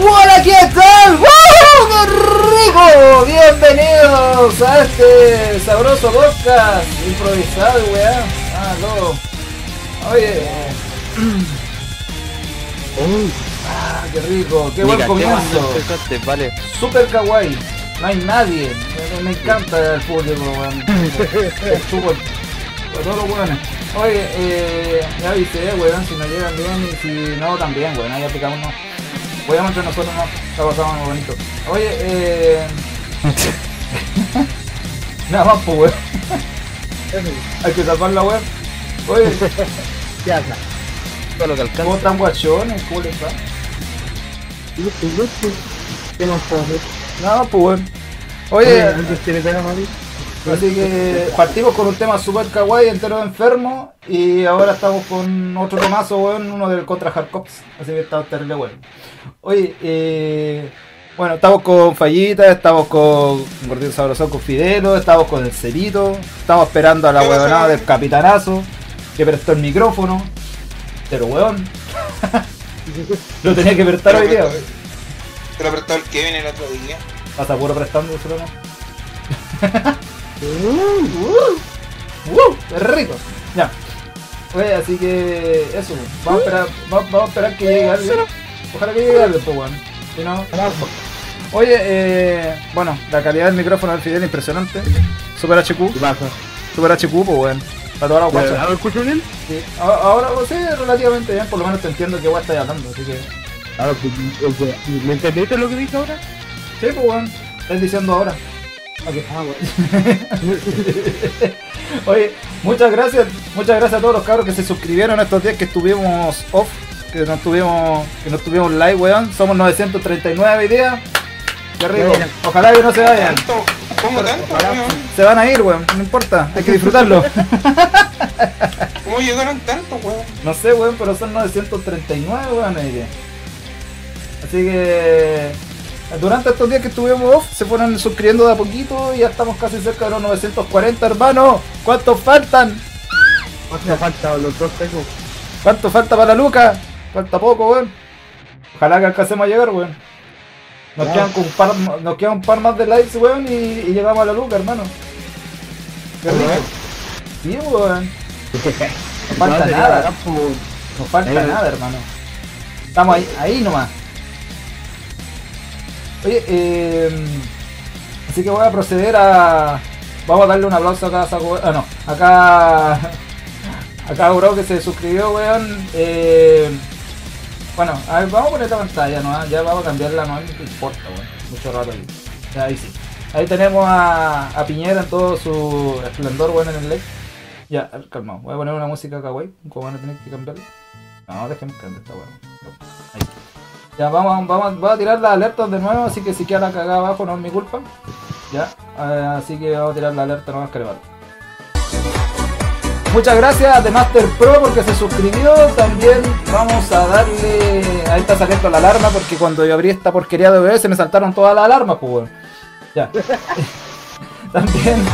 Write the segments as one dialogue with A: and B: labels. A: ¡Hola, ¿qué tal? ¡Wow! ¡Qué rico! Bienvenidos a este sabroso podcast improvisado, weá. Ah, loco. Oye. Ah, qué rico. Qué buen comienzo.
B: vale.
A: Super kawaii. No hay nadie. Me, me encanta el público, weón. Es súper. Por todos los weones. Oye, eh, ya avisé, weón, si no llegan bien y si no también, weón, ahí aplicamos no. Voy a entre nosotros, no, está pasando muy bonito. Oye, eh. Nada más, pues, weón. Hay que tapar la web. Oye,
B: Ya está. Todo lo que
A: ¿cómo
B: alcanza.
A: están guachones? ¿Cómo les va?
C: ¿Qué más puedo hacer?
A: Nada más, pues, weón. Oye,
C: ¿Antes tiene cara, Mati?
A: así que partimos con un tema super kawaii, entero de enfermo. Y ahora estamos con otro temazo, weón, uno del contra Harcops. Así que está terrible, weón. Oye, eh, bueno, estamos con Fallita, estamos con Gordito Sabrosón, con Fidelo, estamos con el Cerito, estamos esperando a la huevonada del Capitanazo, que prestó el micrófono, pero huevón. Lo tenía que prestar hoy día.
D: Te lo prestó el Kevin el otro día.
A: Pasa puro prestando ese tema.
C: Uh, uh.
A: ¡Uh! ¡Es rico! Ya. Oye, así que eso, weón. vamos a esperar, vamos, vamos a esperar que llegue alguien. Ojalá que llegue alguien, pues weón. Si no. pues.
C: Abrazo.
A: Oye, eh, bueno, la calidad del micrófono del Fidel impresionante. Super HQ,
B: ¿Qué pasa?
A: Super HQ, pues weón. Para todos los guachos.
B: ¿Ahora escucho bien?
A: Sí. A- Ahora, pues, sí, relativamente bien, por lo menos te entiendo que weón estás hablando, así que.
C: Ah,
B: Ahora, pues, eh, ¿me entendiste lo que dije ahora?
A: Sí, pues weón, estás diciendo ahora. Ok.
C: Ah, bueno.
A: Oye, muchas gracias, muchas gracias a todos los cabros que se suscribieron estos días que estuvimos off, que no estuvimos, que no estuvimos live, weón. Somos 939 hoy día. Qué rico.
B: Buena.
A: Ojalá que no se vayan.
D: ¿Tanto? ¿Cómo tanto, weón?
A: Se van a ir, weón. No importa, hay que disfrutarlo.
D: ¿Cómo llegaron tanto, weón?
A: No sé, weón, pero son 939, weón, hoy día. Así que durante estos días que estuvimos off, se fueron suscribiendo de a poquito y ya estamos casi cerca de los 940, hermano. ¿Cuántos faltan?
C: ¿Cuánto falta los dos tengo?
A: ¿Cuánto falta para la Luca? Falta poco, weón. Ojalá que alcancemos a llegar, weón. Nos,
C: Ya.
A: quedan con un par, nos quedan un par más de likes, weón, y, y llegamos a la Luca, hermano. Qué rico. Sí, weón. No falta
B: No, sería
A: nada.
B: bacán, pues.
A: No falta
B: Eh.
A: nada, hermano. Estamos ahí, ahí nomás. Oye, eh, así que voy a proceder a. Vamos a darle un aplauso acá a Saco- Ah, no. Acá. Acá a Uro que se suscribió, weón. Eh, bueno, a ver, vamos a poner la pantalla, ¿no? Ya vamos a cambiarla, no no importa, weón. Mucho rato ahí. Ya, ahí sí. Ahí tenemos a, a Piñera en todo su esplendor, weón, en el lake. Ya, a ver, calmado. Voy a poner una música kawaii. ¿Cómo van a tener que cambiarla? No, déjenme cambiar esta weón. Ahí. Ya, vamos, vamos, voy a tirar las alertas de nuevo, así que si queda la cagada abajo no es mi culpa. Ya, eh, así que vamos a tirar la alerta nomás que le vale. Muchas gracias a The Master Pro porque se suscribió. También vamos a darle. Ahí está saliendo la alarma porque cuando yo abrí esta porquería de OBS me saltaron todas las alarmas, pues weón. Ya. También.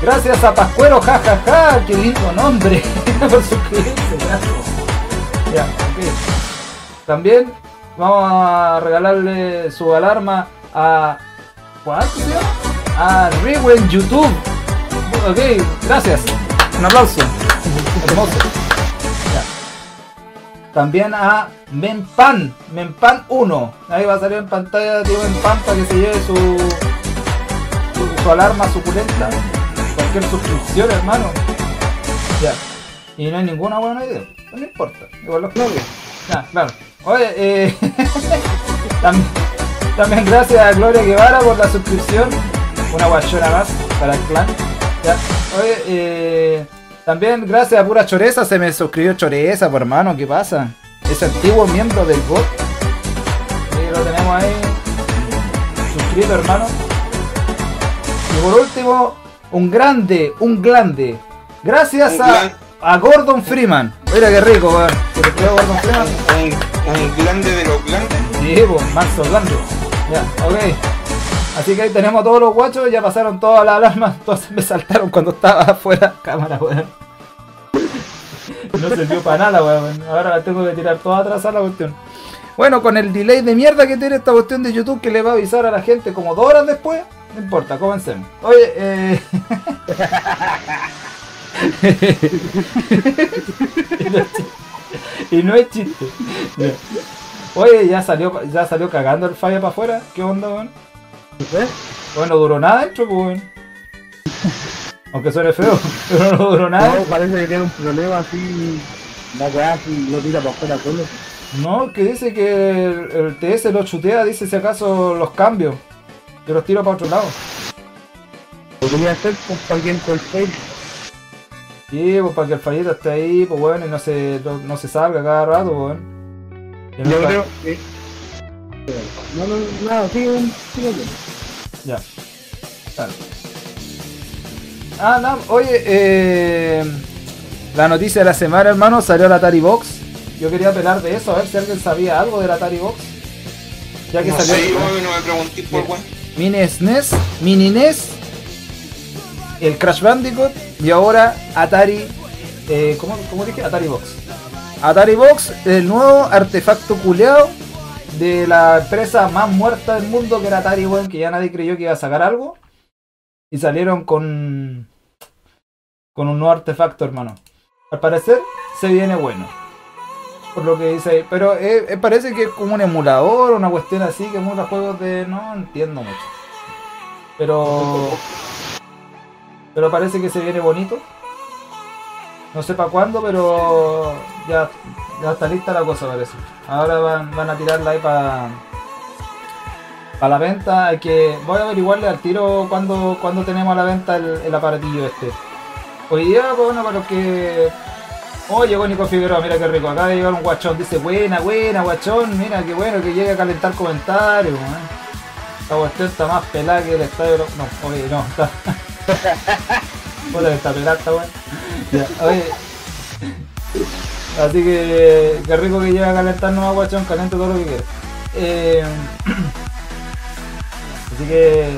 A: Gracias a Pascuero, jajaja, qué lindo nombre. Por suscribirse, gracias. Ya, ok. También vamos a regalarle su alarma a. ¿Cuál? se llama? A Rewind YouTube. Ok, gracias. Un aplauso. Hermoso. Ya. También a Menpan, Menpan 1. Ahí va a salir en pantalla, tío Menpan, para que se lleve su, su, su alarma suculenta. Cualquier suscripción, hermano. Ya. Y no hay ninguna buena idea. No importa. Igual los clubes. Ya, claro. Oye, eh, tam- también, gracias a Gloria Guevara por la suscripción. Una guachona más para el clan. Ya. Oye, eh, también gracias a Pura Choreza se me suscribió Choreza, por hermano. ¿Qué pasa? Es antiguo miembro del bot. Y lo tenemos ahí. Suscrito, hermano. Y por último, un grande, un grande. Gracias
D: Un
A: a,
D: gran-
A: a Gordon Freeman. Mira qué rico, weón. Se te quedó Gordon Freeman.
D: ¿Un, un glande de los glandes?
A: Sí, pues, Max Orlando. Ya, ok. Así que ahí tenemos a todos los guachos, ya pasaron todas las alarmas, entonces me saltaron cuando estaba afuera cámara, weón. No sirvió para nada, weón. Ahora la tengo que tirar toda atrás la cuestión. Bueno, con el delay de mierda que tiene esta cuestión de YouTube que le va a avisar a la gente como dos horas después, no importa, comencemos. Oye, eh. y, no es chiste. Y no es chiste. Ya. Oye, ya salió, ya salió cagando el falla para afuera. ¿Qué onda, weón?
C: ¿Ves?
A: Bueno, no duró nada dentro, pues, weón. Aunque suene feo, pero no duró nada.
C: No, parece que tiene un problema así. La weá así lo tira para afuera solo.
A: No, que dice que el, el TS lo chutea, dice si acaso los cambios. Yo los tiro para otro lado.
C: Lo quería hacer pues, para alguien con Facebook.
A: Sí, pues para que el fallito esté ahí, pues weón, y no se, no, no se salga cada rato, pues, weón. Y no
C: Yo
A: está-
C: creo que. No, no, nada, sí, un. Sí,
A: Ya. Claro. Ah, no, oye, eh, la noticia de la semana, hermano, salió la Atari Box. Yo quería apelar de eso, a ver si alguien sabía algo de la Atari Box. Ya que
D: No
A: salió
D: sé, yo no me pregunté por weón.
A: Mini SNES, Mini NES, el Crash Bandicoot y ahora Atari, eh, ¿cómo, cómo dije? Atari Box. Atari Box, el nuevo artefacto culeado de la empresa más muerta del mundo, que era Atari, weón, que ya nadie creyó que iba a sacar algo. Y salieron con. con un nuevo artefacto, hermano. Al parecer, se viene bueno. Por lo que dice ahí. Pero eh, eh, parece que es como un emulador, una cuestión así, que emula juegos de. no entiendo mucho. Pero. Pero parece que se viene bonito. No sé para cuándo, pero ya, ya está lista la cosa parece. Ahora van, van a tirarla ahí para para la venta. Hay que voy a averiguarle al tiro cuándo cuando tenemos a la venta el, el aparatillo este. Hoy día, pues, bueno, para los que... Oh, llegó Nico Figueroa, mira qué rico. Acá llegó un guachón. Dice, buena, buena, guachón. Mira qué bueno que llegue a calentar comentarios. weón. Esta cuestión está más pelada que el estadio... de los- No, oye, no, está... Hola, está pelada esta weón. Ya, oye. Así que, qué rico que llega a calentar nomás, guachón, caliente todo lo que quieras. Eh, así que,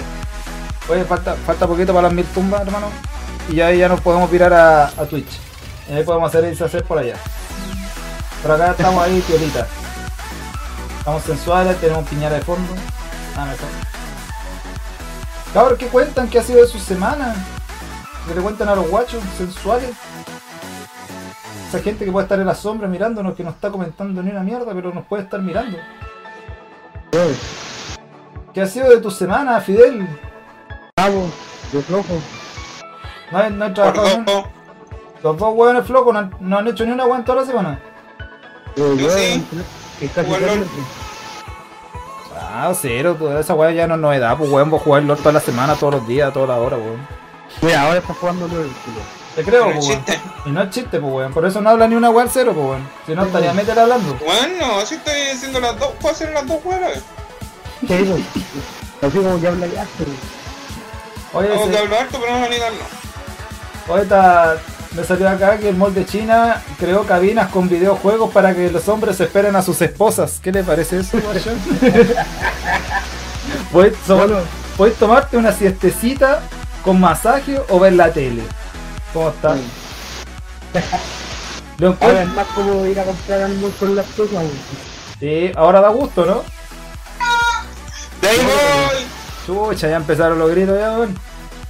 A: oye, falta, falta poquito para las mil tumbas, hermano. Y ya, ya nos podemos virar a, a Twitch. Y ahí podemos hacer el hacer por allá. Por acá estamos ahí, piolitas. Estamos sensuales, tenemos piñara de fondo. Ah, mejor. Cabros, ¿qué cuentan? ¿Qué ha sido de sus semanas? ¿Qué le cuentan a los guachos sensuales? Esa gente que puede estar en la sombra mirándonos, que no está comentando ni una mierda, pero nos puede estar mirando. ¿Qué ha sido de tu semana, Fidel?
C: Bravo, de flojo.
A: ¿No hay, no hay trabajado ni un-
D: Gordo.
A: Los dos hueones flocos no han, no han hecho ni una aguanta toda la semana.
C: Eh,
D: Yo sí.
C: es casi
D: Jugar LOL.
C: siempre.
A: Ah, cero, pues, esa hueá ya no es novedad, pues hueón, vos jugar LOL toda la pues, semana, todos los días, todas las horas, hueón.
C: Mira, ahora está jugando LOL, tío.
A: Te creo,
D: Pero
A: pues hueón.
D: chiste.
A: Y no es chiste, pues hueón. Por eso no habla ni una hueá al cero, pues hueón. Si no
D: Mm.
A: estaría métela hablando.
D: Bueno, así estoy haciendo las dos, puedo hacer las dos weón.
C: ¿Qué digo? Así como ya habla ya, pero...
A: Oye,
D: Vamos
A: ese-
D: a hablo harto, pero no van a no.
A: Ahorita me salió acá que el mall de China creó cabinas con videojuegos para que los hombres esperen a sus esposas. ¿Qué le parece eso, guachón? Puedes to- puedes tomarte una siestecita con masaje o ver la tele. ¿Cómo está?
D: Mm.
C: Sí.
A: Lo
C: Ahora
A: encuentro-
C: es más como ir a comprar algo con las cosas, güey.
A: Sí, ahora da gusto, ¿no?
D: ¡De ahí voy!
A: Chucha, ya empezaron los gritos, ya, weón.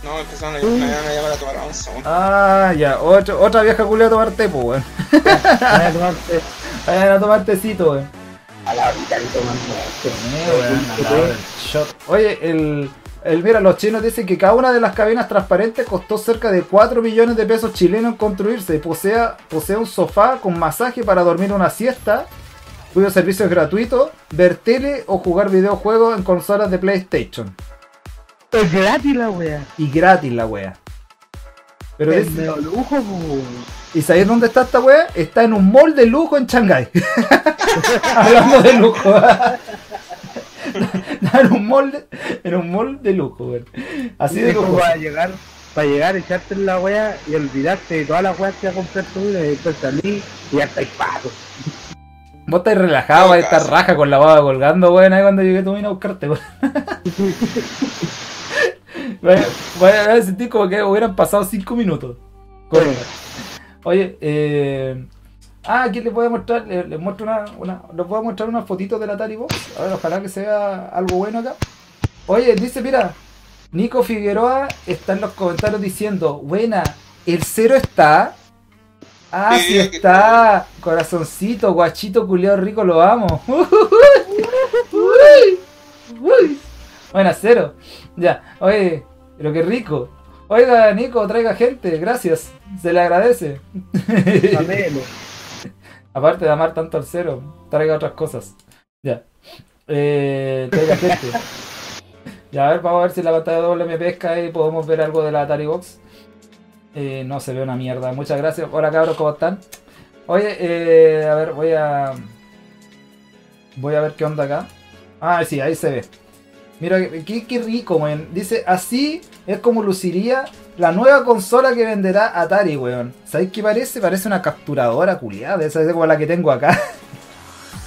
D: No, empezaron a, me van a llamar a tomar once, weón.
A: Ah, ya, otro- otra vieja culia a tomar tepo, weón.
C: Vaya a tomarte
A: Vayan a tomar tecito, weón.
C: a la horita y tomando.
A: Eh, weón, al lado del shot. Oye, el, el- mira, los chinos dicen que cada una de las cabinas transparentes costó cerca de 4 millones de pesos chilenos en construirse. Posea, posee un sofá con masaje para dormir una siesta, cuyo servicio es gratuito, ver tele o jugar videojuegos en consolas de PlayStation.
C: Es gratis la wea.
A: Y gratis la wea. Pero
C: Es
A: dice-
C: medio lujo, güey.
A: ¿Y sabéis dónde está esta wea? Está en un mall de lujo en Shanghái. Hablando de lujo. está en un mall de, en un mall de lujo, weón. Así de
C: Es como
A: lujo.
C: para llegar, para llegar, echarte en la wea y olvidarte de todas las weas que vas a comprar tú y después salir y ya estáis pagos.
A: Vos estáis relajado, vais a estar raja con la baba colgando, weón, ahí cuando llegue tú vino a buscarte, weón. Vaya, vaya a sentir como que hubieran pasado 5 minutos. Corre. Oye, eh. Ah, aquí les voy a mostrar, les, les muestro una, una, les voy a mostrar unas fotitos del Atari Box. A ver, ojalá que sea algo bueno acá. Oye, dice, mira, Nico Figueroa está en los comentarios diciendo, buena, el cero está. Ah,
D: Sí,
A: sí
D: aquí
A: está. Corazoncito, guachito, culiao rico, lo amo. Buena, cero. Ya, oye, pero qué rico. Oiga, Nico, traiga gente, gracias. Se le agradece.
C: Pamelo.
A: Aparte de amar tanto al cero, traiga otras cosas. Ya. Eh, traiga gente. Ya, a ver, vamos a ver si la pantalla doble me pesca y podemos ver algo de la Atari Box. Eh, no se ve una mierda. Muchas gracias. Hola cabros, ¿cómo están? Oye, eh, a ver, voy a... Voy a ver qué onda acá. Ah, sí, ahí se ve. Mira, qué, qué rico, weón. Dice, así es como luciría la nueva consola que venderá Atari, weón. ¿Sabéis qué parece? Parece una capturadora culiada, esa es como la que tengo acá.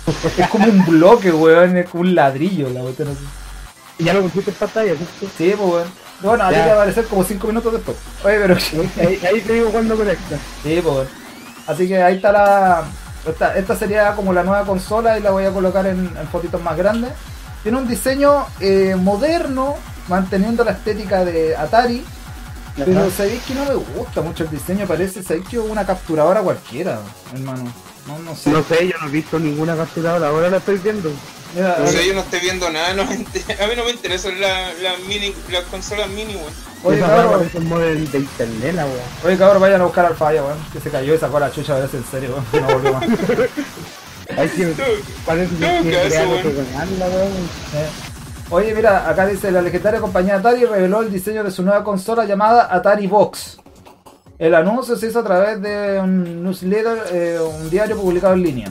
A: es como un bloque, weón, es como un ladrillo la cuestión así.
C: Ya lo pusiste en pantalla, ¿viste?
A: Sí, pues weón. Bueno, a ti
C: Ya.
A: te va a aparecer como 5 minutos después. Oye, pero... sí,
C: Ahí, ahí te digo cuándo conectas.
A: pues weón. Así que ahí está la... Esta, esta sería como la nueva consola y la voy a colocar en, en fotitos más grandes. Tiene un diseño eh, moderno, manteniendo la estética de Atari. Pero sabéis que no me gusta mucho el diseño, parece, sabéis que una capturadora cualquiera, hermano. No, no sé.
C: No sé, yo no he visto ninguna capturadora, ahora la estoy viendo.
A: Mira,
D: O
A: ahora-
D: sea, yo no estoy viendo nada, no me inter- a mí no me interesan las la mini, las consolas mini, weón.
A: oye,
C: Esa
A: cabrón,
C: weá parece un modelo de internet, la wea.
A: oye, cabrón, vayan a buscar al falla, weón. Que se cayó y sacó la chucha a veces en serio, weón. que No volvió más.
C: Hay que, parece que
D: Creo
C: hay que
D: que eso,
C: crear
D: weón.
C: otro canal, la wea.
A: Eh. Oye, mira, acá dice la legendaria compañía Atari reveló el diseño de su nueva consola llamada Atari Box. El anuncio se hizo a través de un newsletter, eh, un diario publicado en línea.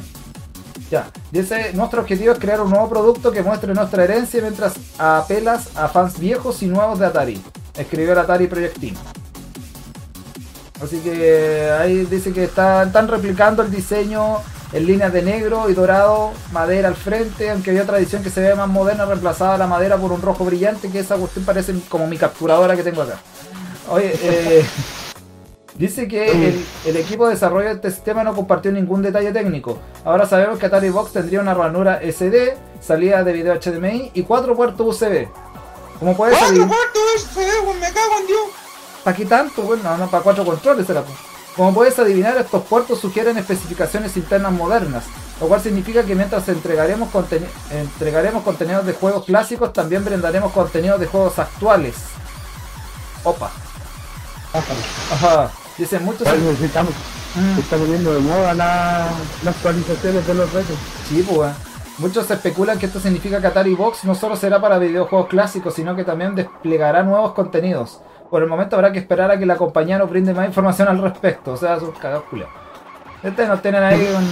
A: Ya, dice, nuestro objetivo es crear un nuevo producto que muestre nuestra herencia mientras apelas a fans viejos y nuevos de Atari. Escribió el Atari Project Team. Así que ahí dice que está- están replicando el diseño en líneas de negro y dorado, madera al frente, aunque había tradición que se vea más moderna reemplazada la madera por un rojo brillante, que esa cuestión parece como mi capturadora que tengo acá. Oye, eh, dice que el, el equipo de desarrollo de este sistema no compartió ningún detalle técnico. Ahora sabemos que Atari Box tendría una ranura SD, salida de video HDMI y cuatro puertos USB. Como puedes
D: ¡Cuatro
A: salir?
D: cuartos! Se ve, weón, me cago en Dios.
A: ¿Para qué tanto? pues, Bueno, no, para cuatro controles era. pues. Como puedes adivinar, estos puertos sugieren especificaciones internas modernas, lo cual significa que mientras entregaremos, conten- entregaremos contenidos de juegos clásicos, también brindaremos contenidos de juegos actuales. Opa. Ajá. Dicen muchos...
C: Bueno, se estamos-
A: Mm.
C: se está poniendo de moda la- las actualizaciones de los retos.
A: Sí, pues, weón. Muchos especulan que esto significa que Atari Box no solo será para videojuegos clásicos, sino que también desplegará nuevos contenidos. Por el momento habrá que esperar a que la compañía nos brinde más información al respecto. O sea, sus cagados culiados. Este nos tienen ahí un...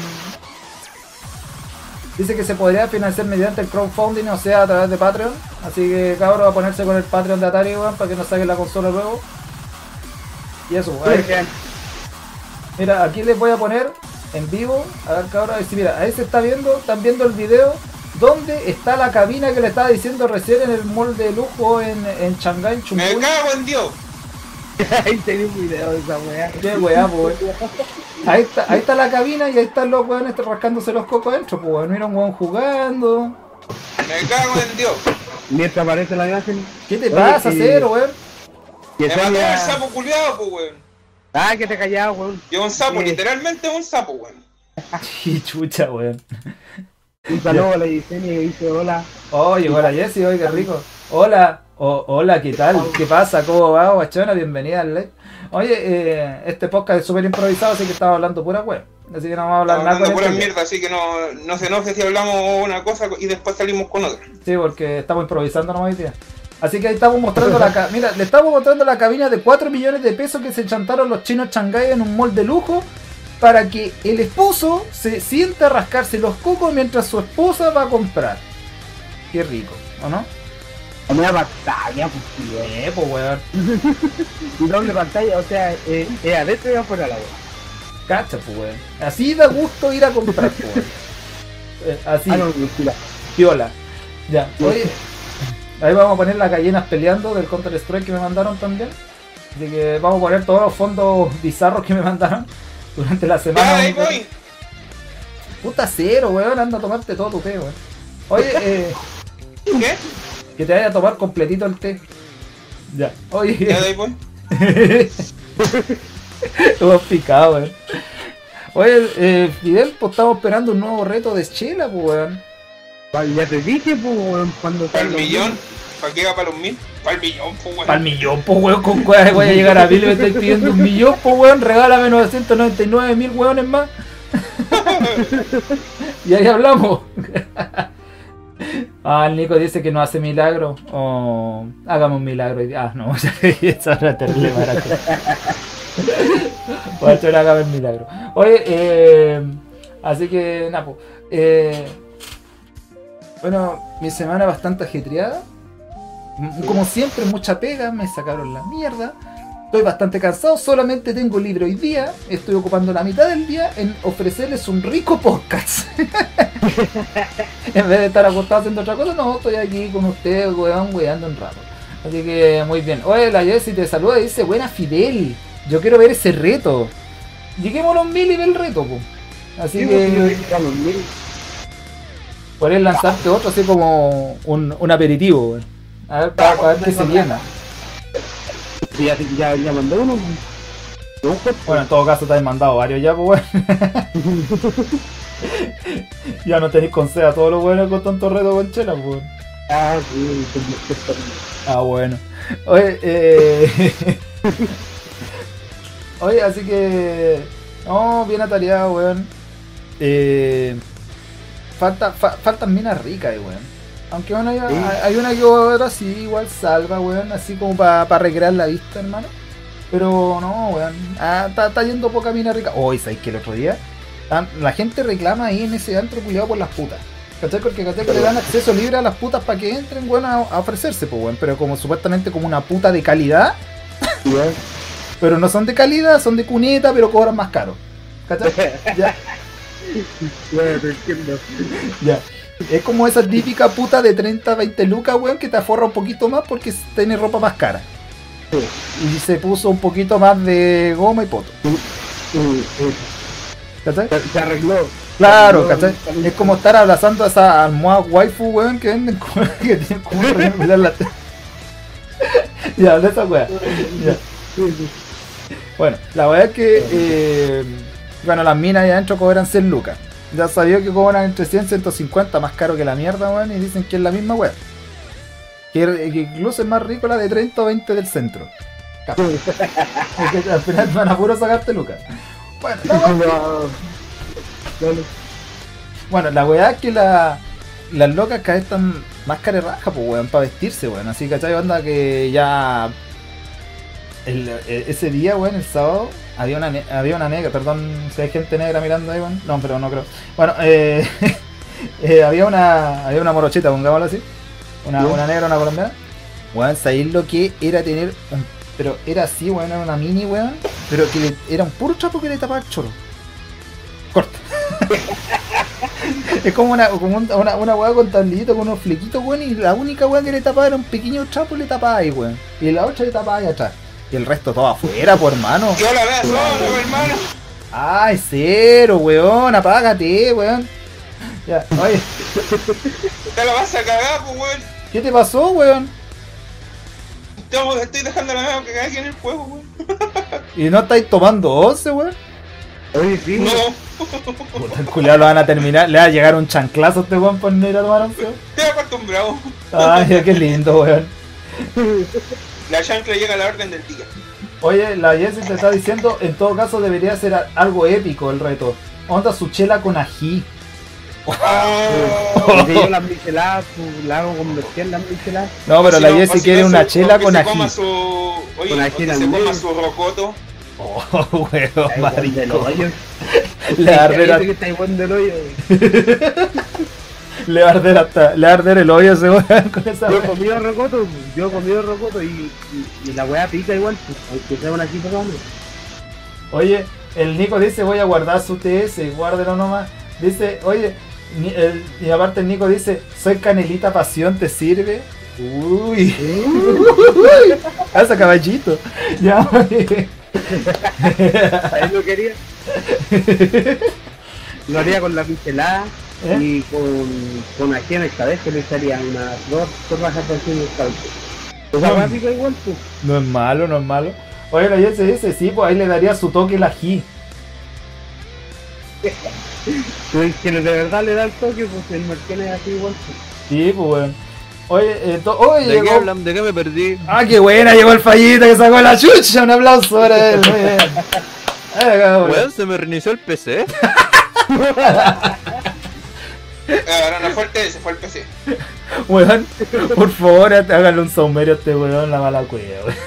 A: Dice que se podría financiar mediante el crowdfunding, o sea, a través de Patreon. Así que cabrón va a ponerse con el Patreon de Atari, weón, para que nos saquen la consola luego. Y eso, weón. Ahí- Mira, aquí les voy a poner en vivo, a ver cabrón, ahí sí, mira, ahí se está viendo, están viendo el video donde está la cabina que le estaba diciendo recién en el mall de lujo en, en Shanghái, en
D: Me
A: Chungkuri.
D: cago en Dios.
C: Ahí tenía un video de esa wea.
A: Qué weá, po, weón. Ahí está, ahí está la cabina y ahí están los weones este, rascándose los cocos adentro, pues no era un weón jugando.
D: Me cago en Dios.
C: Mientras aparece la imagen.
A: ¿Qué te
C: Oye,
A: pasa,
C: y-
A: cero, weón?
C: y
D: Me
C: esa
D: mató
C: wea-
D: el sapo culiado, pues, weón.
C: Ah, que te callado, weón.
D: Yo un sapo,
C: Sí.
D: literalmente un sapo, weón.
A: Qué chucha, weón.
C: Un saludo a la Yesenia que dice hola.
A: Oh, llegó la Jessie, oye, qué rico. Hola, o- hola, ¿qué tal? ¿Qué pasa? ¿Cómo va, guachona? Bienvenida al live. Oye, eh, este podcast es súper improvisado, así que estaba hablando pura web. Así que no vamos a hablar
D: Estamos
A: nada
D: hablando
A: con
D: pura
A: este.
D: mierda, así que no, no se enoje si hablamos una cosa y después salimos con otra.
A: Sí, porque estamos improvisando nomás hoy día. Así que ahí estamos mostrando la ca- Mira, le estamos mostrando la cabina de 4 millones de pesos que se chantaron los chinos Shanghái en un mall de lujo para que el esposo se sienta a rascarse los cocos mientras su esposa va a comprar. Qué rico, ¿o no?
C: A una pantalla, pues, tío.
A: Eh, pues weón.
C: Y doble pantalla, o sea, eh, eh, adentro y afuera la wea.
A: Cacha, pues, weón. Así da gusto ir a comprar, pues, weón. Eh, Así,
C: Ah, no, mentira.
A: piola. Ya, oye. Ahí vamos a poner las gallinas peleando del Counter Strike que me mandaron también. Así que vamos a poner todos los fondos bizarros que me mandaron durante la semana.
D: Ya, ahí voy.
A: Puta cero, weón. Anda a tomarte todo tu té, weón. Oye, eh,
D: ¿Qué?
A: que te vaya a tomar completito el té. Ya, oye.
D: Ya, de ahí voy.
A: Estamos picados, weón. Oye, eh, Fidel, pues estamos esperando un nuevo reto de Chela, pues, weón.
C: Pa- Ya te dije, pues, weón, cuando
D: Para el
C: salga un
D: millón. ¿Para qué va para los mil? Para el millón, pues, weón.
A: Para el millón, pues, weón, con cuál voy a llegar a mil y me estoy pidiendo un millón, pues, weón. Regálame 999 mil weones más. y ahí hablamos. ah, el Nico dice que no hace milagro. Oh, hágame un milagro. Ah, no, ya esa era terrible barato. Voy a hacer hágame el milagro. Oye, eh, así que, Napo. Eh, bueno, mi semana bastante ajetreada. M- Como siempre, mucha pega, me sacaron la mierda. Estoy bastante cansado, solamente tengo libre hoy día. Estoy ocupando la mitad del día en ofrecerles un rico podcast. en vez de estar acostado haciendo otra cosa, no, estoy aquí con ustedes, weón, weando un rato. Así que muy bien. Oye, la Jessie te saluda y dice, buena Fidel, yo quiero ver ese reto. Lleguemos a los mil y ve el reto, po. Así
C: pues,
A: que podés lanzarte otro así como un, un aperitivo, weón. A ver, para, para ver qué se viene.
C: Ya, ya, ya mandé uno. No, pues,
A: Bueno, en todo caso te has mandado varios ya, pues weón. ya no tenéis consejo a todos los buenos con tanto reto con chela, pues. weón.
C: ah, sí, sí, sí,
A: Ah, bueno. Oye, eh... Oye, así que... No, bien atareado, weón. Eh... Falta, fa- faltan minas ricas, eh, weón. Aunque bueno, hay, hay una que otra sí, igual salva, weón. Así como para recrear la vista, hermano. Pero no, weón. Ah, Está está yendo poca mina rica. Hoy, ¿sabéis que el otro día? tan- La gente reclama ahí en ese antro cuidado por las putas. ¿Cachai? Porque ¿cachai? Que le dan acceso libre a las putas para que entren, weón, a, a ofrecerse, pues, weón. Pero como supuestamente como una puta de calidad,
C: ya.
A: pero no son de calidad, son de cuneta, pero cobran más caro. ¿Cachai? Ya,
C: Bueno, te entiendo.
A: ya. Es como esa típica puta de 30, 20 lucas, weón, que te aforra un poquito más porque tiene ropa más cara.
C: Sí.
A: Y se puso un poquito más de goma y poto.
C: Sí, sí.
A: ¿Cachai?
C: Se, se arregló.
A: Claro,
C: No,
A: ¿cachai?
C: no, no.
A: Es como estar abrazando a esa almohada waifu, weón, que venden con- que tienen como revelar la te- Ya, de esa weá. Ya.
C: Sí, sí.
A: Bueno, la verdad es que eh, bueno, las minas allá adentro cobran 100 lucas. Ya sabía que cobran entre 100 y 150, más caro que la mierda, weón, y dicen que es la misma weá. Que, eh, que incluso es más rico la de 30 o 20 del centro. Capaz. Porque al final van a puro sacarte lucas. Bueno, la weá-
C: No. Dale.
A: Bueno, la weá es que la, las locas cada vez están más carerrajas, pues weón, para vestirse, weón. Así que, ¿cachai? Onda que ya. el- e- ese día, weón, el sábado, había una, ne- había una negra, perdón si hay gente negra mirando ahí, weón. No, pero no creo. Bueno, eh, eh, había una había una morochita, pongámoslo así. Una,
C: Ya.
A: una negra, una colombiana. Weón, ¿sabéis lo que era tener un. Pero era así, weón, era una mini, weón. Pero que le- era un puro trapo que le tapaba el choro. Corta. Es como una, como un- una, una weá con tablillito, con unos flequitos, weón, y la única weá que le tapaba era un pequeño trapo y le tapaba ahí, weón. Y la otra le tapaba ahí atrás. Y el resto todo afuera, por hermano.
D: Yo la veo solo, pues, hermano.
A: Ay, cero, weón, apágate, weón. Ya, oye,
D: Te la vas a cagar, pues, weón.
A: ¿qué te pasó, weón?
D: Estamos- Estoy dejando la mano que cague aquí en el juego, weón.
A: Y no estáis tomando once, weón.
C: Oye, sí. pues.
D: No,
A: Puta, el culiao lo van a terminar, le va a llegar un chanclazo a este weón por no ir a tomar once. weón.
D: estoy acostumbrado.
A: Ay, ya, qué lindo, weón.
D: La chancla llega a la orden del día.
A: Oye, la Jessie te está diciendo, en todo caso debería ser a- algo épico el reto. Onda su chela con ají.
D: Ah,
C: Porque yo las micheladas, pues, la hago convertir las micheladas.
A: No, pero
D: si
A: la
D: no,
A: Jessie
D: si
A: quiere
D: no
A: una
D: se- o
A: chela
D: que
A: con
D: se
A: ají.
D: Coma su, oye,
C: Con
D: o
C: ají
D: que se
C: también.
D: coma su rocoto.
A: Oh, weón,
C: Ahí, buen del
A: marico.
C: hoyo.
A: Le va a
C: Ahí
A: arder,
C: dice
A: a-
C: que está ahí buen del hoyo.
A: le va a arder hasta, le va a arder el hoyo a ese weón con esa
C: Yo he
A: weá.
C: comido rocoto, pues, yo he comido rocoto y, y, y la weá pica igual, pues, aunque sea una chica grande.
A: Oye, el Nico dice voy a guardar su TS, guárdelo nomás. Dice, oye, ni- el- y aparte el Nico dice, soy canelita pasión, ¿te sirve? Uy. Uy, Hasta caballito. Ya, oye.
C: Ahí lo quería. Lo haría con la michelada
A: ¿Eh?
C: y con, con ají en el cabello, le echaría unas dos rodajas de ají en el cabello. Esa weá pica igual, pues.
A: No es malo, no es malo. Oye, la Jess dice, sí, pues ahí le daría su toque el ají.
C: Pero es que de verdad le da el toque, pues el Marquén es así igual. pues.
A: Sí, pues weón. Oye, eh, to- oye,
B: ¿De qué
A: llegó.
B: hablan? ¿De qué me perdí?
A: Ah, qué buena, llegó el fallito que sacó la chucha. Un aplauso para él. muy bien. Ay, cabrón.
B: Weón, se me reinició el PC.
D: Eh, Ahora la fuerte se fue el PC.
A: Weón, por favor, háganle un saumerio a este weón, la mala cueva, weón.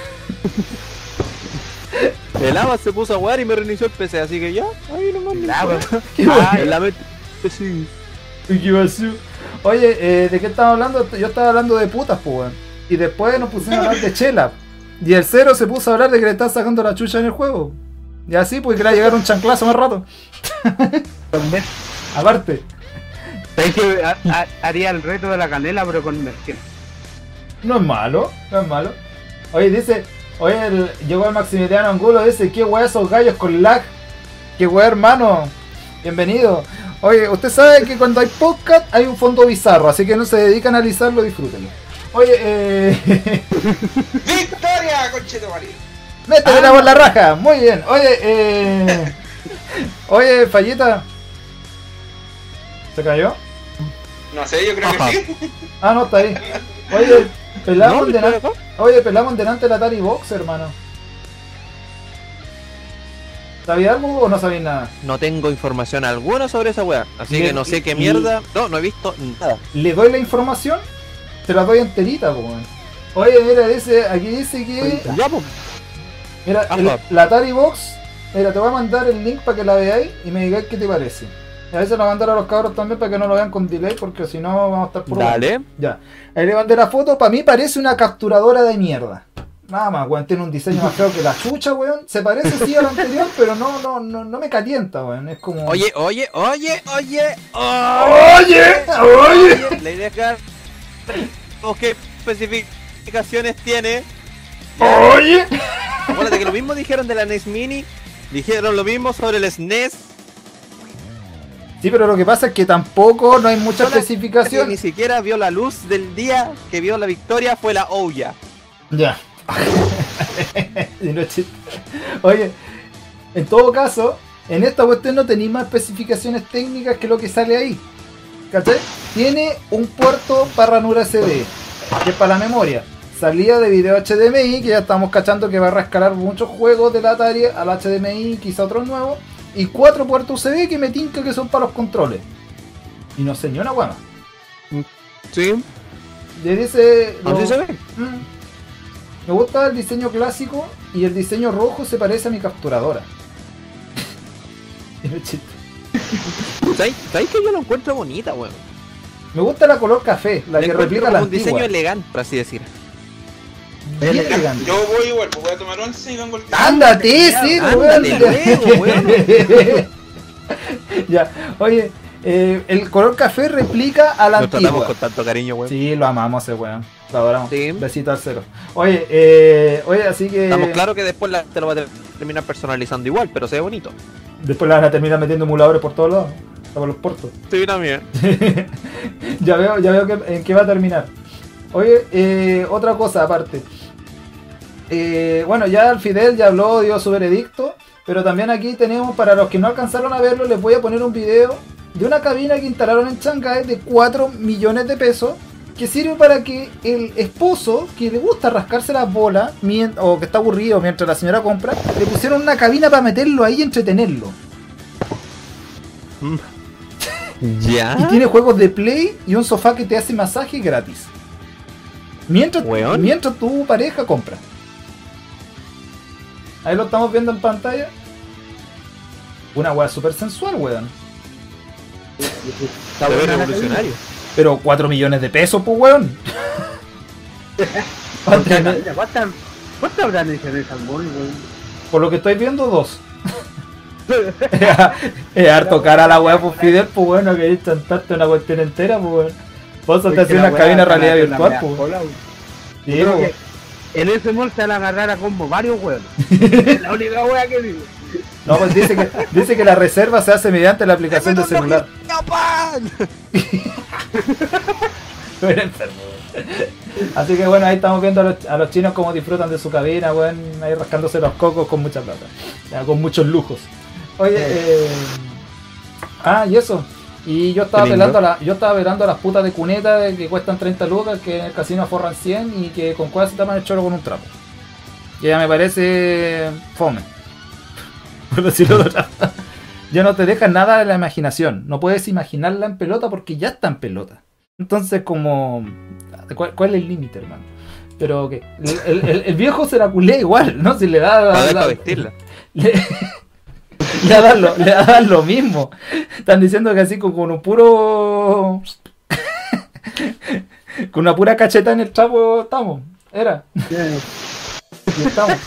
B: El ABA se puso a jugar y me reinició el PC, así que ya, ahí nomás.
C: El ABA.
B: Ah, el ABA. Sí.
A: ¿Y qué pasó? Oye, eh, ¿de qué estaba hablando? Yo estaba hablando de putas, pues, weón. Y después nos pusimos a hablar de chela. Y el cero se puso a hablar de que le están sacando la chucha en el juego. Y así, pues, que le va a llegar un chanclazo más rato.
C: También.
A: Aparte.
C: ¿Sabes que ha- ha- haría el reto de la canela, pero con Merquén?
A: No es malo, no es malo. Oye, dice, oye, el- llegó el Maximiliano Angulo, dice, qué weá esos gallos con lag. Qué weá, hermano. Bienvenido. Oye, usted sabe que cuando hay podcast hay un fondo bizarro, así que no se dedica a analizarlo, disfrútenlo. Oye, eh...
D: ¡Victoria, conchetumare!
A: Métete
B: Ah.
A: la por la raja, muy bien. Oye, eh... Oye, fallita. ¿Se cayó?
D: No sé, yo creo que
B: Ajá.
D: sí.
A: Ah, no, está ahí. Oye, pelamos,
B: No, ¿está
A: delante,
B: acá?
A: oye, pelamos delante del Atari Box, hermano. ¿Sabía algo o no sabía nada?
B: No tengo información alguna sobre esa weá. Así
A: Bien,
B: que no
A: y-
B: sé qué
A: y-
B: mierda. No, no he visto nada.
A: le doy la información, te la doy enterita, po, weón. Oye, mira, dice, aquí dice que.
B: Ya, pues.
A: Mira, el-
B: Anda.
A: la Atari Box, mira, te voy a mandar el link para que la veáis y me digáis qué te parece. Y a veces la mandar a los cabros también para que no lo vean con delay, porque si no vamos a estar por
B: Dale.
A: Ya. Ahí le mandé la foto, para mí parece una capturadora de mierda. Nada más, weón, tiene un diseño más feo que la chucha, weón. Se parece sí a la anterior, pero no, no, no, no me calienta, weón. Es como.
B: Oye, oye, oye, oye, oye.
A: oye, oye.
B: La idea es que- o qué especificaciones tiene.
A: Oye.
B: Acuérdate que lo mismo dijeron de la NES Mini. Dijeron lo mismo sobre el E SNES.
A: Sí, pero lo que pasa es que tampoco no hay mucha
B: Que ni
A: especificación.
B: siquiera vio la luz del día que vio la victoria fue la Ouya.
A: Ya. Y no es chiste. Oye, en todo caso, en esta cuestión no tenéis más especificaciones técnicas que lo que sale ahí. ¿Cachai? Tiene un puerto barra nura CD, que es para la memoria. Salida de video HDMI, que ya estamos cachando que va a rescalar muchos juegos de la Atari al HDMI, quizá otros nuevos. Y cuatro puertos USB que me tinca que son para los controles. Y no sé ni una guama.
B: Sí,
A: Le dice. lo-
B: así se ve.
A: Mm. Me gusta el diseño clásico y el diseño rojo se parece a mi capturadora. Era chiste.
B: ¿Sabes sabes que yo lo encuentro bonita, weón?
A: Me gusta la color café, la
B: Le
A: que
B: encuentro
A: replica
B: como
A: la
B: un diseño
A: antigua.
B: elegante, por así decir.
A: Bien
C: Elegante.
A: elegante.
D: Yo voy igual, pues voy a tomar once y vengo el
A: ¡Ándate, sí,
B: Ándale,
A: weón!
B: weón,
A: ya, oye, eh, el color café replica a la
B: Lo tratamos
A: antigua.
B: con tanto cariño, weón.
A: Sí, lo amamos ese weón. Lo adoramos.
B: Sí.
A: Besito al cero. Oye, eh, oye, así que.
B: Estamos claros que después la- te lo va a ter- terminar personalizando igual, pero se ve bonito.
A: Después la van a terminar metiendo emuladores por todos lados. hasta Por los puertos.
B: Sí, también.
A: ya veo, ya veo que- en qué va a terminar. Oye, eh, otra cosa aparte. Eh, bueno, ya el Fidel ya habló, dio su veredicto, pero también aquí tenemos, para los que no alcanzaron a verlo, les voy a poner un video de una cabina que instalaron en Shanghai de 4 millones de pesos, que sirve para que el esposo, que le gusta rascarse las bolas, mien- o que está aburrido mientras la señora compra, le pusieron una cabina para meterlo ahí y entretenerlo.
B: Ya.
C: Ah.
A: Y tiene juegos de play y un sofá que te hace masaje gratis. Mientras,
B: Weón.
A: mientras tu pareja compra. Ahí lo estamos viendo en pantalla. Una weá súper sensual, weón.
C: pues,
B: Está
C: Se ve
B: bueno,
C: revolucionario.
B: revolucionario.
A: Pero 4 millones de pesos, pues, weón. Pa' entrenar.
C: Mira, ¿Cuántas cuántas habrán hecho en esa mall, weón?
A: Por lo que estoy viendo, dos. es harto cara la weá, pues, Fidel, pues, weón. No querés chantarte una cuestión entera, pues, weón. Vos te
C: Oye, que
A: haces
C: la
A: una
C: wea
A: cabina
C: van a
A: realidad
C: hacer la
A: virtual,
C: wea
A: pues.
C: sola, weón.
A: Sí,
C: Yo creo
A: pues.
C: que En ese mall se van a agarrar a combo varios, weón. Es la única wea que digo.
A: No, pues dice que, dice que la reserva se hace mediante la aplicación de celular. Era enfermo, weón. Así que bueno, ahí estamos viendo a los, a los chinos cómo disfrutan de su cabina, weón, ahí rascándose los cocos con mucha plata, ya, con muchos lujos. Oye, eh, ah, y eso. Y yo estaba
B: Qué lindo.
A: velando a la- yo estaba velando a las putas de cuneta de que cuestan 30 lucas, que en el casino forran 100 y que con cuál se tapan el choro con un trapo. Que ya me parece fome. Por decirlo de otra forma. Ya no te dejan nada de la imaginación. No puedes imaginarla en pelota porque ya está en pelota. Entonces, como. ¿Cuál, cuál es el límite, hermano? Pero que. El, el- el- el viejo se la culea igual, ¿no? Si le da.
B: Para
A: la-
B: para vestirla.
A: Le, le da lo, le da lo mismo. Están diciendo que así con, con un puro. con una pura cacheta en el trapo estamos. Era. Y estamos.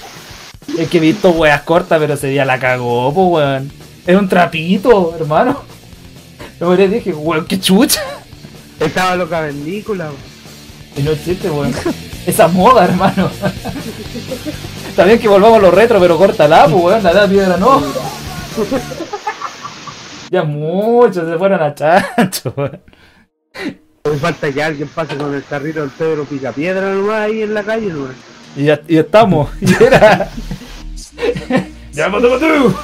A: Es que he visto weas cortas, pero ese día la cagó, po, weón. Era un trapito, hermano. Yo le dije, weón, qué chucha.
C: Estaba loca película, weón.
A: Y no existe, weón. Esa moda, hermano. También que volvamos a los retro, pero córtala, pues, weón. La edad piedra no. Ya muchos se fueron a chancho, weón.
C: Pues falta que alguien pase con el carrito del Pedro Picapiedra nomás ahí en la calle, nomás.
A: Y ya, y estamos. Y era. ¡Ya matamos tú!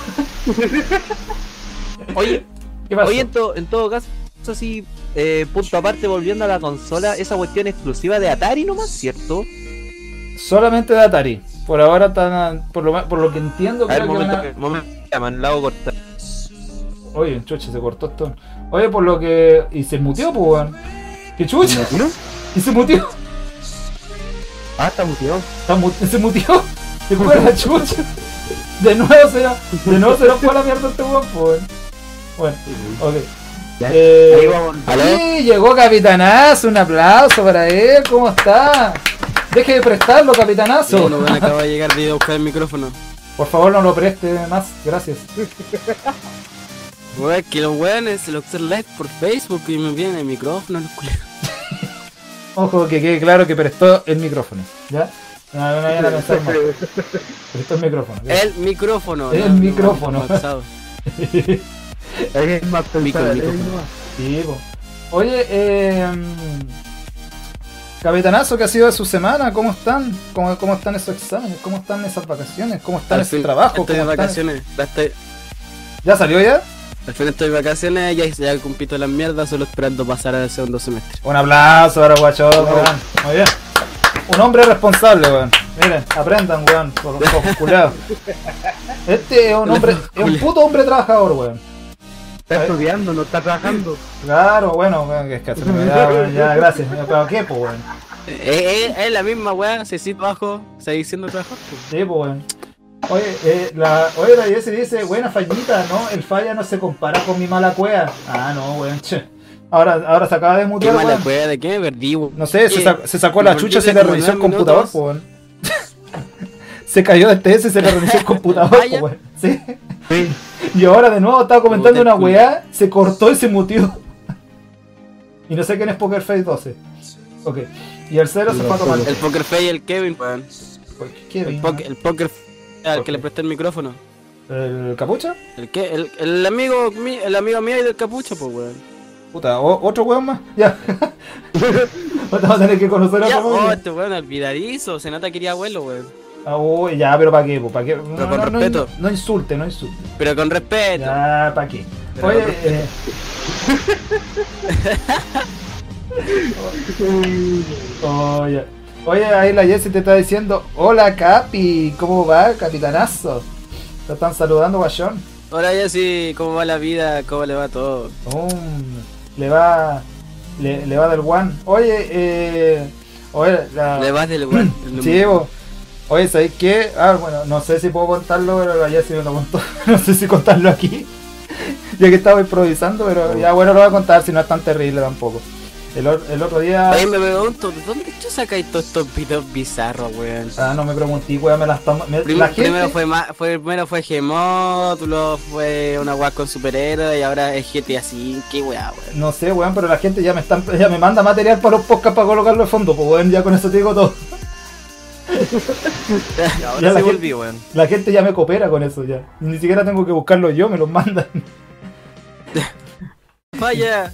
B: Oye,
A: ¿Qué pasó?
B: Oye, en, to- en todo caso, eso sí, eh, punto aparte, volviendo a la consola, esa cuestión exclusiva de Atari nomás, ¿cierto?
A: Solamente de Atari. Por ahora están. Por lo, ma- por lo que entiendo,
B: A ver,
A: creo que
B: momento,
A: van a-
B: momento, llaman, la hago cortar.
A: Oye, chucha, se cortó esto. Oye, por lo que. Y se muteó, pues, weón. ¡Qué chucha!
C: ¿No?
A: Y se muteó.
C: Ah, está muteado.
A: Está mu- se mutió. Se fue a la chucha. De nuevo se, de nuevo se nos fue a la mierda este weón, pues, weón. Bueno, ok.
C: Ya.
A: Eh,
C: Ahí vamos.
B: ¿Aló?
A: Sí, llegó Capitanazo, un aplauso para él, ¿cómo está? Deje de prestarlo, Capitanazo.
E: Bueno, bueno, acaba de llegar de ir a buscar el micrófono.
A: Por favor, no lo preste más, gracias.
E: Weón, que los weones se lo hacen live por Facebook y me vienen el micrófono, los culiados.
A: Ojo, que quede claro que prestó el micrófono, ¿ya? No, no vayan a pensar más. Prestó el micrófono. ya.
E: El micrófono.
A: El
E: no, no,
A: micrófono.
E: no, pasado.
C: Es más
E: Mico,
C: pensado.
E: mico.
C: es más.
A: Sí, po. Oye, eh, Capitanazo, ¿qué ha sido de su semana? ¿Cómo están? ¿Cómo, cómo están esos exámenes? ¿Cómo están esas vacaciones? ¿Cómo están
E: Al
A: esos
E: fin,
A: trabajos?
E: Estoy de
A: ¿Cómo están-
E: vacaciones. Ya estoy-
A: ¿Ya salió ya?
E: Al fin estoy de vacaciones, ya, ya cumplí todas las mierdas, solo esperando pasar al segundo semestre.
A: Un aplauso para Guachón, weón. Muy bien. Un hombre responsable, weón. Miren, aprendan, weón, por por culiao. Este es un hombre, es un puto hombre trabajador, weón.
C: Está estudiando, no está trabajando.
A: Claro, bueno, weón, que es que se me da, weón, ya, gracias. Pero qué, pues, weón.
E: Eh, eh, eh, es la misma weá, si sí trabajo, seguís siendo trabajo.
A: Sí, pues, weón. Oye, eh, la, oye, la Jessy dice, buena fallita, ¿no? El falla no se compara con mi mala cueva. Ah, no, weón, che. Ahora, ahora se acaba de
E: Qué
A: mutear,
E: mala
A: weón.
E: cueva, ¿de qué me perdí? weón?
A: No sé, se,
E: ¿Qué?
A: sacó- se sacó la
E: Me
A: chucha,
E: volví
A: se
E: de
A: le reinició el
E: como nueve
A: computador,
E: minutos.
A: po, weón. se cayó del TS y se le reinició el computador, po,
E: Vaya.
A: weón. Sí.
C: Sí.
A: Y ahora de nuevo estaba comentando
E: Puta
A: una
E: el culo.
A: weá, se cortó y se mutió. y no sé quién es Pokerface 12. Ok. Y el cero se fue a tomar.
E: El Poker Face y el Kevin, weón. El,
A: Kevin,
E: poc- el Poker al
A: Ok.
E: que le presté el micrófono.
A: ¿El capucha?
E: El, que, el, el amigo mi- el amigo mío y del capucho, pues weón.
A: Puta, ¿o- ¿otro weón más? Ya. Vamos a tener que conocer a
E: Ya,
A: otro
E: oh,
A: weón.
E: este weón olvidadizo, se nota que quería abuelo, weón.
A: Ah, uy, ya, pero ¿para qué? po? ¿Para qué? No,
E: con
A: no, no,
E: respeto.
A: no insulte, no insulte.
E: Pero con respeto.
A: Ya, ¿para qué?
E: Pero
A: Oye,
E: con
A: eh, eh. Oye, oye, ahí la Jessie te está diciendo, hola Capi, ¿cómo va, capitanazo? Te están saludando, guayón.
E: Ahora ya sí, ¿cómo va la vida? ¿Cómo le va todo?
A: Um, le va, le, le va del one. Oye, eh, oye, la,
E: Le vas del weón. el número.
A: Ah. sí, bo. oye, ¿sabéis qué? Ah, bueno, no sé si puedo contarlo, pero la Jessie me lo contó. no sé si contarlo aquí, ya que estaba improvisando,
E: Oh.
A: pero ya bueno, lo voy a contar, si no es tan terrible tampoco. El, or- el otro día...
E: Ahí me pregunto, ¿de dónde yo sacáis todos estos videos bizarros, weón?
A: Ah, no me pregunté, weón, me las tomo- me-
E: Prim-
A: la gente...
E: Primero fue ma- fue primero fue Gmod, luego fue una weá con superhéroes y ahora es GTA así, qué weá, weón.
A: No sé, weón, pero la gente ya me están, ya me manda material para los podcasts para colocarlo de fondo, pues weón, ya con eso te digo todo. Ya
B: Ahora
A: la
B: sí
A: gente-
B: volví, weón.
A: La gente ya me coopera con eso ya. Ni siquiera tengo que buscarlo yo, me los mandan.
E: Vaya.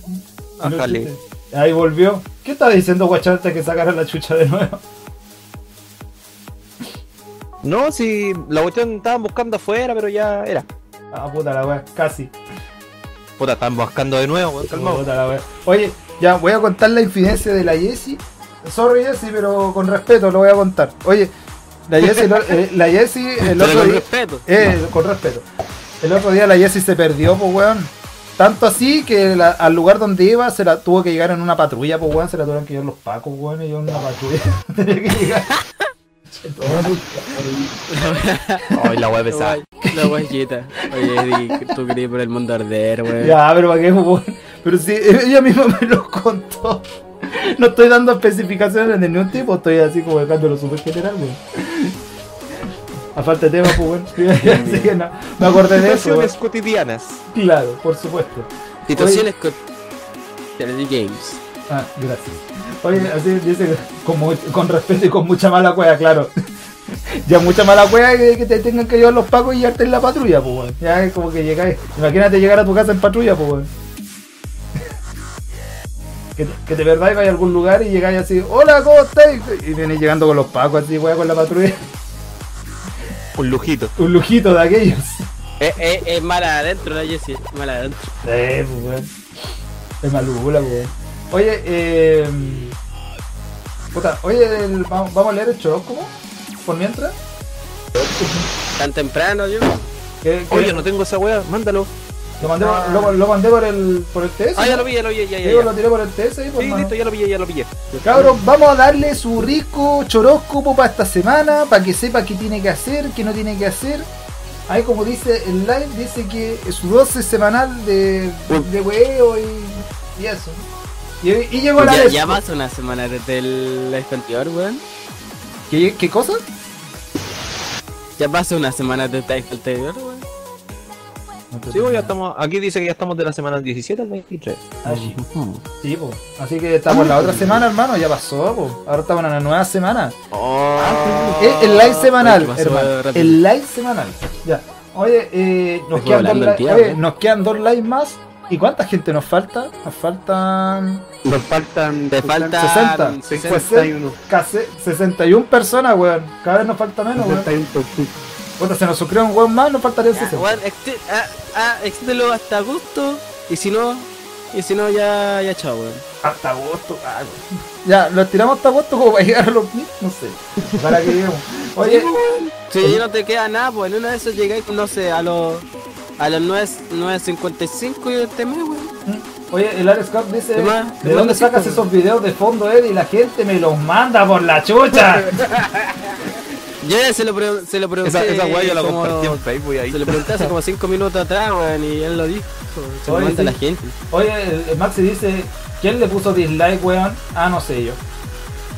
B: Ájale.
A: Ahí volvió. ¿Qué estaba diciendo Guachán antes que sacaran la chucha de nuevo?
B: No, si la cuestión estaban buscando afuera, pero ya era.
A: Ah, puta la weá, casi. Oh,
B: Puta, estaban buscando de nuevo, weón, calmado.
A: Puta la weá. Oye, ya voy a contar la infidencia de la Jessie. Sorry Jessie, pero con respeto lo voy a contar. Oye, la Jessie, el, o- eh, la Jessie el
E: Pero
A: otro
E: con
A: día...
E: respeto.
A: Eh, con respeto. El otro día la Jessie se perdió, pues weón. Tanto así que la- al lugar donde iba se la tuvo que llegar en una patrulla, pues weón. Se la tuvieron que llevar los pacos, weón. Y yo en una patrulla. Tenía que llegar.
B: Ay, la weá pesada.
E: La guayita. Oye, Eddie, tú querías por el mundo arder, weón.
A: ya, pero para qué, pues, weón. Pero sí, ella misma me lo contó. No estoy dando especificaciones de ningún tipo, estoy así como dejándolo súper general, weón. A falta de tema, pues, weón. así que no, me acordé de pues eso, weón.
B: Situaciones cotidianas.
A: Claro, por supuesto.
E: Situaciones con. Teledy Games.
A: Ah, gracias. Oye, así dice como, con respeto y con mucha mala cueva, claro. ya mucha mala wea que, que te tengan que llevar los pacos y llevarte en la patrulla, pues weón. Ya es como que llegáis. Imagínate llegar a tu casa en patrulla, pues weón. Que, que de verdad vais a algún lugar y llegáis así, hola, ¿cómo estáis? Y venís llegando con los pacos así, weón, con la patrulla.
F: Un lujito.
A: Un lujito de aquellos.
B: Es es- Eh, es mala adentro, la Jessie, es mala adentro.
A: Eh, pues, weón. Es malula, weón. Oye, eh. Puta, oye, el- vamos vamos a leer el horóscopo por mientras.
B: Tan temprano, yo.
A: Que- que-
F: Oye, no tengo esa weá, mándalo.
A: lo, mandé, lo, lo mandé por el, por el TS.
B: Ah, ya
A: ¿no?
B: lo vi, ya lo vi, ya, ya.
A: Digo,
B: ya.
A: lo tiré por el TS ahí, pues,
F: Sí,
A: mano.
F: listo, ya lo pillé, ya lo pillé.
A: Cabros, vamos a darle su rico choróscopo para esta semana, para que sepa qué tiene que hacer, qué no tiene que hacer. Ahí como dice el live, dice que es su dosis semanal de, de huevo y, y eso. Y, y llegó la
B: Ya,
A: vez.
B: ya pasó una semana desde el live anterior, weón.
A: ¿Qué, ¿Qué cosa?
B: Ya pasó una semana desde el live anterior, weón.
F: Sí, pues, ya estamos, aquí dice que ya estamos de la semana 17 al 23.
A: Ah, sí. Sí, po. Así que estamos en la otra semana, hermano, ya pasó, po. Ahora estamos en la nueva semana.
B: Oh.
A: Eh, el live semanal,
B: Ay, pasó
A: hermano.
B: rápido.
A: El live semanal. Ya. Oye, eh, nos,
B: Estoy
A: quedan dos
B: hablando
A: li-
B: en tierra.
A: oye, nos quedan dos lives más. ¿Y cuánta gente nos falta? Nos faltan
C: Nos faltan.
B: Te
A: 60,
B: faltan
C: 61.
A: casi 61 personas, weón. Cada vez nos falta menos, weón.
C: 61 por sí.
A: Puta, se nos suscribe un weón más, nos faltaría
B: Ya,
A: 60.
B: weón, exti- ah, ah, extiéndelo hasta agosto. Y si no, y si no, ya, ya chao, weón.
A: Hasta agosto, ah, weón. Ya, lo tiramos hasta agosto como para llegar a los mil, no sé. Para que lleguemos. Oye,
B: Si ya no te queda nada, pues en una de esas llegáis, no sé, a los. A los 9 9.55 y este mes, weón.
A: Oye, el Alex Scott dice,
B: ¿Qué más?
A: ¿de
B: ¿Qué
A: dónde
B: más
A: sacas
B: necesito?
A: esos videos de fondo, Eddie? La gente me los manda por la chucha.
B: Yo ya se lo, pre- se lo pregunté.
F: Esa, esa weá yo la
B: como-
F: compartí en Facebook ahí.
B: Se lo pregunté hace como 5 minutos atrás, weón, y él lo dijo. Se lo
A: Oye,
B: manda
A: sí.
B: la gente.
A: Oye, el- el Maxi dice, ¿quién le puso dislike, weón? Ah, no sé yo.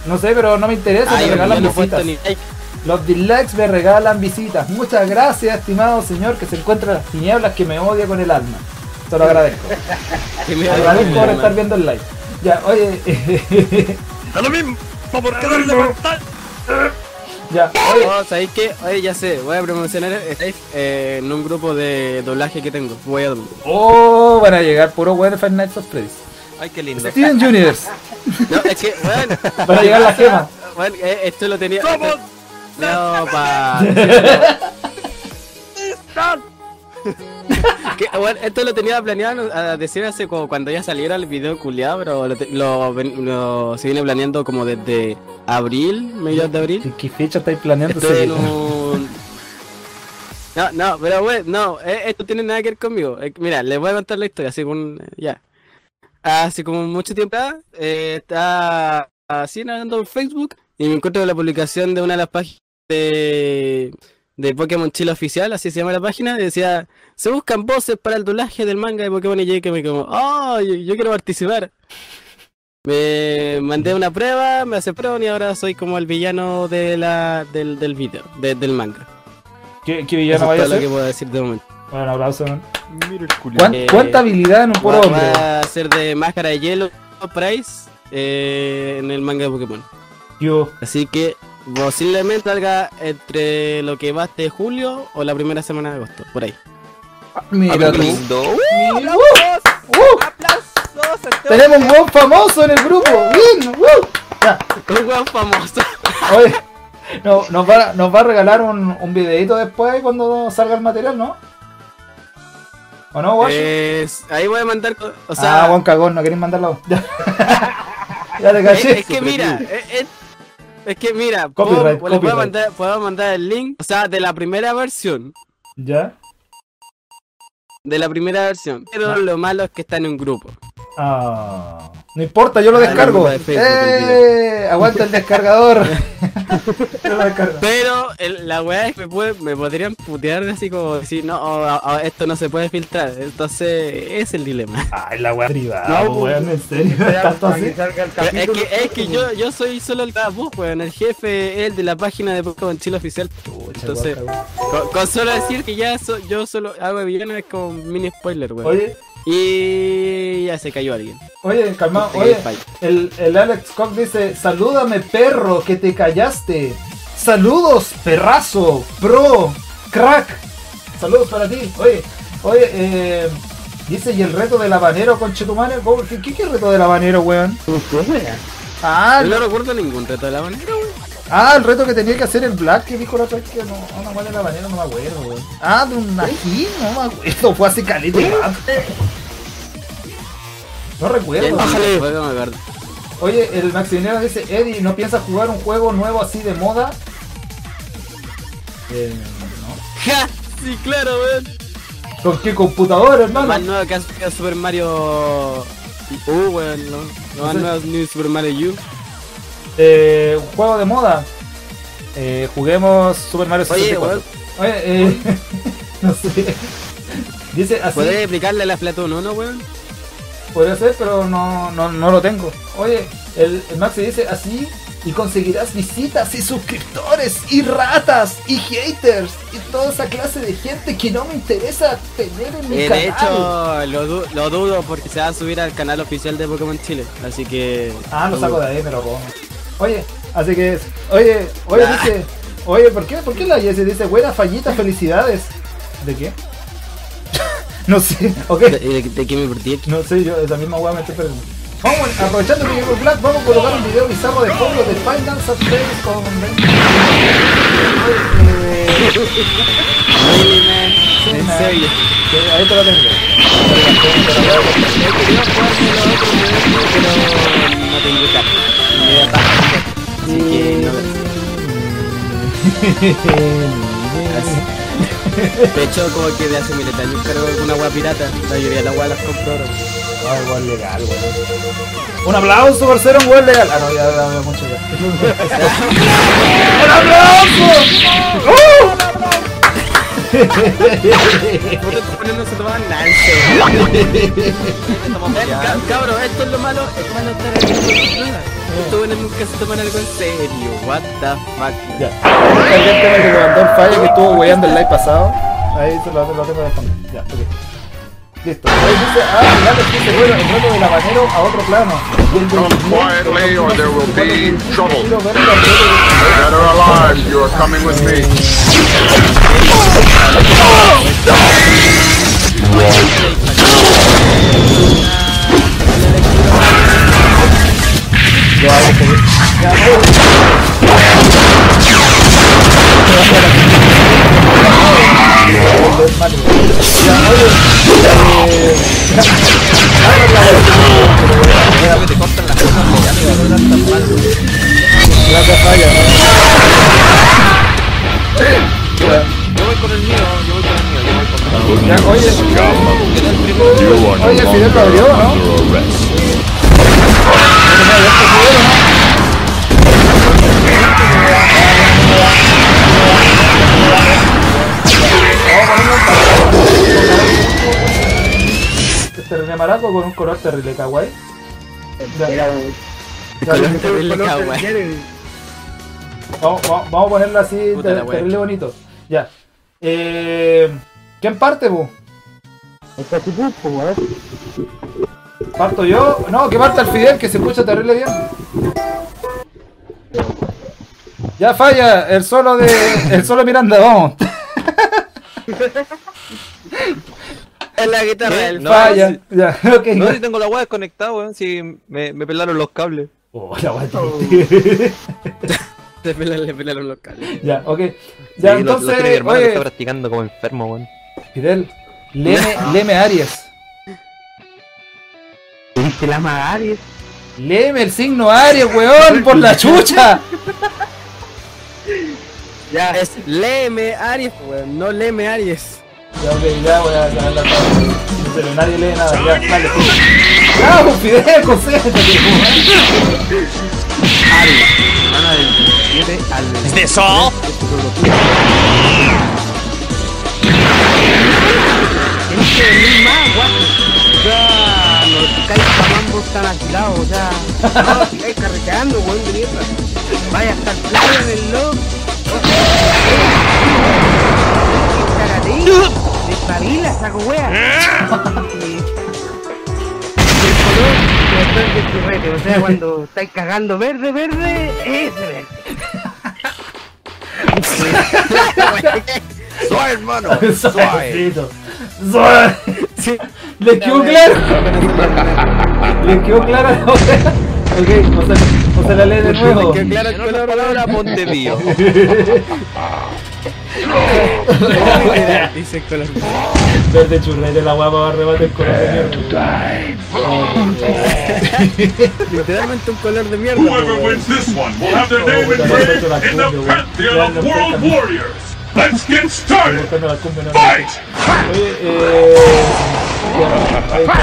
A: No sé, pero no me interesa, me
B: Ay, yo
A: regalan
B: no he puesto
A: visitas.
B: ni like.
A: Los dislikes me regalan visitas. Muchas gracias, estimado señor, que se encuentra en las tinieblas que me odia con el alma. Te lo agradezco.
B: Que me
A: Te agradezco por estar viendo el like. Ya, oye,
F: ¡Da lo mismo! ¿Por qué
A: ya, oye.
B: No, ¿sabéis Oh, qué? Oye, ya sé, voy a promocionar estáis eh, en un grupo de doblaje que tengo. Voy a doblar.
A: Oh, van a llegar puro weón de Five Nights at Freddy's.
F: Ay, qué lindo.
A: Steven Universe.
B: No, es que, bueno.
A: Van a llegar las gemas.
B: Bueno, eh, esto lo tenía. No, pa. Que, bueno, esto lo tenía planeado a decir hace como cuando ya saliera el video culiado, pero lo, te- lo ven- lo- se viene planeando como desde abril, mediados de abril.
A: ¿En qué fecha estáis planeando
B: Estoy
A: ese
B: en
A: video?
B: un... No, no, pero bueno, no, eh, esto tiene nada que ver conmigo. Eh, mira, les voy a contar la historia, así como un- ya. Hace como mucho tiempo, atrás, eh, estaba así navegando en Facebook y me encuentro con la publicación de una de las páginas de, de Pokémon Chile Oficial, así se llama la página, y decía, se buscan voces para el doblaje del manga de Pokémon y yo que me como, oh, yo, yo quiero participar. Me mandé una prueba, me aceptaron y ahora soy como el villano de la, del, del video, de- del manga.
A: ¿Qué, qué villano
B: Eso es
A: vaya a
B: todo lo que
A: ser?
B: puedo decir de momento.
A: Bueno, un aplauso, man.
F: Mira el culo.
A: ¿Cuán-
B: Eh,
A: ¿Cuánta habilidad en un puro
B: Va,
A: hombre?
B: va a ser de máscara de hielo Price eh, en el manga de Pokémon.
A: Yo,
B: Así que posiblemente salga entre lo que va de julio o la primera semana de agosto, por ahí.
A: Ah, mira
F: Mira,
A: tú.
F: qué lindo.
A: Mira, ¡uh! ¡Uh! Tenemos un buen famoso en el grupo. Bien, ¡uh! Ya,
B: Un weón famoso.
A: oye, no, nos, va, nos va a regalar un, un videito después cuando salga el material, ¿no? ¿O no, Washi?
B: Es- ahí voy a mandar. co- O sea,
A: ah, Juan Cagón, no queréis mandarlo. Ya, ya te
B: es,
A: caché.
B: es que mira, es, es- es que mira, puedo,
A: Copyright,
B: le puedo
A: copyright.
B: mandar, puedo mandar el link, o sea, de la primera versión.
A: ¿Ya?
B: De la primera versión. Pero
A: Ah.
B: lo malo es que está en un grupo.
A: Ah, no importa, yo lo
B: Ah,
A: descargo.
B: la culpa de Facebook,
A: ¡Eh! Aguanta el descargador. Yo lo descargo.
B: Pero el- la weá es que me, puede- me podrían putear así como decir, no, a- a- esto no se puede filtrar. Entonces, ese es el dilema.
A: Ay, la weá privada,
C: No,
A: weón,
B: pues,
A: en serio.
C: Ya,
A: ¿Tanto
C: para
A: así?
C: que salga el
B: Pero es
C: capítulo.
B: que, es que yo, yo soy solo el voz, weón. El jefe es el de la página de Pokémon Chile Oficial.
A: Pucha,
B: Entonces,
A: Juan Cagón.
B: con, con solo decir que ya so- yo solo hago villano es como un mini spoiler, weón.
A: Oye,
B: Y ya se cayó alguien.
A: oye, calmado,
B: Se cayó
A: oye.
B: el país.
A: El, el Alex Cox dice, salúdame perro, que te callaste. Saludos, perrazo, pro, crack. Saludos para ti. Oye, oye, eh, dice, ¿y el reto del habanero con Chetumane? ¿Qué, qué, qué reto del habanero, weón? Ah,
B: Yo
A: el,
B: no recuerdo ningún reto de la manera, weón.
A: ah, el reto que tenía que hacer el Black que dijo la otra vez que no, ah, no, ¿cuál era el habanero? No me acuerdo, weón. Ah, de un ají, no me acuerdo, fue hace caleta
B: ¿Eh?
A: de rato. No
B: Ya
A: recuerdo.
B: ni el juego me acuerdo.
A: Oye, el Maximiliano dice, Eddie, ¿no piensas jugar un juego nuevo así de moda? Eh, no.
B: ¡Ja! Sí, claro, weón.
A: ¿Con qué computador,
B: Lo más
A: hermano?
B: nuevo que ha sido Super Mario U, weón. Lo, lo más
A: Sí.
B: nuevo es New Super Mario U.
A: Eh, un juego de moda. Eh, juguemos Super Mario
B: Oye,
A: 64. Oye, eh, no sé. Dice así,
B: ¿Podés explicarle a la Platón, no, no, weón?
A: podría ser, pero no, no, no lo tengo. Oye, el, el Maxi dice así y conseguirás visitas y suscriptores y ratas y haters y toda esa clase de gente que no me interesa tener en mi
B: Eh,
A: canal.
B: de hecho, lo, du- lo dudo porque se va a subir al canal oficial de Pokémon Chile. Así que.
A: Ah, lo saco
B: dudo.
A: de ahí, me lo pongo. Oye, así que, es- oye, oye,
B: Ah.
A: dice, oye, ¿por qué, por qué la Jessie dice, buena fallita, felicidades? ¿De qué? no sé, ok,
B: ¿De, de, de qué me partí aquí?
A: no sé, yo esa misma weá me estoy perdiendo. Vamos, aprovechando que llegó el Black, vamos a colocar un video bizarro de fondo de Final Subscribers con... Oye, eh,
B: Really, man.
A: Sí,
B: En
A: man.
B: serio.
A: que ahí te lo tengo.
B: Yo quería jugarme los otros juegos, pero no tengo carta. Me da paja. Así que no lo- De hecho, como que de hace miles de años cargo alguna agua pirata. La mayoría de las agua las compro ahora.
A: Ah, igual legal, weón. Un aplauso por ser un buen legal. Ah, no, ya, ya, ya, mucho ya. ¡Un aplauso! ¡Uh!
B: Nosotros no se tomaban nada en serio. Ca- Cabros, esto es lo malo, es malo estar aquí. Estos buenos nunca se toman algo en serio. What the fuck.
A: Ya. Ahí está el tema que levantó el fallo que estuvo weyando el live pasado. Ahí se lo, lo tengo de fondo. Ya, ok. Listo. Ahí dice, ah, claro, es que se vuelve el vuelo del habanero a otro plano. Y el de-
F: Come quietly or there will be trouble.
A: Quiero ver la foto de-
F: Dead or alive, you are coming with me.
A: Ya, oye, oye, el video lo abrió, ¿no? Este remaraco con un color terrible kawaii.
C: Era un-
A: Ya,
B: color
A: ya,
B: terrible
C: color
B: kawaii.
C: terciario.
A: Vamos, vamos- vamos a ponerlo así,
B: Puta
A: ter-
B: la wea.
A: terrible bonito. Ya. Eh, ¿Quién parte, bu?
C: Está tu cupo, weón.
A: ¿Parto yo? No, que parta el Fidel, que se escucha terrible bien. Ya falla, el solo de. El solo Miranda, vamos.
B: Es la guitarra
G: ¿Eh?
B: del
G: No,
A: falla.
G: sí.
A: Ya, ok.
G: No, si tengo la weá desconectada, weón. Si me, me pelaron los cables.
A: Oh, la guay, tío.
B: Se pelan, le pelan los locales.
A: ya, ok. Ya,
G: Sí, lo- lo tiene mi
A: entonces.
G: hermano que está
A: Oye,
G: practicando como enfermo, weón.
A: Fidel, leme, leme Aries.
C: Le dije la Magaries.
A: Leme el signo Aries, weón, por la chucha.
B: Ya, es Leme Aries, weón, no Leme Aries.
A: Ya, ok, ya voy a ganar la tabla. Pero nadie lee nada, ya, dale. ¡Ah, Fidel, concéntrate! weón.
C: Ya, los caes mambo están afilados, ya. No, sigáis carreteando, weón, de mierda. Vaya hasta el playa del loco. Despabila, saco
A: Eh.
C: wea. El color después del churrete, o sea, cuando estáis cagando verde, verde, ese verde.
E: Soy hermano.
A: Suavecito. Suave.
E: Sí.
A: Le quedó claro. Le quedó claro la wea. Ok, vamos a, vamos a la ley de nuevo.
E: Que claro,
B: En otras palabras, Montevideo.
E: Dice el color.
A: Verde churrete la guapa va a remate el color
E: Eh,
A: de mierda.
E: Literalmente un color de mierda. po, weón.
F: this one will have their name engraved in the pantheon of world warriors. Let's get
A: Estoy
F: started.
A: buscando la cumbre, no, no.
F: Fight!
A: Oye, eh. ya, ahí está.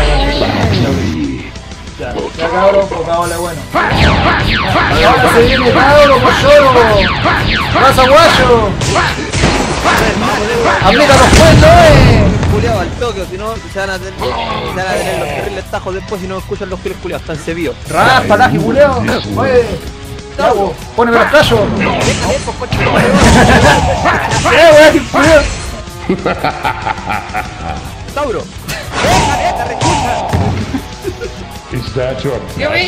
A: Ya, ya cabrón, pues cabrón, bueno. Ahora se viene cabrón, cochoro. Raza guayo. Aplica los cuentos, eh.
B: Culeado al toque, o si no, se van a tener, se van a tener los carriles tajos después si no escuchan los giles culeados, están cebidos.
A: Raspa, laje, culeo. Oye. Cabo, poneme los callos. Eh, weón, qué culeo.
B: Tauro,
F: Is that your
A: ¡Wey!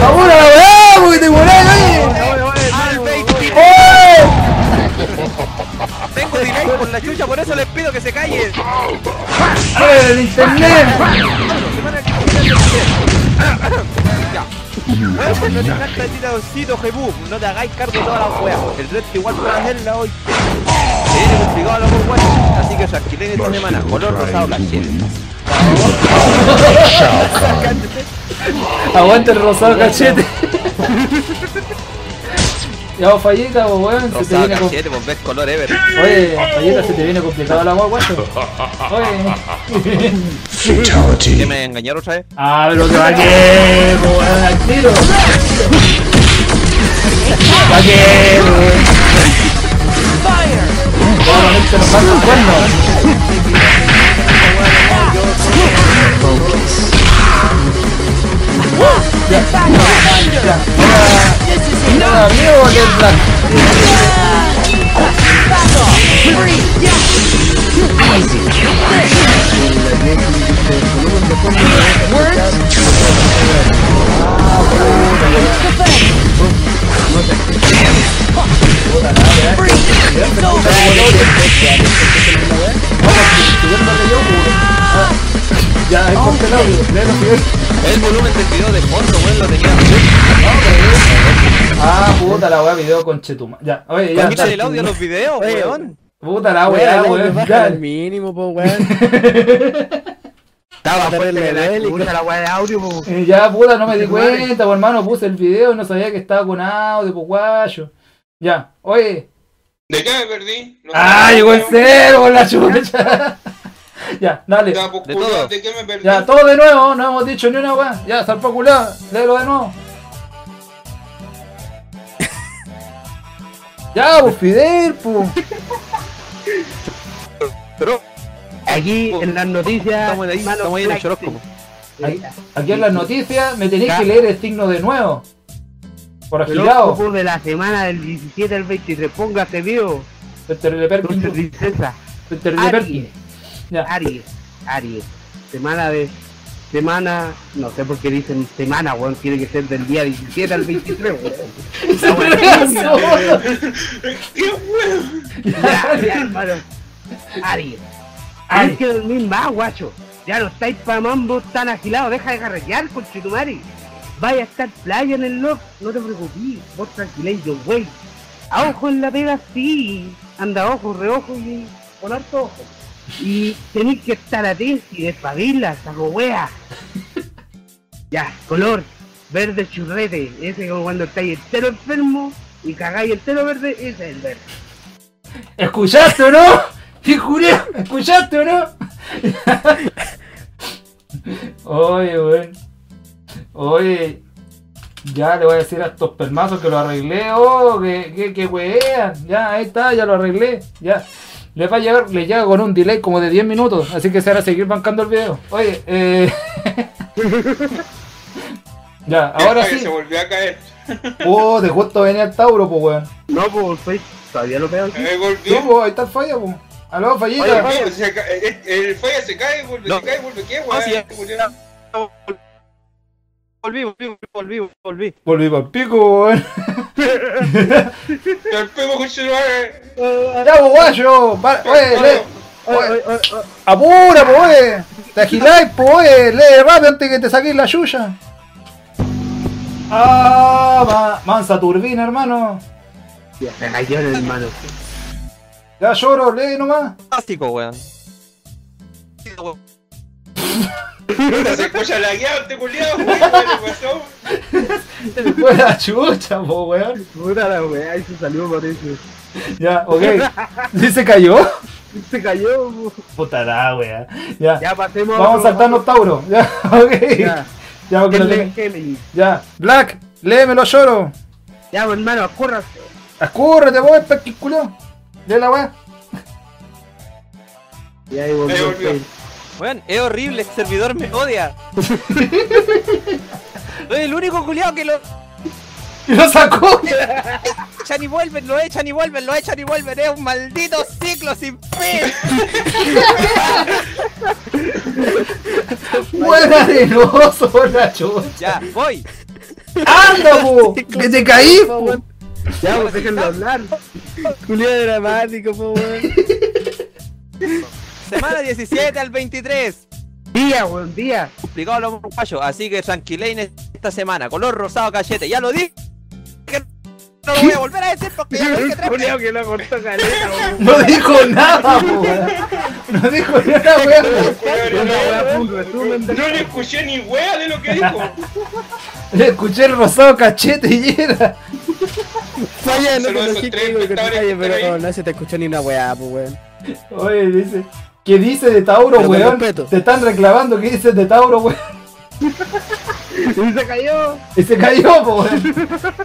A: ¡Vamos a la weá, porque te volé,
B: Ah,
A: oye!
B: tengo delay por la chucha, por eso les pido que se callen.
A: ¡Oye, el internet!
B: Weón, pues no te hagas tiradorcito, Jebú. No te hagáis cargo de toda la weá. El resto igual puede hacerla hoy. Se viene complicado la por weón. Así que tranquilen esta semana. Color rosado, blanquete.
A: Aguanta el rosado cachete. Ya, fallita, po, weón. Se te
B: Rosado,
A: viene com-
B: cachete, pues ves color ever.
A: Oye, fallita, se te viene complicado la weá, guacho. Oye.
B: ¿Qué me engañaron otra vez?
A: Ah, pero que va que, po, weón, al tiro. Va que, po, weón. Claramente nos falta el cuerno. Ya, ya, ya. Ahora- ahora, amigo, que es la- Ya, es corta el audio, léelo, Fidel.
B: El volumen del video de fondo, weón, lo tenía.
A: Ah, puta la weá, video con Chetuma. Ya, oye, ya.
B: Escuchen
A: dale.
B: el audio en los videos, weón.
A: Puta
C: Ah,
A: la
E: Weón,
A: weá,
E: weón,
A: weón.
E: baja
A: ya.
E: al mínimo, po, weón.
B: Estaba
E: Dale,
B: fuerte
E: dale,
B: la
E: dale.
C: Puta la weá de audio, po.
A: Eh, Ya, puta, no me
D: Este
A: di cuenta, pues, hermano, puse el video y no sabía que estaba con audio, pues guayo. Ya, oye.
D: ¿De qué me perdí? No
A: ¡Ah,
D: sé.
A: llegó el cero con la chucha! ya, dale.
D: Ya, pues,
B: De
D: culiao,
B: todo.
D: ¿De qué me perdí?
A: Ya, todo de nuevo, no hemos dicho ni una weá. Ya, zarpa culado, léelo de nuevo. ya, pues Fidel, pues.
C: Aquí en las noticias.
B: Estamos ahí,
C: malos
B: estamos ahí en el
C: flights.
B: choroscopo.
A: Ahí- Aquí en las noticias me tenéis que leer el signo de nuevo. Por
C: El
A: agilado.
C: horóscopo de la semana del 17 al 23. Póngase vivo.
A: Mr. Leperkin,
C: Entonces, princesa.
A: Mr.
C: Aries.
A: Leperkin. Ya.
C: Aries. Aries. Semana de. Semana. No sé por qué dicen semana, weón. Tiene que ser del día 17 al 23, weón.
A: Se me
D: Eh,
A: reasó.
C: Ya, ya, hermano. Aries. Hay
A: Aries.
C: que dormir más, guacho. Ya no estáis pa' mambo tan agilados. Deja de carretear, conchetumare. Vaya a estar playa en el loft. No te preocupes. Vos tranquiléis, yo, güey. A ojo en la pega, sí. Anda ojo, reojo y con harto ojo. Y tenéis que estar atentos y despabilas, saco wea. Ya, color. Verde churrete. Ese como cuando estáis entero enfermo y cagáis entero verde, ese es el verde.
A: ¿Escuchaste o no? ¡Qué curioso! ¿Escuchaste o no? Oye, weón. Oye. Ya le voy a decir a estos permazos que lo arreglé. Oh, que, que, que wean. Ya, ahí está, ya lo arreglé. Ya. Les va a llegar, les llega con un delay como de 10 minutos. Así que se van a seguir bancando el video. Oye, eh. ya,
D: Ya,
A: ahora
D: que
A: sí.
D: Se volvió a caer.
A: Oh, de justo venía el Tauro, pues weón.
C: No, pues soy todavía lo peor.
D: Me
A: Sí,
D: Eh, volvió.
A: pues, ahí está el falla, pues. Aló, fallita.
D: Oye, amigo, se ca- eh, El el falla se cae, vuelve,
B: No.
D: este se cae, vuelve. ¿Qué,
B: sí,
D: weón? Culiao.
B: volví, volví, volví, volví.
A: Volví para pico, weón.
D: ¡Al pego con Shinohara!
A: ¡Ya, po, guayo! Va- Oye, le- oye,
C: Oye, oye, oye,
A: apura, po, oye. Te agiláis, po, oye. Lee rápido antes que te saquéis la yuya. Ah, ma- mansa turbina, hermano.
C: ya, Me cayeron, hermano.
A: Ya lloro, lee nomás.
B: Básico, weón.
D: Se escucha la guía, este culiado, güey, güey, ¿qué pasó?
A: Fue la chucha, po, weón.
C: Puta la weá, ahí se salió Mauricio.
A: Ya, ok. ¿Sí se cayó?
C: Se cayó. po.
A: Puta la wea. Ya.
C: Ya pasemos
A: Vamos a
C: otro-
A: saltarnos Tauro. Ya, ok.
C: Ya.
A: Ya, porque no
C: Denle
A: tengo-
C: Géminis.
A: ya. Black, léemelo lloro.
C: Ya, pues, hermano, acórrase.
A: Escúrrete vos, espectacular. Lee la wea.
C: Y ahí volvió.
D: Ahí volvió.
C: el-
B: Weón, es horrible, este servidor me odia. Soy el único culiao que lo
A: Y lo sacó.
B: echan y vuelven, lo echan y vuelven, lo echan y vuelven. Es un maldito ciclo sin fin.
A: Buena de oso, por la chucha.
B: Ya, voy.
A: Anda, po. Que te caí, po.
C: Ya, pues déjenlo hablar.
E: Julio dramático, po, weón.
B: Semana 17 al 23.
C: Día, buen día.
B: Complicado los uruguayos, así que tranquilen esta semana. Color rosado cachete, ya lo dije. que No lo voy a volver a decir porque ya lo dije tres veces.
C: Julio que lo cortó caleta, po.
A: No dijo nada, po. wea. No dijo ni una wea.
D: Güey,
C: Una
D: no,
C: weá fue un resumen de-
D: No le escuché ni wea de lo que dijo.
A: Le escuché el rosado cachete y era.
E: Falla, no
D: Saludos a
E: te
D: esos
E: lo chico,
D: tres ¿eh?
E: que te
D: pescadores
E: falle,
D: que están
E: pero
D: ahí.
E: no se te escuchó ni una weá, po, weón.
A: Oye, dice. ¿Qué dice de Tauro,
E: Pero con
A: weón?
E: respeto.
A: Te están reclamando que dices de Tauro, weón.
C: Y pues. se cayó.
A: Y se cayó, po, weón.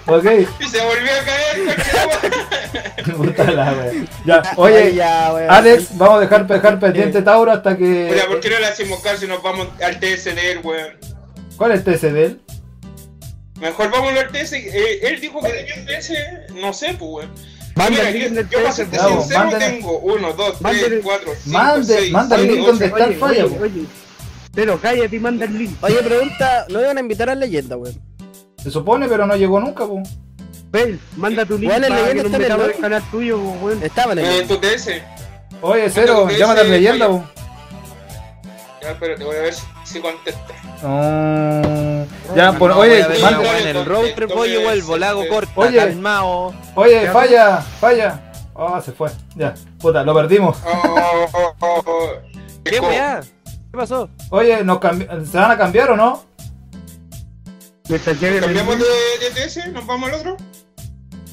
A: Ok.
D: Y se volvió a caer, coche, güey.
A: Puta la wea. Ya,
E: Ay,
A: oye,
E: ya, weón.
A: Alex, vamos a dejar, dejar pendiente Tauro hasta que.
D: Mira, ¿por qué no le hacemos caso y nos vamos al TSD, güey?
A: ¿Cuál es TC de él?
D: Mejor vámonos al TS. eh, él dijo que tenía un TS, no sé, pues, weón.
C: Manda
D: Mira,
C: el link
D: yo,
C: del
D: yo para
C: PS,
D: serte
A: bravo,
D: sincero
A: mándale.
D: tengo 1, 2, 3,
C: Mándale.
D: 4, 5,
A: Mande-
D: 6,
A: mándale el link donde está el fallo,
C: oye,
A: po.
C: oye. Pero cállate y manda el link.
E: Oye, pregunta, ¿no iban a invitar a leyenda, weón?
A: Se supone, pero no llegó nunca, po.
C: Fel, manda tu link
E: Igual el
C: para que
E: leyenda
C: nos
E: está en el
C: metamos
E: lobby.
C: al canal tuyo, po, weón.
E: Estaban
D: Eh,
E: ahí.
D: tu TS.
A: Oye, cero,
D: Creo que
A: llámate a
D: ese
A: leyenda,
D: fue-
A: po.
D: Ya, pero te voy a ver si, si contesta.
A: Ah, ya, por,
B: No, voy
A: oye,
B: a ver,
A: manda-
B: no, bueno, el road trip voy y vuelvo,
D: este,
B: la hago corta,
A: Oye.
B: calmao.
A: oye, falla, falla. Ah, se fue. Ya, puta, lo perdimos.
D: Oh, oh, oh, oh.
B: ¿Qué
D: Eco.
B: weá? ¿Qué pasó?
A: Oye, nos cambi- ¿se van a cambiar o no?
C: Mientras llegue el
D: ¿Cambiamos
C: link.
D: de, de TS? ¿Nos vamos al otro?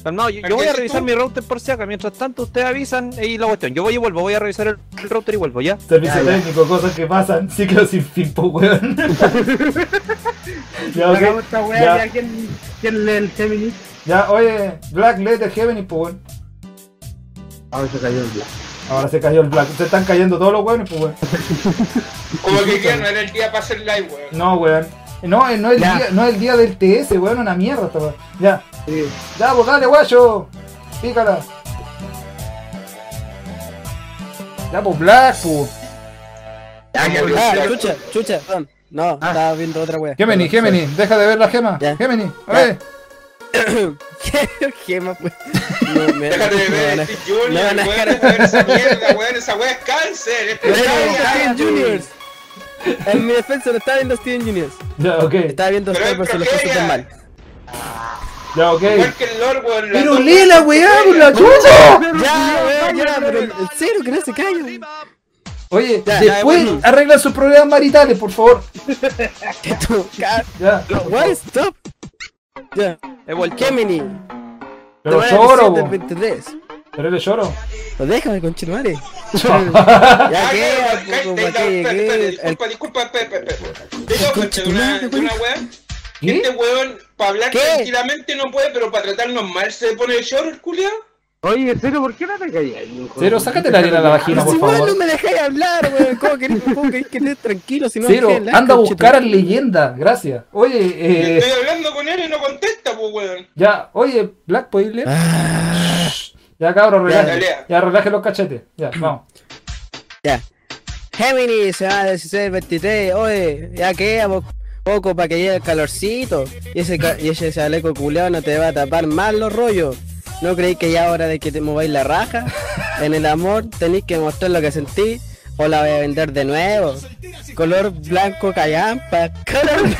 B: Calmao, yo, yo
D: ¿Pero
B: voy
D: qué
B: a
D: haces
B: revisar
D: tú?
B: mi router por si acaso. Mientras tanto, ustedes avisan y la cuestión. Yo voy y vuelvo, voy a revisar el, el router y vuelvo, ¿ya?
A: Servicio
C: Ya, ya.
A: técnico, cosas que pasan, ciclos sin fin, po, weón. ya, ok.
C: Hagamos esta weá,
A: Ya.
C: ya, ¿quién, quién lee el Géminis?
A: Ya, oye, Black Letter Heaven y po, weón.
C: Ahora se cayó el blanco.
A: Ahora se cayó el Black. Se están cayendo todos los weones, pues, weón.
D: Como que ya no era el día para hacer live, weón.
A: No, weón. No, eh, no es el
C: Ya.
A: día, no es el día del TS, weón, una mierda esta weón. Ya,
C: Sí.
A: ya, pues dale, guayo. Pícala. Ya, pues Black, pues.
C: Ya, que
E: Ah,
C: hablar.
E: chucha, chucha, perdón. No,
C: Ah.
E: estaba viendo otra weá.
A: Gemini, Gemini, deja de ver la gema.
E: Ya.
A: Gemini, a
E: Ya.
A: ver.
E: Gema, pues. No, me,
D: Déjate de ver a Steve Junior,
E: me van a
D: weón,
E: dejar-
D: deja de ver esa mierda, weón, esa weá es cáncer, es
E: Bueno,
D: primaria.
E: Steven Juniors. En mi defensa no estaba viendo Steven Juniors.
A: Ya, ok.
E: Estaba viendo
D: Pero
E: Star
D: es
E: Wars y lo fue
D: tragedia.
E: súper mal.
A: Ya, ok.
D: Igual que el Lord, weón. la
A: Pero
D: dos-
A: lee la weá, por la chucha.
E: Ya, weón, ya, pero el cero que no se calla. weón.
A: Oye,
E: Ya, ya,
A: después
E: bueno.
A: arregla sus problemas maritales, por favor.
E: Que tú, ca-
A: Ya.
E: What? Stop. Ya.
B: He vuelto.
E: Gemini.
A: Pero
E: te van a
A: lloro,
E: decir del
A: po.
E: 23.
A: Pero le lloro.
E: Pues déjame, conchetumare.
D: Ah,
E: Ya
D: claro,
E: que,
D: cállate, no,
E: como para que
D: espera, espera,
E: llegué. el-
D: Disculpa, disculpa, espera, espera, espera. Tengo que hacer una,
E: madre,
D: de una weá.
A: ¿Qué?
D: Este weón, para hablar
E: ¿Qué?
D: tranquilamente no puede, pero para tratarnos mal se pone el short, el culiao.
C: Oye, Cero, ¿por qué no te callas? hijo?
A: Cero, sácate la arena de la vagina,
E: Pues
A: por
E: igual
A: favor.
E: no me dejáis hablar, weón. ¿Cómo querés, cómo querés que esté tranquilo si no me
A: Cero,
E: dejáis hablar,
A: anda a buscar a
E: conchetumare?
A: leyenda, gracias. Oye, eh,
D: Estoy hablando con él y no contesta, pues weón.
A: ya, oye, Black, ¿podéis leer? Shh. Ya, cabrón, relaje.
D: dale.
A: Ya, relaje los cachetes. Ya, vamos.
E: Ya. Gemini se va a 16, 23. Oye, ya que, vos, poco para que llegue el calorcito. Y ese, ca- y ese chaleco culeado no te va a tapar más los rollos. ¿No creéis que ya es hora de que te mováis la raja? En el amor tenéis que mostrar lo que sentís o la voy a vender de nuevo. Color blanco callampa. Color...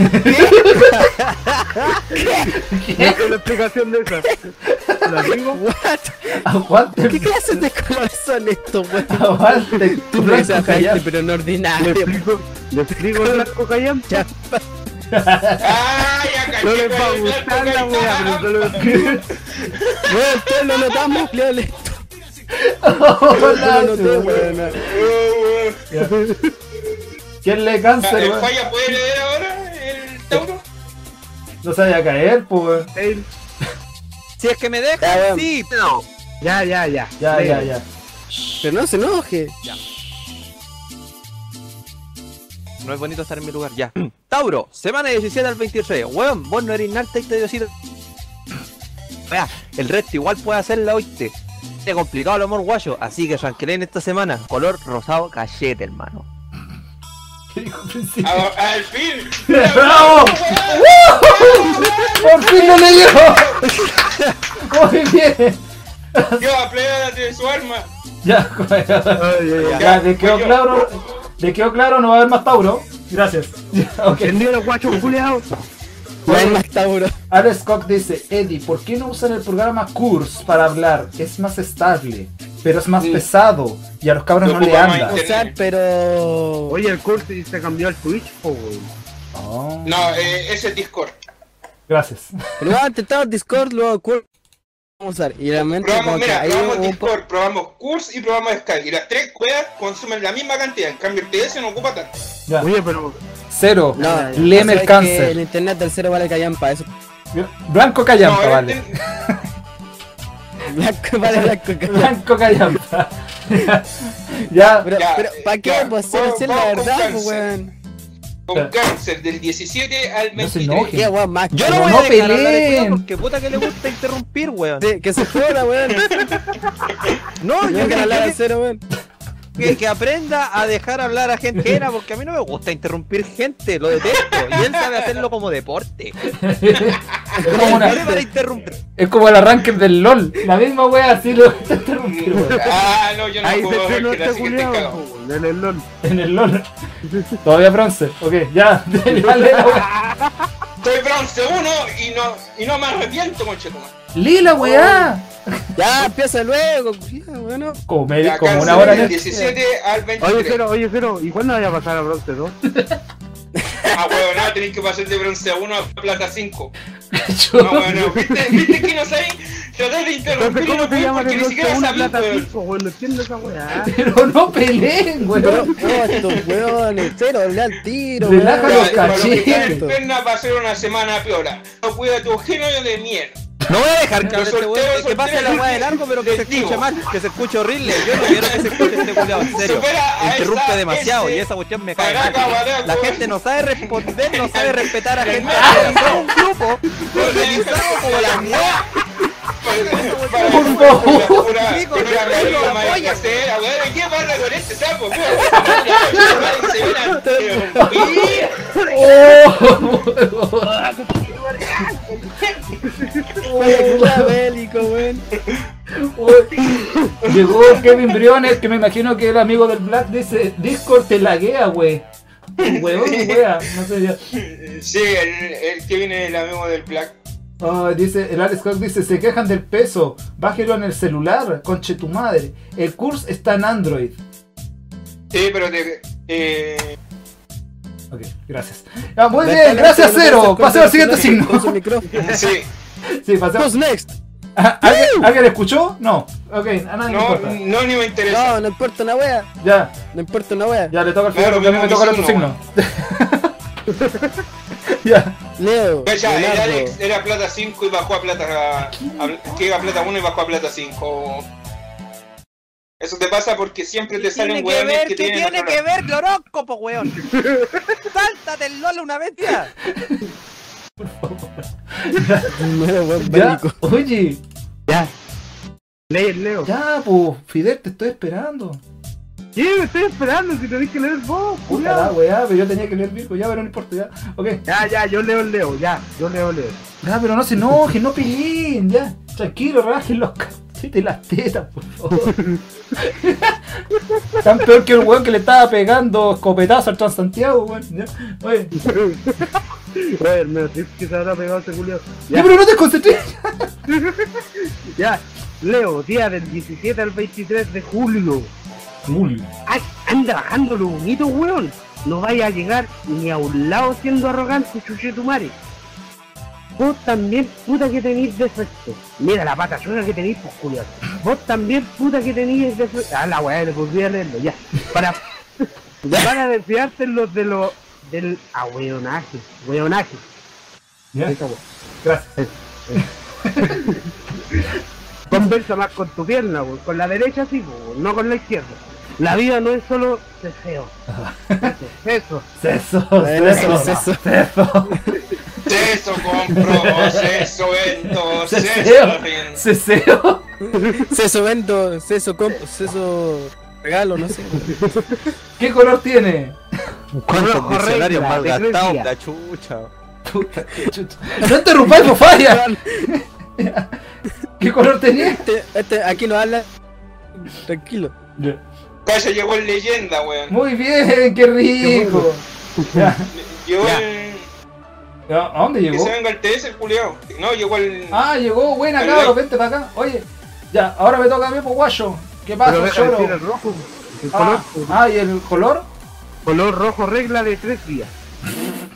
C: con la explicación de esa. ¿Lo digo?
E: What?
A: Aguante,
E: ¿Qué clases de color son estos, weón?
A: aguante.
E: Tú
A: blanco
E: no
A: callampa.
E: pero no
C: Le
E: ordinario.
C: explico, le explico el blanco callampa.
D: ¡Ah, ya caché!
C: No les va a
D: con el
C: gustar la
D: blanco
C: wea,
D: callampa.
C: pero se lo explico.
E: Weón, todos lo notamos, Leo, le- todos
A: Hola,
E: lo noté,
A: tú.
E: weón.
D: Uh, uh.
A: ¿Quién le cáncer,
D: ¿El
A: weón?
D: falla puede leer ahora el Tauro?
A: No se vaya a caer, pues, weón.
C: Ey,
B: Si es que me
E: Ya,
B: dejan,
E: weón.
B: sí, no.
C: Ya, ya, ya.
A: Ya,
C: Venga.
A: ya, ya.
E: Pero no se enoje.
B: No es bonito estar en mi lugar, ya. Tauro, semana 17 al 23. Weón, vos no eres narta y te decir. Vea, el resto igual puede hacerla, oíste. Te complicado el amor guayo, así que tranquilen esta semana. Color rosado cachete, hermano.
A: ¿Qué dijo al principio?
D: Ah, ¡Al fin!
A: ¡Bravo! Ah, ¡Por fin lo leyó! ¡Muy bien!
D: Yo aplaudo de su arma.
A: Ya, weón.
C: Ay, ay, ay.
A: Ya, le quedó claro. Le quedó claro, no va a haber más Tauro. Gracias. Ya, ok.
C: ¿Entendió los guachos culeados?
E: No hay más Tauro.
A: Alex Cock dice, Eddie, ¿por qué no usan el programa Curse para hablar? Es más estable, pero es más pesado y a los cabros no
D: Lo
A: le
D: ocupa más
A: anda.
D: internet.
E: Usar, pero.
C: Oye, el curso se cambió al Twitch, po, weón.
A: Oh,
D: No, eh, ese es Discord.
A: Gracias.
E: Luego han intentado Discord, luego Curve. Vamos a usar. Y realmente, como
D: Probamos,
E: que
D: mira,
E: ahí
D: probamos
E: hubo un po-
D: Discord, probamos Curse y probamos Skype. Y las tres cuevas consumen la misma cantidad. En cambio, el TS no ocupa tanto.
A: Ya.
C: Oye, pero
A: Cero.
E: No,
A: Leme
E: o sea,
A: el
E: es que
A: cáncer.
E: El internet del cero vale callampa. Eso.
A: Blanco callampa,
D: no, este
A: vale.
D: el-
E: Blanco vale blanco.
D: este-
E: callampa.
A: Blanco callampa. ya.
E: Pero,
D: Ya,
E: pero, ¿para qué?
D: ya,
E: Pues si no
D: vamos-
E: es la
D: vamos con
E: verdad, pues,
D: cáncer.
E: weón.
D: con cáncer del 17 al
A: No se
D: 23.
A: enoje.
E: Qué weón más.
B: Yo
A: Pero
B: no voy
A: no
B: a dejar hablar al
A: peleen.
B: culiao porque puta que le gusta interrumpir, weón.
E: Sí, que se joda, weón.
B: No, yo
E: Yo que
B: creo
E: hablar al
B: que,
E: cero, weón.
B: que- que aprenda a dejar hablar a gente ajena, porque a mí no me gusta interrumpir gente, lo detesto. Y él sabe hacerlo como deporte.
A: es, como
B: No le
A: una-
B: van a interrumpir.
A: es como el arranque del LOL. La misma wea así lo que te interrumpir, weón.
D: Ah, no, yo no
C: ahí se
D: puedo
C: estrenó
D: ver que
C: este
D: así que estoy
C: culeado,
D: cagado.
C: po, weón, en el LOL.
A: En el LOL. Todavía bronce. Ok, ya. Ya lee la wea.
D: Estoy bronce 1 y no, y no me arrepiento, conchetuma.
A: Lee la weá.
E: Ya, empieza luego. culiao, weón. no.
A: Como, me-
D: Oh. Ya,
A: como una
D: cáncer
A: hora.
D: del
A: antes.
D: 17 al
C: Oye,
D: 23.
C: cero, oye, cero. ¿Y cuándo vaya a pasar a Bronce 2?
D: Ah, weón, no, tenéis que pasar de bronce 1 a plata 5. No,
A: Chuta.
D: weón, no. ¿Viste, viste que no sabéis tratar de interrumpir
C: Entonces,
D: y no
C: ¿cómo se
D: podéis
C: llama
D: porque
C: el
D: ni
C: Bronce
D: siquiera pues.
C: 1
D: sabéis,
C: Plata
D: weón.
C: 5, weón? No entiendo esa weá.
A: Pero no peleen,
E: Pero,
A: weón.
E: oh, estos weones, cero, le al tiro,
A: Relaja
D: Ya,
A: los
D: y para los que están
A: cachetes.
E: weón.
D: enfermas va a ser una semana piola. No cuida tu genio de mierda.
B: No voy a dejar que,
D: Los
B: este weón-
D: solteros,
B: que pase la
D: solteros,
B: weá de largo, pero que se
D: les
B: escuche
D: digo.
B: mal, que se escuche horrible. Yo no quiero que se escuche este culiao, en serio.
D: Supera a
B: Interrumpe
D: esa
B: demasiado
D: S.
B: y esa cuestión me cae
D: Baraca,
B: mal.
D: baraca,
B: La
D: weón.
B: gente no sabe responder, no sabe respetar a gente. ajena. Son un grupo organizado como la mierda.
D: Para
A: Por
D: una-
A: favor.
D: una- una-
B: Chico,
D: una
B: no,
D: amiga
B: no,
D: más
B: apoya.
D: casera, weón, ¿qué pasa con este sapo, weón? Madre, se ve la-
A: Oh,
E: Está bélico, weón.
A: weón. Llegó Kevin Briones, que me imagino que el amigo del Black dice, Discord te laguea, wey. Weón, wea, no sé ya.
D: Sí, el, el que viene el amigo del Black.
A: Ah, dice, el Alex Cox dice, se quejan del peso, bájelo en el celular, conche tu madre. El curso está en Android.
D: Sí, pero te. Eh,
A: Ok, gracias. Ah, muy bien,
E: Bastante
A: gracias
E: que no
A: Cero.
E: se
A: Pasemos al siguiente
E: corte
A: signo.
E: Con su micrófono.
D: sí,
A: Sí, pasemos.
E: Who's next?
A: Ah, ¿Alguien, ¿alguien escuchó? No. Ok, a nadie le
D: no,
A: importa.
D: no ni me interesa.
E: No, no importa una wea.
A: Ya,
E: No importa una wea.
A: ya le toca al
D: Claro,
A: final, porque a mí me
D: tenemos
A: toca el
D: mi
A: otro signo. ya.
E: Leo.
D: Cacha, el
E: Leonardo.
D: Alex era plata 5 y bajó a plata. a- que era plata 1 y bajó a plata 5. Eso te pasa porque siempre te
B: Tiene
D: salen
B: que
D: hueones que
B: ver, ¿qué
D: tienen.
B: tiene
D: otro-
B: que ver el horóscopo, weón? ¡Sáltate el LOL una bestia!
E: Primero, weón,
A: Ya,
E: bélico.
A: oye,
C: Ya. Ley el Leo.
A: ya, pues, Fidel, te estoy esperando.
C: ¿Qué? Me estoy esperando si tenés que leer vos,
A: Puta la
C: culiao.
A: weá, pero yo tenía que leer Virgo, ya, pero no importa, ya. Ok.
C: Ya, ya, yo leo el Leo, ya, yo leo el Leo.
A: Ya, pero no se enojen, no peleen, ya. Tranquilo, relajen los cachetes y las tetas, por favor. Tan peor que el weón que le estaba pegando escopetazo al Transantiago, weón. ya. Oye,
C: Oye, el medio trip que se habrá pegado ese culiao.
A: ya, pero no te concentres.
C: Ya, Leo, día del 17 al 23 de julio. Ay, anda bajando lo bonito, weón. No vaya a llegar ni a un lado siendo arrogante, chuche tu madre. Vos también, puta que tenéis defecto. Mira la pata chueca que tenéis, pues culiao. Vos también, puta que tenéis defecto. Ah, la weá, le volví a leerlo, ya. Para, para desviarte los de los del ahueonaje, weonaje.
A: Ya,
C: Esa weá.
A: gracias.
C: Conversa más con tu pierna, weón. Con la derecha sí, weón, no con la izquierda. La vida no es solo deseo. Eso.
A: Ceso,
E: Bueno,
A: ceso,
E: ceso.
A: ceso.
D: Ceso compro, ceso vendo, ceso
A: Ceseo,
D: rindo.
A: ceseo.
E: Ceso vendo, ceso compro, ceso regalo, no sé.
A: ¿Qué color tiene?
B: ¿Cuántos
C: Rojo,
B: diccionarios
C: regla,
B: mal
C: de
B: gastados?
C: Grecia.
B: La chucha.
A: Puta, qué chucha. No interrumpáis, por falla. ¿Qué color tenía?
E: Este, este, aquí no habla. Tranquilo.
D: Calla llegó el leyenda, weón.
A: Muy bien, qué rico. Ya.
D: Llegó
E: Ya.
D: el.
A: Ya, ¿A dónde
D: Que
A: llegó?
D: se venga el TS, el culiao. No, llegó el.
A: Ah, llegó, buena
D: Pero
A: cabros,
D: ya-
A: vente para acá. Oye, ya, ahora me toca a mí, pues guayo. ¿Qué
C: Pero
A: pasa,
C: deja de
A: choro?
C: decir el rojo, weón. el color,
A: Ah, ah, ¿y el color?
C: color rojo regla de tres días.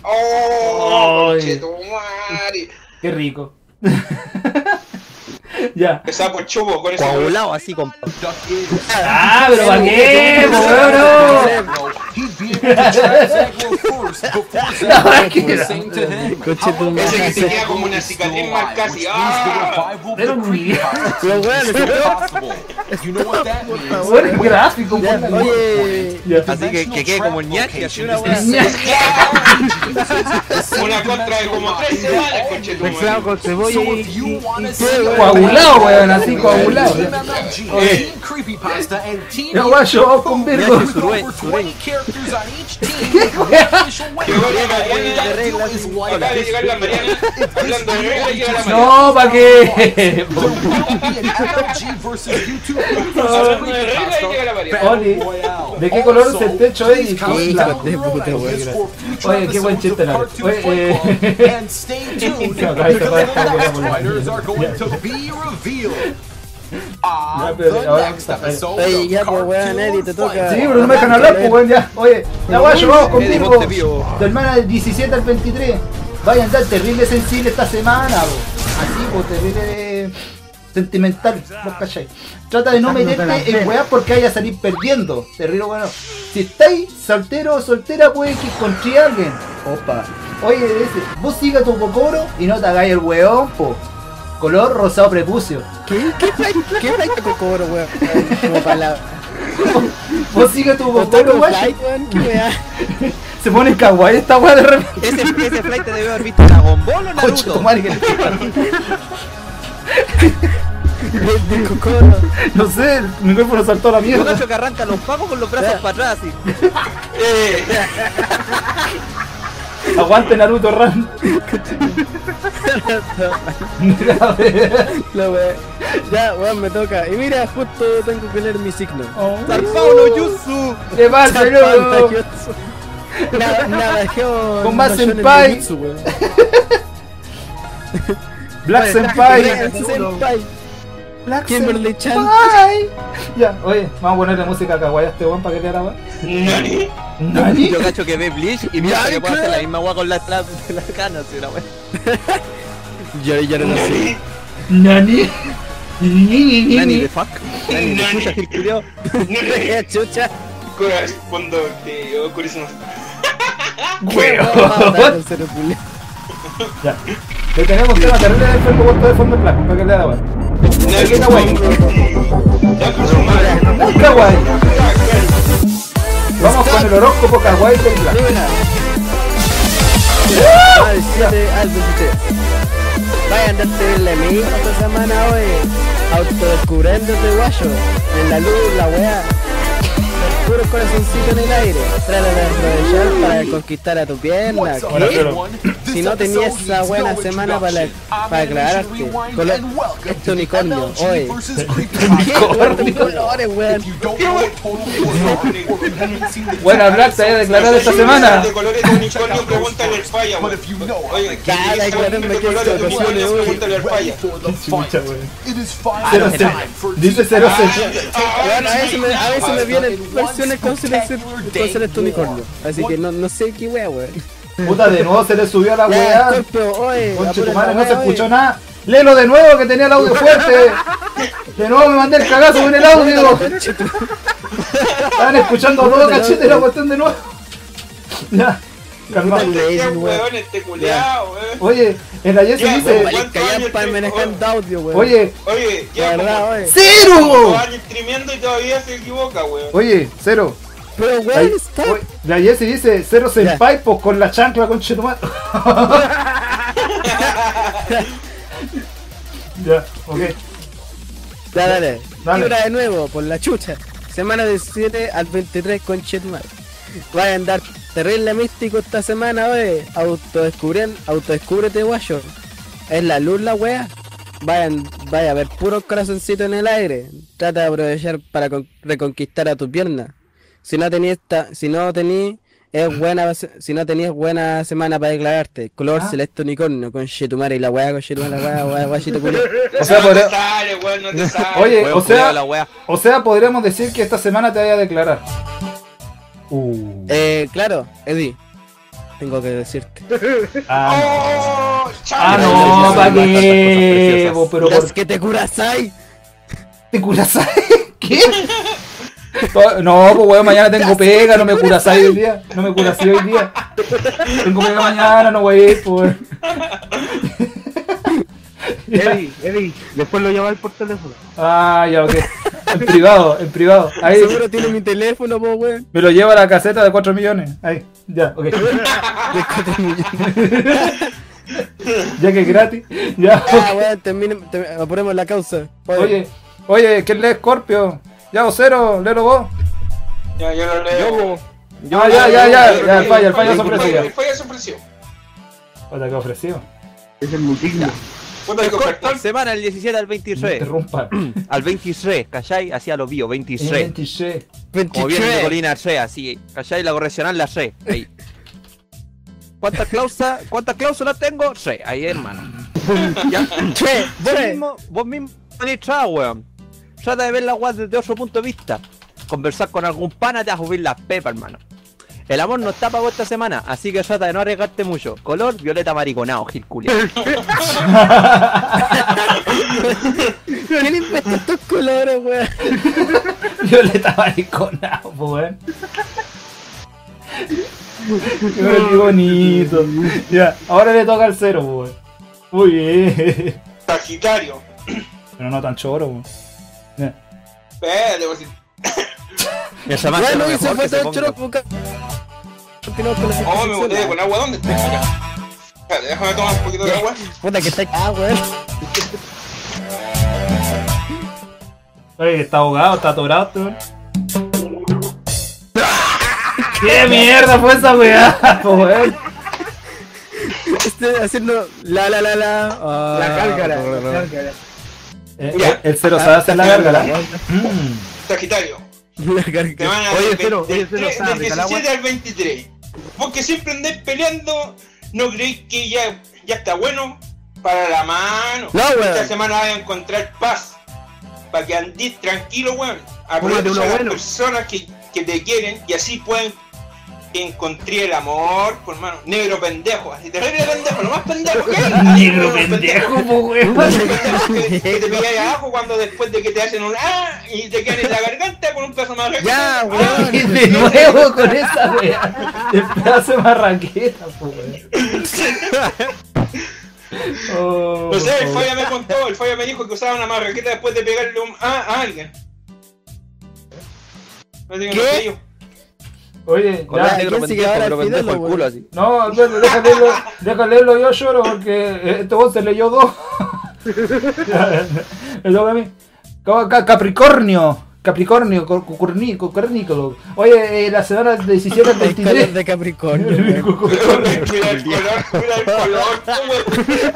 D: ¡Oh!
A: Ay.
D: Chetumari.
A: Qué rico. ya.
D: Empezaba por chubo con ese.
B: Coagulado así con.
A: Ah, pero ¿para qué? po, weón, no? No, es que era-
E: Coche tu madre.
D: Ese que te queda como una cicatriz más casi. ¡Ah!
A: Era un video.
E: Los weones,
A: weón, es gráfico, weón.
E: Oye.
A: Ya.
B: Así que, que quede como ñaki, así una weá.
D: Una contra de como tres semanas,
C: Mezclado
D: conchetumari.
C: con cebolla y, y- y-
A: Coagulado, weón, así coagulado. Ya. Ya, guayo, vamos con Virgo.
D: Llegó la Mariana. Acaba de llegar la Mariana. Hablando de reglas, llega la Mariana.
A: No, ¿para qué?
D: Hablando de reglas, llega la Mariana.
A: Oli, ¿de qué color es el techo, eh? Eddie? Blanco.
H: Oye, qué buen chiste, la
A: verdad. Oye, eh.
E: Oye, ya, pues weón, Eddie, te toca.
A: Sí, pero no me dejan hablar, pues, weón, ya. Oye, ya guayo, vamos con
B: Eddie
A: Virgo.
B: Montevideo.
A: Tu hermana del 17 al 23. Vaya a andar terrible sensible esta semana, bo. Así, pues, terrible sentimental, vos cachai. Trata de no
C: Sacándote la
A: meterte
C: pena.
A: en weá porque vaya a salir perdiendo. Terrible, bueno. Si estáis soltero o soltera, puede que encontré a alguien. Opa. Oye, ese, vos siga tu cocoro y no te hagáis el weón, po. Color rosado prepucio.
E: ¿Qué? ¿Qué flight- ¿Qué flight tocó cobro, weón? Como palabra.
A: Vos siga tu cocoro,
E: ¿Totaco
A: guayo.
E: flight, weón? ¿Qué weá?
A: Se pone kawaii esta weá de repente.
B: Ese, ese flight te debe haber visto Dragon Ball o
A: Concha tu
B: Naruto.
A: madre, que le-
E: De cocoro.
A: No sé, mi cuerpo lo saltó a la
B: Yo
A: mierda.
B: cacho que arranca los pagos con los brazos para atrás así.
A: Aguante Naruto Ran.
E: La weá. Ya, weón, me toca. Y mira, justo tengo que leer mi signo.
B: Zarpao no Jutsu.
A: ¿Qué pasa, loco?
E: Nada, nada, yo-
A: Con más
E: no, yo en el
A: senpai.
E: ninjutsu, weón.
A: Black Senpai.
E: Black Senpai.
A: Black
E: Kimberly Chan.
A: Senpai. Ya, oye, vamos a ponerle música a Kawaii a este weón para que le haga
D: Nani.
A: ¿Nani?
B: Yo cacho que ve Bleach y mira
E: Ya,
B: que puede hacer
E: claro.
B: la misma weá con las las- las canas, y una weá.
E: Yo, yo no sé.
A: ¿Nani? Ni, ni,
B: Nani,
A: ni.
B: the fuck? Nani, the chucha, el culiao.
E: Eh, chucha.
D: Correspondo de Okurismo.
A: Weón. Ya. Le tenemos tema terrible de enfermo puesto de fondo en blanco para que le haga
D: Nani. Nani.
A: Muy kawaii. Vamos con el horóscopo kawaii del blanco.
E: Al
B: Este,
E: 7
B: ah,
E: al 23. Vaya a andarte en la misma esta semana hoy. Autodescubriéndote guayo. En la luz, la wea.
B: puro corazoncito en el aire. Trata de aprovechar para conquistar a tu pierna.
F: Ahora,
B: ¿Qué?
F: pero-
B: Si no tenías esa buena semana para, para aclararte, colo- este unicornio, oye. ¿Qué? Unicornio. colores, weón.
A: Bueno, el Black se había declarado esta semana.
D: De colores de unicornio, pregúntale al falla, güey. Oye, ¿qué
B: Cada
D: es
B: declararme
D: de
B: que
D: colores
B: esto
D: de
B: ocasiona
D: unicornio?
B: hoy.
D: Pregúntale al falla.
F: Chucha, weón.
I: Cero, cero.
A: Dice
D: Ah,
A: 06.
B: Weón, a veces me, a veces me vienen versiones con selección con celeste unicornio. Así que no, no sé qué wea, weón.
A: Puta, de nuevo se le subió la
B: Ya,
A: weá.
B: Scorpio, oye.
A: Conche tu
B: apura
A: madre,
B: la
A: no se
B: wea,
A: escuchó
B: oye.
A: nada. Léelo de nuevo que tenía el audio fuerte. De nuevo me mandé el cagazo con el audio.
B: Conche tu-
A: Estaban escuchando todo cachete la cuestión de nuevo. Ya, calma.
D: Qué
B: Crazy, weón.
D: weón, este culiao, weón.
A: Oye, en la Jessie
D: Ya,
A: dice,
D: bueno,
B: Marica, ya para manejando audio, weón.
A: oye,
D: Oye,
B: la
D: ya
B: verdad,
D: como
B: oye.
A: cero.
D: dos años streameando y todavía se equivoca, weón.
A: Oye, cero.
B: Pero
A: La,
B: weón, está.
A: oye, la Jessie dice, cero senpai, pues con la chancla con chetumal. ya, ok.
B: Ya, dale.
A: Dale.
B: Libra de nuevo, por la chucha. Semana del 7 al 23 con Chetmar. Va a andar terrible místico esta semana, oye. Autodescubren, autodescúbrete, guayo. Es la luz la wea. Vayan, vaya a ver puros corazoncitos en el aire. Trata de aprovechar para con- reconquistar a tu pierna. Si no tenías esta, si no tení, es buena, se- si no tenías buena semana para declararte. Color
A: Ah.
B: celeste unicornio con Chetumare y la wea con Chetumare, la wea, wea, wea, Chetumare.
A: O sea,
D: no te
A: podré-
D: sale, weón, no te sale.
A: Oye,
I: Weón,
A: o sea,
I: culiao la wea.
A: o sea, podríamos decir que esta semana te vaya a declarar. Uh.
B: Eh, claro, Eddie. Tengo que decirte.
A: Ah,
D: ¡Oh!
A: Ah,
D: ¡Chao!
A: no, pa' qué,
I: Cosas preciosas.
A: bo, pero
B: Las
A: por
B: que te curas ahí.
A: ¿Te curasai? ¿Qué? To- No, pues weón, mañana tengo pega, no me curasai hoy día. No me curasai hoy día. Tengo pega mañana, no voy a ir, pues. Ya.
C: Eddie, Eddie, después lo llamáis por teléfono.
A: Ah, ya, ok. En privado, en privado. Ahí
B: Seguro tiene mi teléfono, po, weón.
A: me lo lleva a la caseta de 4 millones. Ahí, ya, ok.
B: De cuatro millones.
A: Ya que es gratis. Ya.
B: Ah, weón, termine, termine- apuremos la causa.
A: Oye, oye, ¿quién lee Scorpio? Ya, Ocero, léelo vos.
D: Ya, yo lo leo.
A: Ya, ya, ya, ya, ya, el fallo, el fallo
D: El
A: sorpresa
D: fallo,
A: ya.
D: El fallo sorpresivo.
A: Puta, qué ofrecido.
C: Es el multigno.
D: Puta, que
I: Corta,
D: ofertón.
I: Semana del 17 al
A: No
I: 23.
A: interrumpa.
I: Al 23, ¿cachai? Así a lo bio,
A: Eh,
I: 23.
A: Enganche.
I: Como bien
B: 23.
I: Nicolina Re, así, ¿cachai? La correccional la Re, ahí. ¿Cuántas cláusulas, cuántas cláusulas tengo? Re, ahí hermano. Ya.
B: Che,
I: Vos
B: che.
I: mismo, vos mismo administrás, weón. Trata de ver la weá desde otro punto de vista. Conversar con algún pana te va a subir las pepas, hermano. El amor no está para vos esta semana, así que trata de no arriesgarte mucho. Color violeta mariconado, Gil culiao.
B: ¿Quién inventó estos colores, weón?
A: Violeta mariconado, po, weón. Pero qué bonito. Ya, ahora le toca al cero, po, weón. Muy bien.
D: Sagitario.
A: Pero no tan choro, weón. Ya.
D: Espérate, pues, si-
I: Me llamaste
B: Weón,
I: lo
B: no hizo
I: mejor que se
B: foto de
I: ponga.
B: choro, busca. Continuamos con la
D: Oh, me
B: sección.
D: boté con agua. ¿Dónde está? Acá. Espérate, déjame tomar un poquito de agua.
B: Puta que está. Ah, weón.
A: Oye, está ahogado, está atorado, este, weón. ¡Qué mierda fue esa weá, po, weón!
B: Este, haciendo la la la la. Ah,
C: La cárgara,
B: ra, ra,
C: la
B: ra.
C: cárgara.
A: Eh, eh, el cero sabe hacer la gárgala. Mm.
D: Sagitario.
B: La cárgara.
D: Semana
C: Oye,
D: del
C: Cero, oye,
D: 23
C: Cero, sabe,
D: Del
C: cala,
D: 17 al 23. Vos que siempre andés peleando, ¿no creéis que ya, ya está bueno? Para la mano.
B: No,
D: Esta
B: weón.
D: semana vas a encontrar paz. Para que andís tranquilo, weón. Aprovecha
C: Póngate uno
D: a las
C: bueno.
D: personas que, que te quieren y así pueden encontrar el amor, por mano. Negro pendejo. Así te regreso pendejo, lo más pendejo que hay.
A: Negro pendejo, po, weón.
D: Que que te pilláis abajo cuando después de que te hacen un ah y te quedan en la garganta con un pedazo más grande.
B: Ya,
D: Ah,
B: weón.
A: Y de nuevo con esa weá. El pedazo de pues, marraqueta, po, weón. Oh,
D: No sé, el
A: por
D: Falla me contó, el Falla me dijo que usaba una marraqueta después de pegarle un ah a alguien. Así que no
B: ¿Qué?
D: sé yo.
A: favor. Oye,
I: Con
A: ya.
I: el negro
B: ¿quién sigue
I: pendejo,
B: ahora
I: negro
B: al final,
I: pendejo el
B: weón?
I: culo así.
A: No, Alberto, deja leerlo, deja leerlo, yo lloro porque este vos se leyó dos. Me toca a mí. Ca- ca- Capricornio. Capricornio, cor- cucurní- cucurnícolo. Oye, eh, la semana del 17 al
J: Hay calor
A: 23.
J: de Capricornio, weón.
D: Mira el color, mira el color, weón.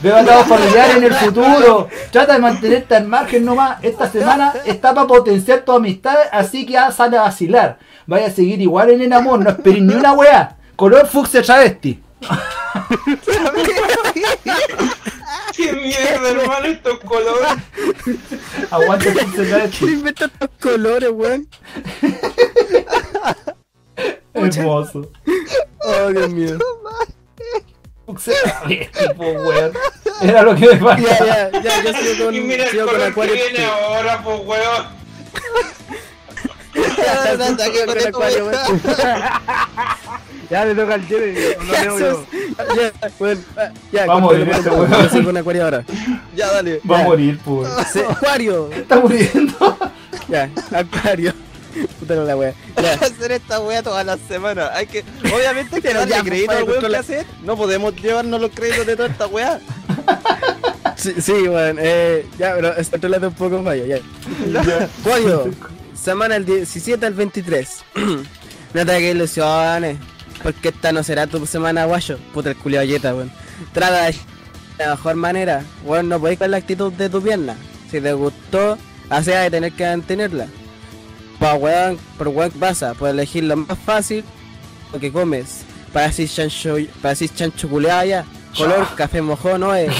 A: Veo a todos familiares en el futuro. Trata de mantenerte al margen nomás. Esta semana está para potenciar tu amistad, así que ah, sal a vacilar. Vaya a seguir igual en el amor, no esperes ni una weá. Color fucsia travesti.
D: Qué mierda, hermano, estos colores.
A: Aguante fucsia
E: ¿Quién
A: travesti.
E: inventa estos colores, weón?
A: Hermoso.
E: Oh, Dios mío.
A: Fucsia travesti, po, weón. Era lo que me
E: Ya,
A: faltaba.
E: ya, ya, yo sigo con,
D: Y mira el
E: sigo con
D: color que
E: Acuario.
D: viene ahora, pues weón.
E: Sigo con Acuario, weón.
C: Ya le toca al Jerry, o lo leo yo.
E: Ya, weón. ah, Ya,
A: Vamos,
E: cortalo,
A: directo,
E: cortalo,
A: weón.
E: Yo sigo con Acuario ahora.
B: Ya, dale.
A: Va a morir, po, weón.
E: Sí, Acuario.
A: Está muriendo.
E: Ya, Acuario. Puta la wea.
B: Hay
E: Ya.
B: que hacer esta wea todas las semanas. Hay que, obviamente, hay que
E: Pero
B: darle
E: ya, pues,
B: crédito al
E: compadre,
B: weón que
E: controla.
B: hace. No podemos llevarnos los créditos de toda esta wea.
E: Sí, sí, weón. Eh, ya, pero es- contrólate un poco, Mayo. Ya. Acuario. Semana del 17 al 23. no te hagas ilusiones. Porque esta no será tu semana, guayo. Puta el culiao yeta, weón. Trata de la mejor manera. Weón, no podéis ver la actitud de tu pierna. Si te gustó, hacía de tener que mantenerla. Pa weón, por weón que pasa, por elegir lo más fácil, lo que comes. Para así chancho, para así chancho culiao ya. Color, café mojón, no es.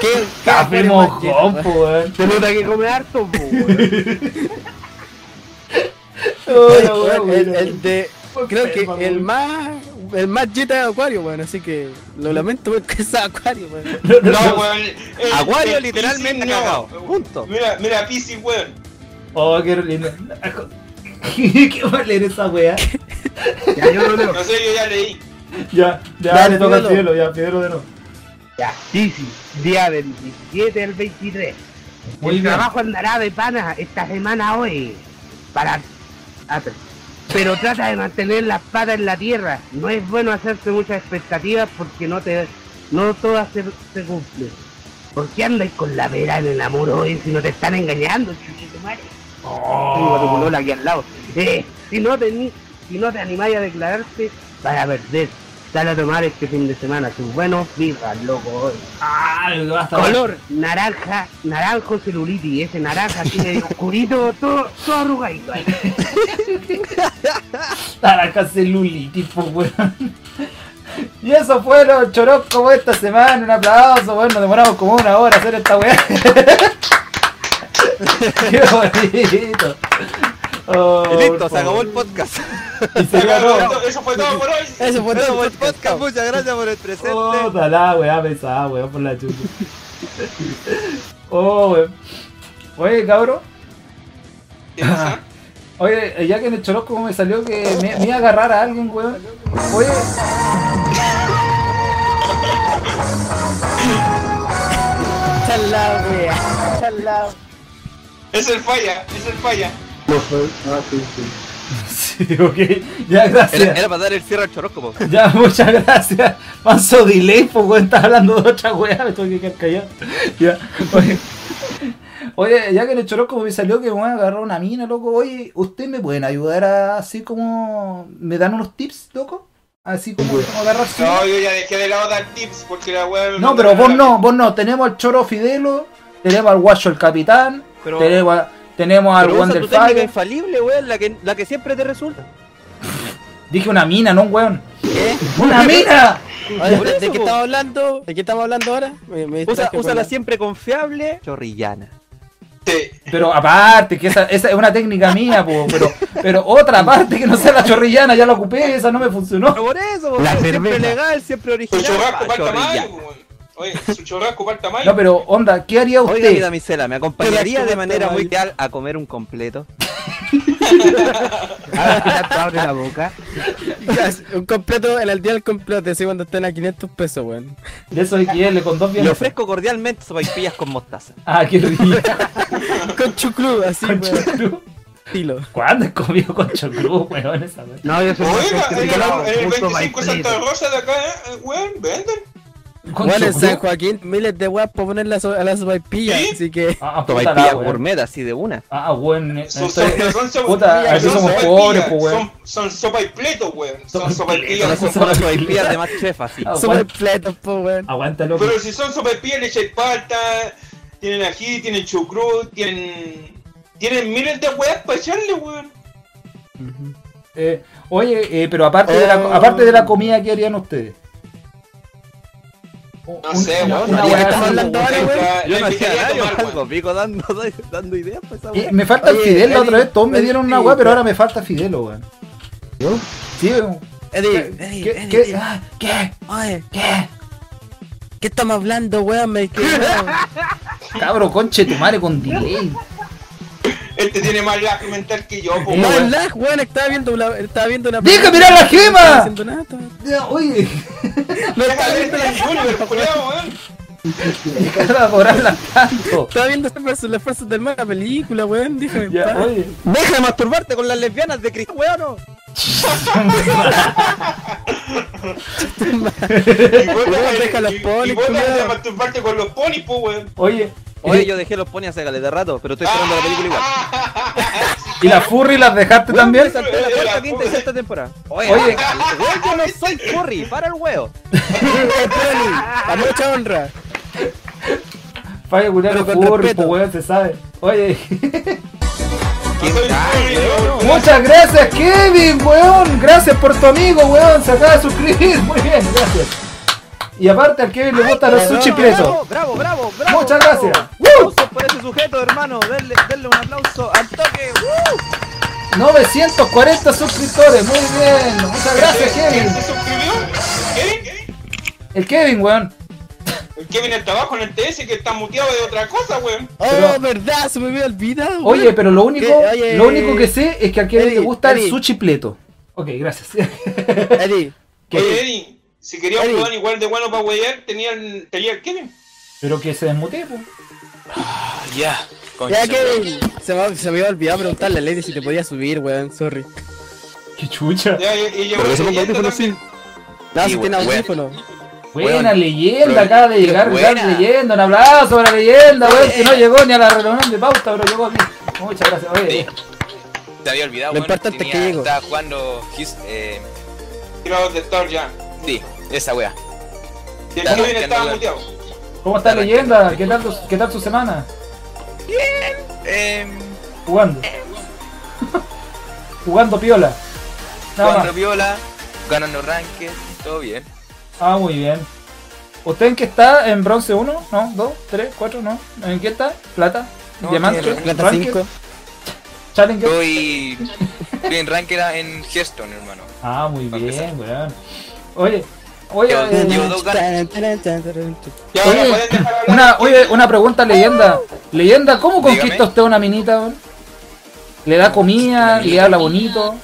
E: ¿Qué,
A: Café pues.
E: qué-
A: mojón, po, weón.
C: Se nota que come harto, po, weón.
A: Oh, la
E: Bueno,
A: weá,
E: el,
A: weón.
E: el de.
A: Fue
E: Creo que
A: enferma,
E: el
A: weón.
E: más. El más jeta de Acuario, bueno, así que lo lamento porque es Acuario, weón.
D: No, weón. el-
B: Acuario
D: el
B: literalmente
D: Piscis,
B: cagado.
D: no.
B: Punto.
D: Mira, mira, Piscis, weón.
A: Oh, qué lindo. ¿Qué va a leer esa weá?
C: Ya yo lo leo.
D: No sé, yo ya leí.
A: Ya, ya
E: Dale,
A: le toca al
E: pídelo.
A: cielo, ya, pídelo de nuevo.
C: Ya, Piscis, día del 17 al 23.
A: Muy
C: el
A: bien.
C: trabajo andará de pana esta semana hoy. Para. ah, pero- Pero trata de mantener las patas en la tierra. No es bueno hacerse muchas expectativas porque no te no todas se, se cumplen. ¿Por qué andáis con la vera en el amor hoy si no te están engañando, chuchetumare? Tengo
D: Oh.
C: a tu polola aquí al lado. Eh, si no tení- si no te animáis a declararte, vas a perder. Sal a tomar este fin de semana tus buenos birras, loco, hoy.
A: Ah, basta.
C: Color naranja, naranjo celulitis, ese naranja así medio oscurito, todo, todo arrugadito ahí.
A: Naranja celulitis, po, weón. Y eso fue los chorocos esta semana. Un aplauso, weón. Nos demoramos como una hora hacer esta weá. Qué bonito. Oh,
B: Y listo,
A: por
B: se acabó
A: favor.
B: el podcast.
A: Y se acabó.
D: Eso fue todo por hoy.
E: Eso fue
B: Bueno,
E: todo.
B: buen podcast. Muchas gracias por el presente.
A: Puta la weá pesada, weón, por la chucha. Oh, weón. Oye, cabro.
D: ¿Qué pasa?
A: Oye, eh, ya que en el chorosco me salió que me, me iba a agarrar a alguien, weón. Oye.
E: Chalao, weón. Chalao.
D: Es el falla, es el falla.
A: Sí, ok. Ya, gracias.
B: Era, era para dar el cierre al choróscopo.
A: Ya, muchas gracias. Manso delay, pues, weón, estás hablando de otra weá, me tengo que quedar callado. Ya, oye. Oye, ya que en el chorosco me salió que me van a agarrar una mina, loco, oye, ¿ustedes me pueden ayudar a, así como... ¿Me dan unos tips, loco? Así como, como agarrar...
D: No, yo ya dejé de lado dar tips porque la weá. me
A: No,
D: mandó
A: pero vos
D: la-
A: no, vos no. Tenemos al Choro Fidelo, tenemos al Guacho el Capitán,
B: Pero-
A: tenemos, a- tenemos al
B: Pero usa tu técnica
A: Wonderfire.
B: infalible, weón, la que, la que siempre te resulta.
A: Dije una mina, no un weón. ¡Una mina!
E: Oye,
B: Por
E: ¿De,
B: eso,
E: de qué
B: po.
E: estamos hablando? ¿De qué estamos hablando ahora? Me, me
B: Usa,
E: distraje
B: usa
E: con
B: la
E: la-
B: siempre confiable chorrillana.
D: Sí.
A: Pero aparte, que esa, esa es una técnica mía, po, pero, pero otra parte que no sea la chorrillana, ya la ocupé, esa no me funcionó.
B: Pero por eso, po,
C: La
B: weón, siempre
C: cerveza.
B: legal, siempre
D: Su
B: original. Ah,
D: churrasco
B: pa,
D: para el
B: chorrillana.
D: tamaño, weón. Oye, su churrasco para el tamaño.
A: No, pero onda, ¿qué haría
B: Oiga, mi
A: usted?
B: damisela, ¿me acompañaría
E: Pero
B: de
E: tú,
B: manera
E: tú,
B: muy
E: ahí.
B: ideal a comer un completo?
C: Ahora que tanto abre la boca.
E: Ya, Un completo, en el día del completo, así cuando estén a 500 pesos, weón.
A: De eso XL con dos
B: Le
A: bienes.
B: ofrezco cordialmente sopaipillas con mostaza.
A: Ah, qué rico.
E: Con chuclú, así,
A: Con
E: weón.
A: choclo.
E: Estilo.
A: ¿Cuándo he comido con choclo, weón? Esa weón.
C: No, yo soy
D: Oiga, en el, en el
C: justo
D: 25 Santa
C: maestro.
D: Rosa de acá, eh, weón, venden.
E: Bueno, en San Joaquín, miles de weas para ponerle a, so- a las vaipillas,
D: ¿Sí?
E: así que.
A: Ah,
B: Toma
A: puta
B: pilla
A: la, weón.
B: gourmet así de una.
A: Ah, weón.
D: Son
A: estoy-
D: sopa- son sopa-
A: Puta,
D: son
A: aquí somos
D: sopa y
A: pobres,
D: pilla,
A: pues,
D: Son,
A: weón.
D: son sopa y pleto, weón. Son
A: Sopa y
D: sopa y pilla,
B: Pero
A: Son
B: esas
D: weón.
B: son las vaipillas de más chef así.
A: Ah,
E: Somos
A: aguanta-
E: pletos, po, weón.
H: Aguanta, loco.
D: Pero si son sopa y pilla, le echan palta, tienen ají, tienen chucrut, tienen. Tienen miles de weas para echarle, weón.
A: Eh, oye, eh, pero aparte, de la, aparte de la comida, ¿qué harían ustedes?
D: No sé,
A: una-
D: weón.
A: una
E: ¿De qué
A: weá
E: estamos
A: así,
E: hablando ahora,
A: weón.
E: weón?
B: Yo no hacía
D: invitaría a
B: nada,
D: tomar,
B: yo
D: weón.
B: al pico dando, dando ideas pues esa
A: Eh,
B: wea.
A: me falta el
E: Oye,
A: Fidel la
E: Eddie,
A: otra vez, todos me
E: Eddie,
A: dieron una
E: Eddie,
A: weá, pero
E: ya.
A: ahora me falta Fidelo, weón. Sí, weón.
E: Eddie, Eddie,
A: ¿Qué?
E: Eddie,
A: ¿Qué?
E: Eddie,
A: Ah, ¿Qué?
E: oye,
A: ¿Qué?
E: ¿qué estamos hablando, weón? Me quedé-
A: Cabro, conche tu madre con delay.
D: Este tiene más lag mental que yo, po,
A: Eh,
E: No,
D: weón.
E: el lag, weón, estaba viendo una. Estaba viendo una
A: ¡Deja mirar la
E: No
A: gema!
E: estaba haciendo nada, estaba-
A: Ya, Oye,
E: No
D: Deja
E: estaba
D: de
E: viendo la
D: ver Oliver, culiao, weón.
A: deja de cobrarla tanto.
E: Estaba viendo siempre las fuerzas del mar, la película, weón. Dije,
A: Ya,
E: pa.
A: oye.
B: Deja de masturbarte con las lesbianas de Cristo, weón.
D: Y vos
E: Weón,
D: dejas de-
E: deja los
D: y-
E: ponis,
D: Y vos dejas de
E: culiao.
D: masturbarte con los ponis, po, weón.
A: Oye,
B: Oye, yo dejé los ponis hace caleta rato, pero estoy esperando la película igual.
A: ¿y las furry las dejaste también?
B: Me salté la cuarta, quinta y sexta temporada. Oye,
A: Oye.
B: weón, yo no soy furry, para el huevo.
E: Eh, Tony, a mucha honra.
A: Falla culiar
E: Pero
A: los
E: con
A: furry,
E: respeto.
A: pues weón, se sabe. Oye,
D: No soy furry, weón.
A: muchas gracias, Kevin, weón. Gracias por tu amigo, weón. Se acaba de suscribir. Muy bien, gracias. Y aparte, al Kevin le gustan los sushi presos.
B: Bravo, bravo, bravo, bravo.
A: Muchas
B: bravo.
A: gracias.
B: Aplausos por ese sujeto, hermano. Denle, denle un aplauso al toque. ¡Woo!
A: 940 suscriptores, muy bien. Muchas gracias,
D: ¿Quién
A: Kevin.
D: se suscribió? ¿Kevin?
A: El Kevin, weón.
D: El Kevin está abajo en el TS que está muteado de otra cosa, weón.
E: Oh,
A: Pero-
E: verdad, se me había olvidado. weón.
A: Oye, pero lo único,
E: ¿Qué? Oye,
A: lo único que sé es que al Kevin le
E: Eddie,
A: gusta el
E: Eddie.
A: sushi pleto. Ok, gracias.
E: Eddie,
A: ¿Qué?
D: Oye, Eddie, si quería un
E: Eddie.
D: weón igual de bueno para huevear, tenía el, tenía el Kevin.
A: Pero que se desmutee, pues.
E: ya que se me, se me había olvidado preguntarle a Lady si te podía subir, weón, sorry.
A: Qué chucha.
D: Ya, y, y llegó el leyendo también.
E: No,
B: Sí,
E: si tiene
B: weón.
E: audífono.
A: Buena
B: Weón.
A: leyenda, acaba de llegar
B: Buena.
A: gran leyenda. Un aplauso para la leyenda, weón, que no llegó ni a la reunión de pauta, pero llegó aquí. Muchas gracias, oye.
J: Te había olvidado,
E: Lo
J: weón,
E: importante es que llego.
J: Estaba jugando His, eh,
D: Tirado de Thor ya.
J: sí, esa wea.
D: Y el
J: Claro,
D: Kevin
J: que
D: estaba
J: no-
D: muteado.
A: ¿Cómo está la leyenda? ¿Qué tal, tu- ¿Qué tal su semana?
J: Eh,
A: Jugando. Jugando piola. Nada
J: jugando
A: más.
J: viola, ganando ranked, todo bien.
A: Ah, muy bien. ¿Usted en qué está? ¿En bronce 1? ¿No? ¿2? ¿3? ¿4? ¿No? ¿En qué está? ¿Plata?
J: No,
A: ¿Diamante?
J: tiene
E: Plata
A: ¿Ranked?
E: 5.
A: ¿Challenger?
J: Estoy estoy en ranked en Hearthstone, hermano.
A: Ah, muy
J: Para
A: bien,
J: empezar.
A: weón. Oye, oye,
J: Yo-
A: eh,
J: yo- dos
D: Ya,
A: Oye,
D: ahora pueden dejar hablar.
A: una, oye, una pregunta, leyenda. Leyenda, ¿cómo conquista
J: Dígame.
A: usted una minita, weón? ¿Le da comida? ¿Le habla bonito?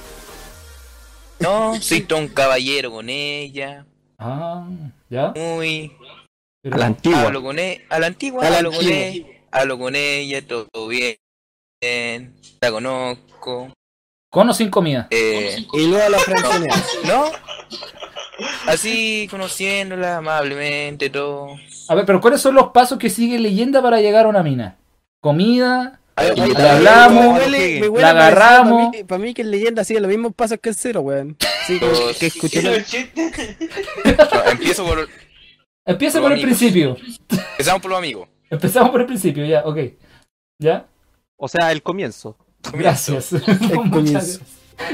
J: No, soy todo un caballero con ella,
A: Ah, ya.
J: muy...
A: Pero-
J: Hablo con ella, a la antigua,
E: A la
J: hablo con
E: antigua.
J: ella, hablo con ella, todo bien. La conozco.
A: ¿Con o sin comida?
J: Eh,
E: Y luego la franconeas.
J: ¿No? Así, conociéndola amablemente, todo.
A: A ver, pero ¿cuáles son los pasos que sigue leyenda para llegar a una mina? Comida,
J: Invitar-
A: le hablamos,
E: Me huele- me huele
A: la
E: parecido
A: agarramos.
E: Para mí, pa' mí que el leyenda sigue los mismos pasos que el cero, weón. Sí, que,
J: Dos.
E: que
D: ¿Qué
E: escuché.
D: es el chiste?
J: No, Ah, empiezo por.
A: Empieza por el
J: Amigos.
A: principio.
J: Empezamos por los amigos.
A: Empezamos por el principio, ya, ok. ¿Ya?
B: O sea, el comienzo.
A: Gracias.
E: comienzo.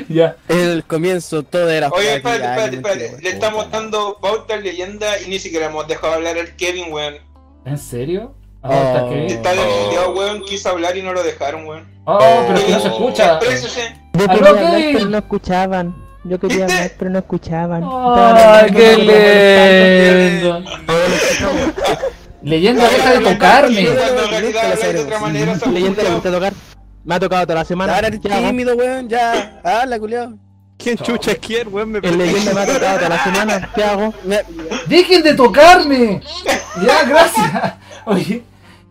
A: ya.
E: El comienzo todo era.
D: Oye,
E: frágil.
D: espérate,
E: Ay,
D: espérate,
E: mentira,
D: espérate.
E: weón.
D: Le estamos dando pauta al leyenda y ni siquiera hemos dejado hablar al Kevin, weón.
A: ¿En serio? Ah, está
E: Oh.
A: que-
D: Está
J: Oh.
D: desmuteado, weón. Quiso hablar y no lo dejaron, weón.
A: Oh, pero que no se escucha.
D: Exprésese.
K: Yo
A: Aló,
K: quería hablar,
A: Kevin.
K: pero no escuchaban. Yo quería
D: ¿Viste?
K: hablar, pero no escuchaban.
A: Ay, qué lindo. Leyenda, deja de tocarme.
D: Cuando en realidad hablar de otra manera, se
K: Leyenda le gusta tocar. Me ha tocado toda la semana.
E: Ahora eres
K: ¿Qué hago?
E: tímido, weón. Ya. Habla, culiao.
B: ¿Quién chucha es quién, weón? Me
K: El leyenda me ha tocado toda la semana. ¿Qué hago?
E: Me-
A: Dejen de tocarme. Ya, gracias. Oye.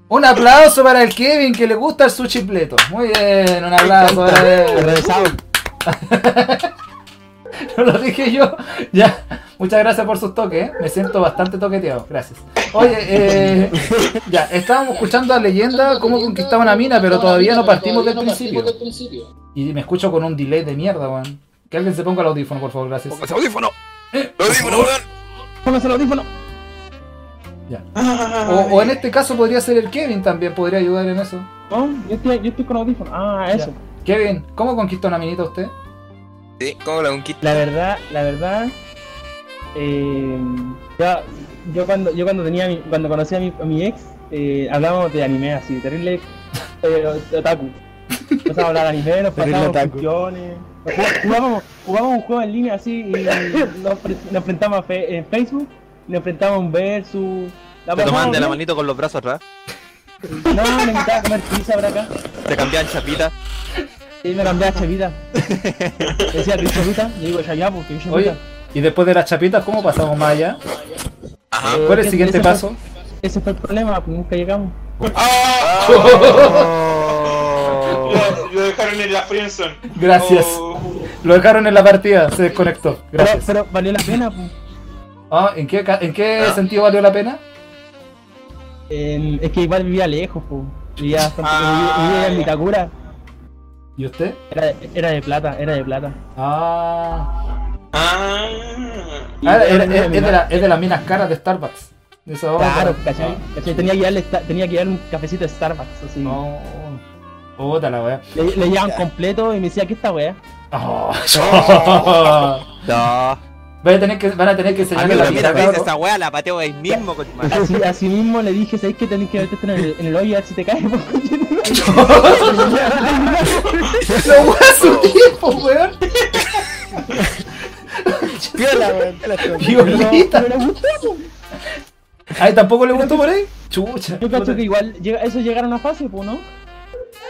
A: Un aplauso para el Kevin que le gusta el sushi pleto. Muy bien, un aplauso. eh.
K: Regresado.
A: No lo dije yo. Ya. Muchas gracias por sus toques, ¿eh? me siento bastante toqueteado, gracias. Oye, eh, ya, estábamos escuchando a Leyenda cómo conquistaba una mina, pero todavía no partimos del principio. Y me escucho con un delay de mierda, weón. Que alguien se ponga el audífono, por favor, gracias.
B: ¡Póngase audífono!
A: Eh,
B: ¡Audífono, weón!
E: Póngase el audífono.
A: Ya. O, o en este caso podría ser el Kevin también, podría ayudar en eso.
E: No, yo estoy, yo estoy con audífono. Ah, eso.
A: Kevin, ¿cómo conquistó una minita usted?
L: Sí, ¿cómo la conquista?
E: La verdad, la verdad. eh, ya, yo cuando yo cuando tenía mi- cuando conocí a mi, a mi ex, eh, hablábamos de anime así, terrible eh, otaku. Empezamos a hablar de anime, nos
M: Terrible
E: pasábamos
M: otaku.
E: funciones. Jugá- Jugábamos, jugábamos un juego en línea así y nos, pre- nos enfrentamos a fe- en Facebook, nos enfrentamos a un versus. la
B: Te tomaban
E: pasábamos
B: de la
E: bien.
B: manito con los brazos atrás.
E: No, me invitaba a comer pizza por acá.
B: Te cambiaban chapita.
E: Y me cambié a Chavita. Decía Richovita, yo digo Chavita porque yo
A: Oye, y después de las chapitas, ¿cómo pasamos más allá?
L: Ajá.
A: ¿Cuál es el siguiente paso?
E: ese fue el problema, pues nunca llegamos.
D: Lo, lo dejaron en la friendzone.
A: Gracias.
D: Oh.
A: Lo dejaron en la partida, se desconectó.
E: Pero,
A: Gracias.
E: pero valió la pena, pues.
A: Ah, ¿En qué, ca- en qué sentido valió la pena?
E: Eh, es que igual vivía lejos, pues. Vivía bastante-
D: Ah,
E: vivía- vivía en
D: ya.
E: Vitacura.
A: ¿Y usted?
E: Era, de- era de plata, era de plata.
A: Ah.
D: Ah.
E: Y
A: Ah,
E: era
A: era-
E: una
A: es, es de
E: mina.
A: la- es de las minas caras de Starbucks. De esa onda.
E: Claro, ¿cachai? ¿cachai? Tenía que darle, esta- tenía que darle un cafecito de Starbucks, así.
A: No. Puta la wea.
E: Le, le llevaban completo y me decía, ¿qué esta weá?
A: Oh.
B: No.
A: Van a tener que, van a tener que enseñarle
B: Amigo,
A: la
B: la mira, me
A: mina,
B: dice esta weá, la pateo ahí mismo con
E: Así, así mismo le dije, ¿sabes que tenés que meterte en el, en el hoyo a ver si te caes? po".
A: ¡La wea es su tiempo, weón!
M: Piola, weón. piola, piola.
A: Violita.
E: Pero le gustó, po.
A: Ay, tampoco le gustó por ahí. Chucha.
E: Yo cacho que igual llega, eso llegar a una fase, pues, ¿no?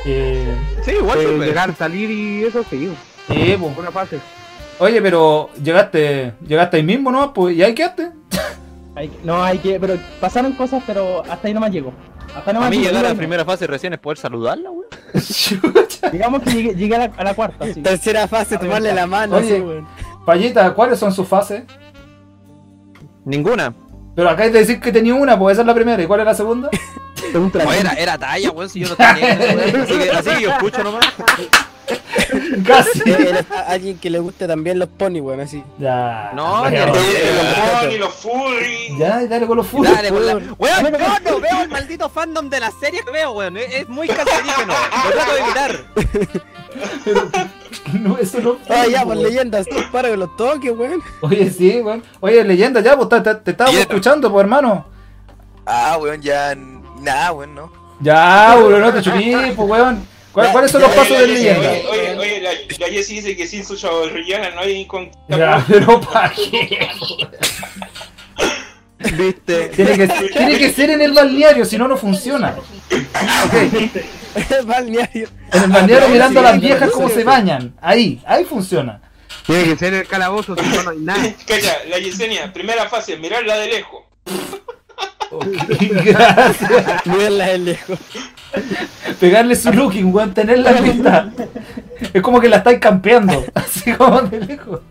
A: Eh,
B: Sí, igual
C: Eh,
B: súper.
C: llegar, salir y eso, sí.
A: sí, po.
C: Una fase.
A: Oye, pero llegaste, llegaste ahí mismo, ¿no? Pues, y ahí quedaste.
E: Hay que- no, hay que. Pero pasaron cosas, pero hasta ahí nomás llegó. Hasta ahí nomás
B: A mí
E: llegó,
B: llegar a la
E: bueno.
B: primera fase recién es poder saludarla, weón.
E: Digamos que llegué, llegué a, la, a la cuarta, sí.
M: Tercera fase, tomarle la mano,
A: Oye.
M: sí, weón.
A: Payita, ¿cuáles son sus fases?
B: Ninguna.
A: Pero acá hay que decir que tenía una, pues esa es la primera. ¿Y cuál es la segunda?
B: No, era, era talla, weón, si yo no tenía. weón. Así que, así que yo escucho nomás.
A: Casi.
M: Eh, a- a Alguien que le guste también los pony, weón, así.
A: Ya.
B: No,
A: Ya,
B: ni el-
L: eh,
D: Los Pony, los Furry.
A: Ya, dale con los full.
B: Dale, con la... Weón, yo no veo el maldito fandom de la serie que veo, weón. Es, es muy cancerígeno. Lo trato de evitar.
A: No, eso no.
M: Ah, ya, pues leyendas, para que los toques, weón.
A: Oye, sí, weón. Oye, leyenda, ya, pues te, te- te estábamos
L: Leyenda.
A: escuchando, pues hermano.
L: Ah, weón, ya. Nada, weón, no.
A: Ya, weón, no te chupí, pues weón. ¿Cuál- ¿Cuáles son los pasos de
D: Oye,
A: leyenda?
D: Oye, oye, oye, la, la Jessie dice que sin su chavarrillana no hay con.
A: Ya, pero pa' qué.
B: Viste.
A: Tiene que, tiene que ser en el balneario, si no, no funciona.
M: Balneario.
A: En el balneario mirando a las viejas cómo se bañan. Ahí, ahí funciona.
C: Tiene que ser el calabozo, si no, no hay nada.
D: Cacha, la Yesenia, primera fase, mirarla de lejos.
A: Gracias.
M: Mírenla de lejos.
A: Pegarle su looking, weón, tener la vista. Es como que la estáis campeando. Así como de lejos.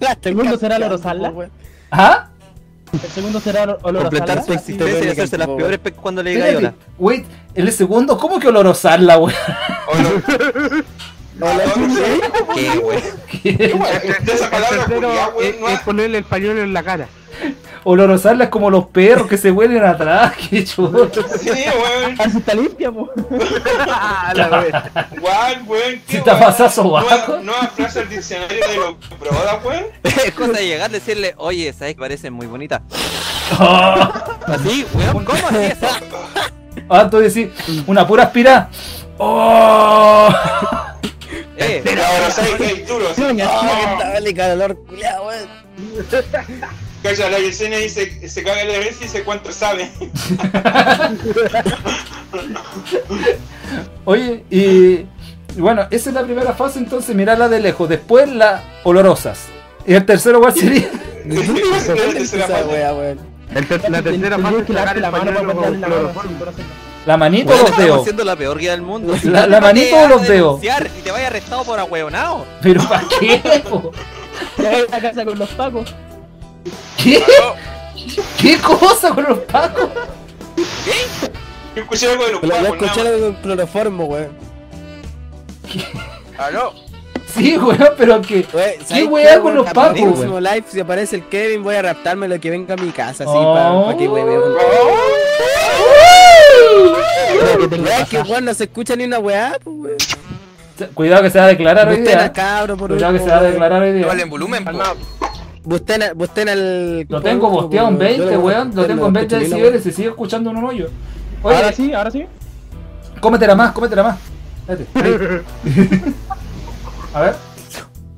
E: El segundo será la
M: Rosala?
E: Rosalda.
A: ¿Ah,
E: El segundo será el olor a
B: Completar
E: sala.
B: su existencia y hacerse las peores pe- cuando le diga
A: espérate.
B: Yola.
A: Wait, el segundo, ¿cómo que olorosarla, weón?
L: ¿Qué, weón?
C: eh,
D: De esa palabra, culiá,
C: Pero es,
D: weón, no hay.
C: es eh, ponerle el pañuelo en la cara.
A: Olorosarla es como los perros que se huelen atrás. Qué chulo.
D: Sí, weón.
E: Ah, si está limpia, po.
C: Ah, la wea.
D: Guau, weón.
A: Si te pasas sobaco.
D: No frase al diccionario de los brodas, weón.
B: Es cosa de llegar, decirle, oye, ¿sabes que parecen muy bonitas? Así, weón, ¿cómo así eso?
A: Ah, tú decís, una pura aspirada. ¡Oh!
B: Eh,
D: Pero ahora sabes duro.
M: Sí, doña tía, que está vale calor, culiao, weón.
D: Cacha, la Yesenia dice, se caga la risa y dice cuánto sabe.
A: Oye, y y bueno, esa es la primera fase, entonces mirarla de lejos. Después las olorosas. Y el tercero, ¿cuál sería?
M: Esa
D: tercera fase.
M: wea, weón.
C: El ter- la tercera
E: Tendrías
C: fase es
E: que
C: sacar
E: lavarte
C: el
E: la
C: pañuelo
E: mano para cortarle
C: con
E: la mano.
C: cloroformo.
E: así,
A: ¿La manito o
B: weón,
A: los
B: estamos
A: dedos?
B: siendo la peor guía del mundo.
A: La- la manito o los
B: Te van a
A: dedos.
B: denunciar Y te vayas arrestado por ahueonado.
A: ¿Pero para qué? po?
E: Llegar a la casa con los pacos.
A: ¿Qué? ¿Qué cosa con los pacos?
D: Yo escuché algo de los
B: Lo,
D: pacos, nada más.
B: escucharon con cloroformo, weón.
D: ¿Aló?
A: Sí, weón, pero que. ¿Qué weá con los
B: El
A: pacos,
B: próximo
A: weón?
B: live, si aparece el Kevin, voy a raptarme lo que venga a mi casa, así,
A: Oh.
B: para que weón. Weón, que weón, no se escucha ni una weá, pues, weón.
A: Cuidado que se va a declarar hoy
B: Busten al
A: día.
B: cabro, por
A: Cuidado que
B: último,
A: se va a
B: weón.
A: declarar hoy día.
N: Vale, en volumen,
M: Ah,
N: po.
B: Busten, a- busten al.
A: Lo tengo bosteado en 20, weón. Lo tengo en 20 decibeles y sigo escuchando en un hoyo. Oye,
E: Ahora sí, ahora sí.
A: cómetela más, cómetela más. Espérate, ahí. A ver.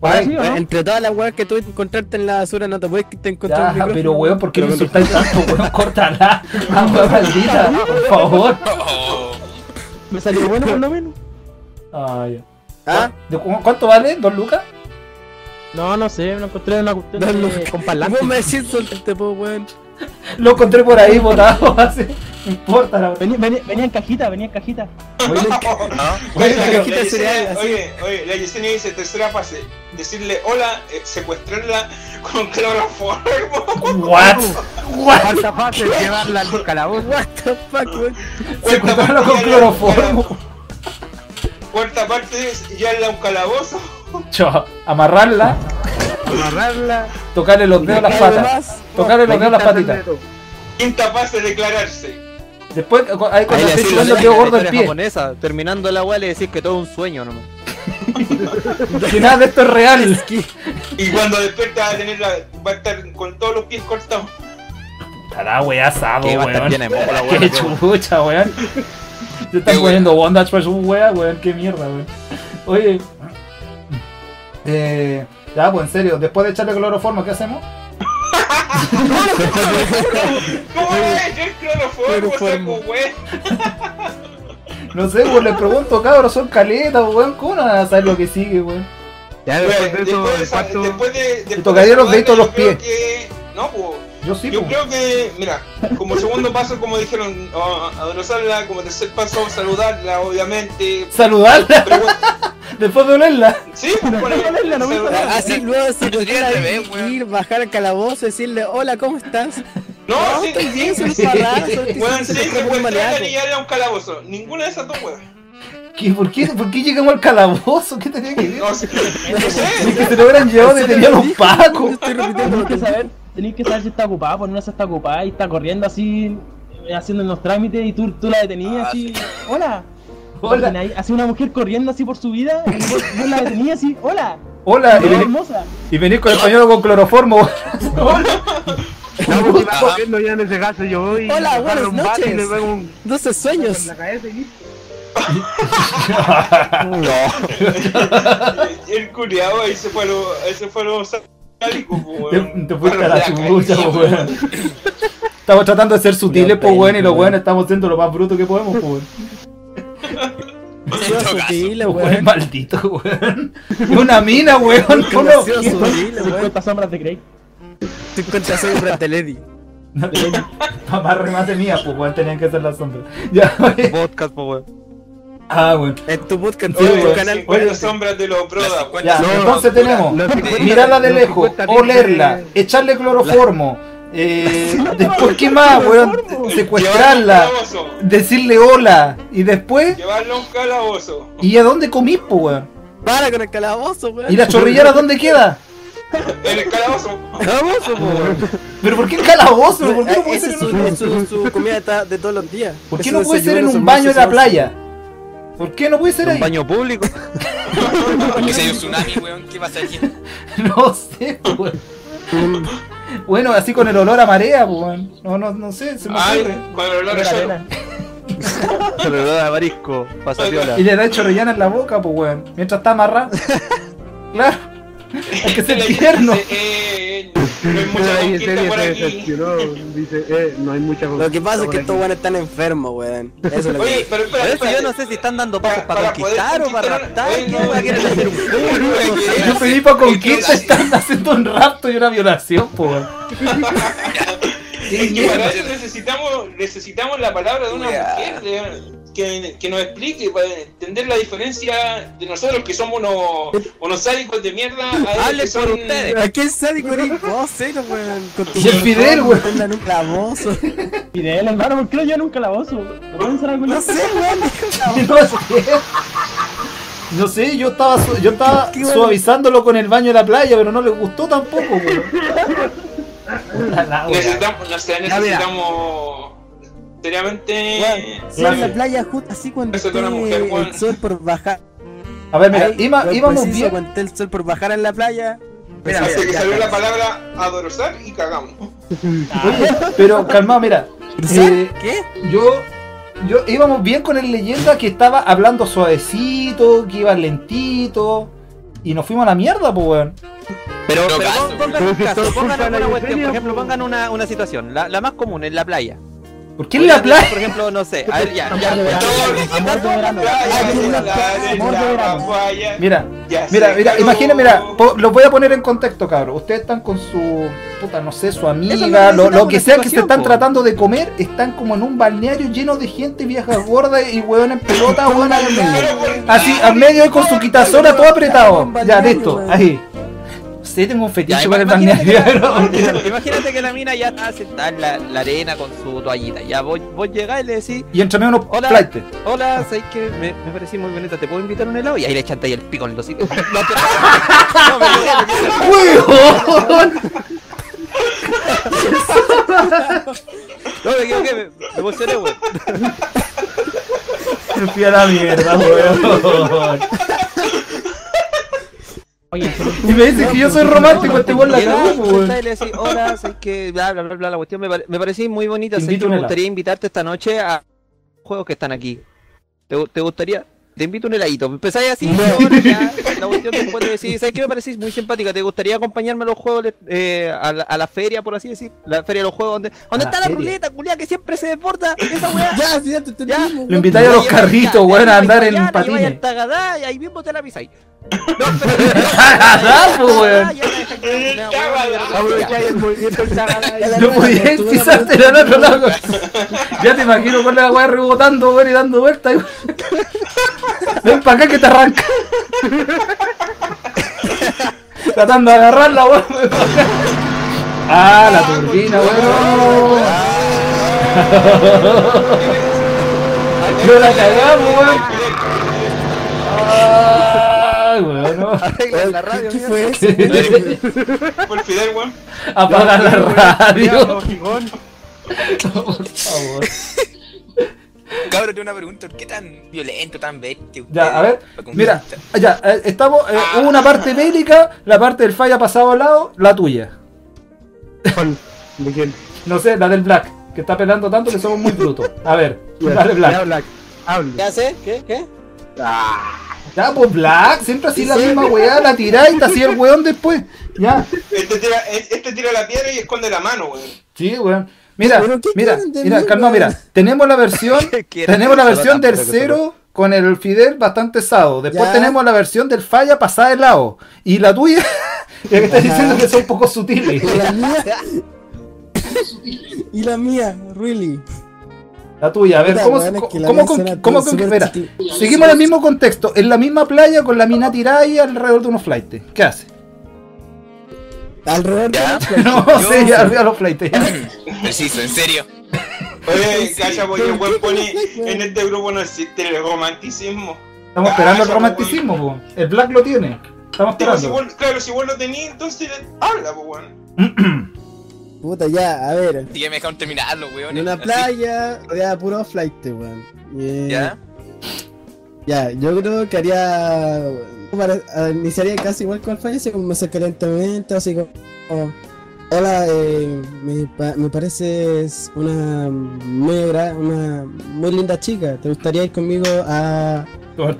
B: Weón,
A: Ay,
B: Entre todas las weas que tú encontraste en la basura, no te puedes que te encontrar
A: Ya,
B: un micrófono.
A: pero weón, ¿por qué me insultáis tanto, weón? Córtala. Ah, weón, maldita, por favor.
E: Me salió bueno por lo menos.
A: Ah, ya.
B: ¿Ah?
A: ¿De cu- ¿Cuánto vale? ¿Dos lucas?
E: No, no sé, lo encontré en una cuestión de, con parlante.
B: Vos me decís insultante, po, weón.
A: Lo encontré por ahí botado así. No importa la
E: Venía, venía- venía en cajita, venía en cajita.
D: Oye,
B: la
D: pero la
B: cajita de cereal,
D: Yesenia- Oye, oye, la Yesenia dice, tercera fase, decirle hola, eh, secuestrarla con cloroformo.
A: What? What?
C: Falta fácil llevarla al calabozo.
B: What the fuck, weón.
A: Secuestrarlo con
D: ya la-
A: cloroformo.
D: Cuarta parte es llevarla a un calabozo.
A: Chao. Amarrarla,
C: Amarrarla.
A: tocarle los dedos a las patas.
B: Además,
A: Tocarle los dedos a las
C: Quitarle
A: patitas.
C: el dedo.
D: Quinta fase, declararse.
A: Después, cu- ahí cuando
O: le
A: estoy
O: hacéis
A: sudando
O: la-
A: quedo
O: la
A: gordo el
O: historia
A: pie.
O: japonesa, terminando la weá le decís que todo es un sueño nomás.
A: Que nada de esto es real.
D: Y cuando despierta va a, tener la- va a estar con todos los pies cortados.
A: Estará weá asado,
O: Que va a estar
A: Ah, weón.
O: llena de moco la weá.
A: Qué chucha, weón. Se están
N: Qué
A: poniendo Bondage vs weá, weón. Qué mierda, weón. Oye. Eh, ya, pues en serio, después de echarle cloroformo, ¿qué hacemos?
D: ¿Cómo es? Yo el cloroformo,
B: Cloroformo.
D: saco güey.
A: No sé, weón, les pregunto, cabros, son caletas, weón. ¿Cómo no van a saber lo que sigue, weón?
C: Ya después de
D: Después
C: eso,
D: de
C: el
D: esa-
C: cuarto.
D: después de. después de
A: tocaría
D: esa
A: los deditos
D: banda,
A: a los
D: yo creo que- No, pues.
A: Yo sí,
D: Yo
A: pues.
D: creo que, mira, como segundo paso, como dijeron, oh, abrazarla, como tercer paso, saludarla, obviamente.
A: Saludarla,
D: Pregun-
A: después de olerla.
D: sí, pues, bueno,
E: saludarla, no me
D: saludarla.
B: Así Ah, luego se
N: Tendría
B: podría
N: al revés, weón.
B: ir, bajar al calabozo, decirle, hola, ¿cómo estás?
D: No, sí,
B: estoy bien, soy un
A: sí.
B: parrazo, estoy-
D: Bueno, sí,
B: se te fue un
D: secuestrarla
B: maníaco.
D: ni llevarla a un calabozo. Ninguna de esas dos, weón.
A: ¿Qué, por, qué, ¿Por qué llegamos al calabozo? ¿Qué tenía que ver?
D: No sé. No
A: Ni
D: sé.
A: que se lo hubieran llevado detenido a los pacos.
B: Estoy repitiendo
E: Tenéis
B: lo
E: que
B: que
E: saber, tenéis que saber si está ocupada, por no si está ocupada y está corriendo así, eh, haciendo los trámites y tú, tú la detenías
N: Ah,
E: así. Hola.
A: Hola.
E: Ahí, Así una mujer corriendo así por su vida y vos, vos la detenías así. Hola.
A: Hola, y
E: eres
A: venís
E: hermosa.
A: con el pañuelo con cloroformo.
C: No, porque va corriendo ya en ese caso, yo voy. y
B: Hola, buenas
C: agarro un bate y
B: noches.
C: le pego un-
B: 12
C: en
B: sueños.
C: la cabeza y listo.
D: El curiado ahí se fue a lo. ahí se fue a lo satánico,
A: Te,
D: weón.
A: te fuiste a la
D: Bueno,
A: chucha, pues,
D: sí,
A: po, weón. Estamos tratando de ser sutiles, pues, weón, y los weones estamos siendo lo más bruto que podemos, pues, weón.
B: Suicidio sutil,
A: Los
B: weón.
A: weones malditos, weón. Y una mina, weón. ¿cómo?
B: Suicidio sutil, weón.
E: 50 sombras de Grey.
B: 50 sombras de Lady.
A: Mamá remate mía, pues, weón, tenían que ser las sombras. Ya, weón.
O: Podcast, po, weón.
A: Ah, weón.
B: En tu podcast,
A: Sí,
B: en
A: weón.
B: tu
D: Oye,
B: canal.
D: 50 sombras de los broda, weón.
A: Ya,
C: No,
A: entonces tenemos
C: los 50
A: mirarla de
C: los
A: lejos,
C: 50 tipos
A: olerla,
C: de-
A: echarle cloroformo, eh, después qué más, weón,
D: Llevarla a
A: secuestrarla,
D: un calabozo.
A: decirle hola, y después,
D: Llevarla a un calabozo.
A: ¿y a dónde comís, po, weón?
B: Para con el calabozo, weón.
A: ¿Y la chorrillera dónde queda?
D: En el calabozo.
B: Calabozo, po, weón.
A: ¿Pero por qué el calabozo? ¿Por qué no
B: Eh,
A: puede
B: Esa
A: ser
B: es
A: en un-
B: su- su su comida ta- de todos los días.
A: ¿Por qué
B: Ese
A: no puede ser en
B: desayuno,
A: un
B: su
A: baño de la
B: almuerzo,
A: playa? ¿Por qué no puede ser
O: Un
A: ahí?
O: baño público.
N: Que se dio tsunami, weón. ¿Qué pasa aquí?
A: No sé, po, weón. Bueno, así con el olor a marea, po, weón. No, no, no sé, se me
D: Ay,
A: ocurre.
D: con el olor a
E: Era
D: choro.
E: arena.
O: Se lo da a marisco. Pasatiola.
A: Y le da chorrillana en la boca, pues, weón. Mientras está amarrado. claro. Hay que ser tierno.
D: Eh, eh, eh, no hay mucha
C: Ahí
D: conquista
C: en serio
D: por
C: se
D: aquí.
C: decepcionó. Dice, eh, no hay mucha
B: Lo que pasa es que estos
C: bueno.
B: weones están enfermos, weón. Eso es lo que.
D: Oye, pero espera,
O: Por eso
D: espera.
O: yo no sé si están dando pasos para,
D: Para- para
O: conquistar
D: poder
O: o para raptar.
D: conquistar- Oye,
O: ¿Qué
D: no,
O: weá quieren hacer un
A: Yo pedí para conquista están haciendo un rapto y una violación, pues, weón.
D: Es que para eso necesitamos, necesitamos la palabra de una
N: Wea.
D: mujer. de- que, que nos explique para entender la diferencia de nosotros que somos unos, unos sádicos de mierda. a ellos que
E: Hables por
D: son-
E: ustedes. ¿A quién sádico eres vos, Cero, weón? Con tu
A: Y el Fidel,
E: weón.
A: weón.
E: Anda en un calabozo.
K: Fidel, hermano, ¿por qué no yo nunca la oso?
E: No sé, weón.
A: No sé. No sé, yo estaba, su- yo estaba
E: Qué bueno.
A: suavizándolo con el baño de la playa, pero no le gustó tampoco, weón.
D: Necesitamos, no sé,
E: mira.
D: necesitamos seriamente.
E: Se va a la playa justo así cuando
D: Eso
E: esté
D: con una mujer, weón.
E: el sol por bajar.
A: A ver, mira,
E: Ahí,
A: iba-
E: weón,
A: íbamos
E: preciso,
A: bien.
E: Cuando esté el sol por bajar en la playa.
D: Mira,
E: Pues,
D: Hace que
E: ya,
D: salió la
E: cagas.
D: palabra adorosar y cagamos.
A: Oye, pero calmado, mira. eh,
E: ¿Qué?
A: yo, yo íbamos bien con el leyenda que estaba hablando suavecito, que iba lentito. Y nos fuimos a la mierda, pues weón.
B: Pero,
J: No
B: pero
J: caso,
B: pon-
J: güey.
B: pongan un caso, pongan
C: de la
B: alguna cuestión,
C: Yesenia,
B: por ejemplo,
C: po.
B: pongan una, una situación, la, la más común, en la playa.
A: ¿Por qué en la
B: Podrían decir,
A: playa?
B: Por ejemplo, no sé, a ver, ya, ya.
K: Amor de verano, amor de verano.
D: Playa,
K: Amor de verano.
D: playa,
K: Amor de verano.
D: playa.
A: Mira,
D: Ya
A: mira,
D: se
A: mira,
D: acabó.
A: imagina, mira, po- los voy a poner en contexto, cabros. Ustedes están con su, puta, no sé, su
E: Eso es
A: amiga,
E: lo
A: lo,
E: que
A: lo que
E: necesitamos,
A: sea que se
E: situación,
A: están
E: po.
A: tratando de comer, están como en un balneario lleno de gente, viejas gordas y weón en pelota, weón al medio. Así, al medio y con su quitazona todo apretado. Ya, listo, ahí. Sí, tengo un fetiche
J: Ya,
A: para el
B: imagínate
A: balneario,
B: que-
A: pero-
B: Imagínate que la mina ya está sentada en la, la arena con su toallita. Ya vos, vos llegás y le decís,
A: Y entre medio unos
B: Hola.
A: flaites.
B: hola, sabes que me, me parecí muy bonita, ¿te puedo invitar un helado? Y ahí le chantáis el pico en el hocico. No, pero- No, me lo-
A: ¡Huevón!
B: No, me equivoqué, me, me emocioné, güey.
A: Me fui a la mierda, weón.
K: Oye,
A: Y me dicen que yo soy romántico, este weón la
B: Llegáis,
A: cagó, weón.
B: chantáis y le decís, hola, sabes que bla, bla, bla, bla, la cuestión me, pare- me parecí muy bonita,
A: Te
B: sé
A: invito
B: que
A: un
B: me
A: helado.
B: gustaría invitarte esta noche a juegos que están aquí. ¿Te, gu- te gustaría? Te invito un heladito. Empezáis así, weón, ya, la cuestión después de decir, ¿sabes qué me parecís muy simpática? ¿Te gustaría acompañarme a los juegos, eh, a, la, a la feria, por así decir? La feria de los juegos, donde, donde
A: la
B: está la
A: feria.
B: ruleta, culiá, que siempre se desborda, esa weá.
E: Ya, sí, ya te
B: Ya.
E: entendimos,
A: Lo
E: weón.
A: invitáis a los carritos, weón, a andar en
B: Y
A: patines.
B: al Tagadá y ahí mismo te la pisáis. No, pero.
A: Tagadá, pues, weón.
B: Ya la dejáis terminada, weón.
P: Aprovecháis el movimiento del Sahara.
A: No podías pisarte en el otro lado. Ya te imagino con la weá rebotando, weón, y dando vueltas. weón. Ven para acá que te arranca. Tratando de agarrarla, weón. ven pa' acá. Ah, la turbina, weón. No la cagamos, weón. Ah, weón, no.
B: Arregla la radio,
E: ¿Qué
B: mira.
E: fue eso?
D: Por Fidel, weón.
A: Apaga la radio. Por favor.
J: Cabrón, tengo una pregunta. ¿Por qué tan violento, tan bestia?
B: Eh,
A: Ya, a ver,
J: ustedes?
A: mira, ya, eh, estamos, eh,
B: Ah.
A: hubo una parte bélica, la parte del falla pasado al lado, la tuya.
P: ¿De quién?
A: No sé, la del Black, que está pelando tanto que somos muy brutos. A ver, la del
P: Ya,
A: Black.
P: Black.
E: ¿Qué
P: Hable.
E: hace? ¿Qué? ¿Qué?
A: Ya, pues Black, siempre así la misma weá, la tirá y te hacía el weón después. Ya,
D: Este tira, este tira la piedra y esconde la mano, weón.
A: sí, weón. Mira,
E: ¿Pero qué
A: mira,
E: quieren de
A: mira,
E: mí,
A: calma,
E: weón?
A: mira. Tenemos la versión,
B: ¿Qué quieren?
A: tenemos la
B: Solo
A: versión del
B: tampoco, solo.
A: cero con el Fidel bastante sado. Después
E: Ya.
A: tenemos la versión del falla pasada de lado. Y la tuya, ya que estás diciendo que son poco sutiles.
E: ¿Y la mía? ¿Y la mía? ¿Really?
A: La tuya, a ver,
E: Puta,
A: ¿cómo,
E: weón, es
A: co-
E: que la
A: cómo,
E: mía
A: con-
E: suena
A: cómo, con-
E: todo súper
A: espera,
E: chiquitito.
A: seguimos en el mismo contexto, en la misma playa con la mina tirada y alrededor de unos flightes. ¿Qué hace?
E: Alrededor de
J: Ya.
E: la playa.
A: No
J: Yo-
A: sé, ya arriba los flightes. ya.
J: Preciso, en serio.
D: Oye, calla, porque el weón pone.
E: weón?
D: En este grupo no existe el romanticismo.
A: Estamos esperando el
D: Calla,
A: romanticismo, po. el Black lo tiene. Estamos
D: Tipo, si
A: esperando.
D: vos- claro, si vos lo tenías, entonces habla, pues, weón.
E: Puta, ya, a ver.
J: Así que me dejaron terminarlo, weón.
E: En una
J: Así,
E: playa, rodeada de puro flight, weón. Eh,
J: Ya.
E: Ya, yo creo que haría. para- a- iniciaría casi igual con el fallo, así como me acercaría lentamente, así como. como, Hola, eh, me, pa- me pareces una muy, gra- una muy linda chica. ¿Te gustaría ir conmigo a,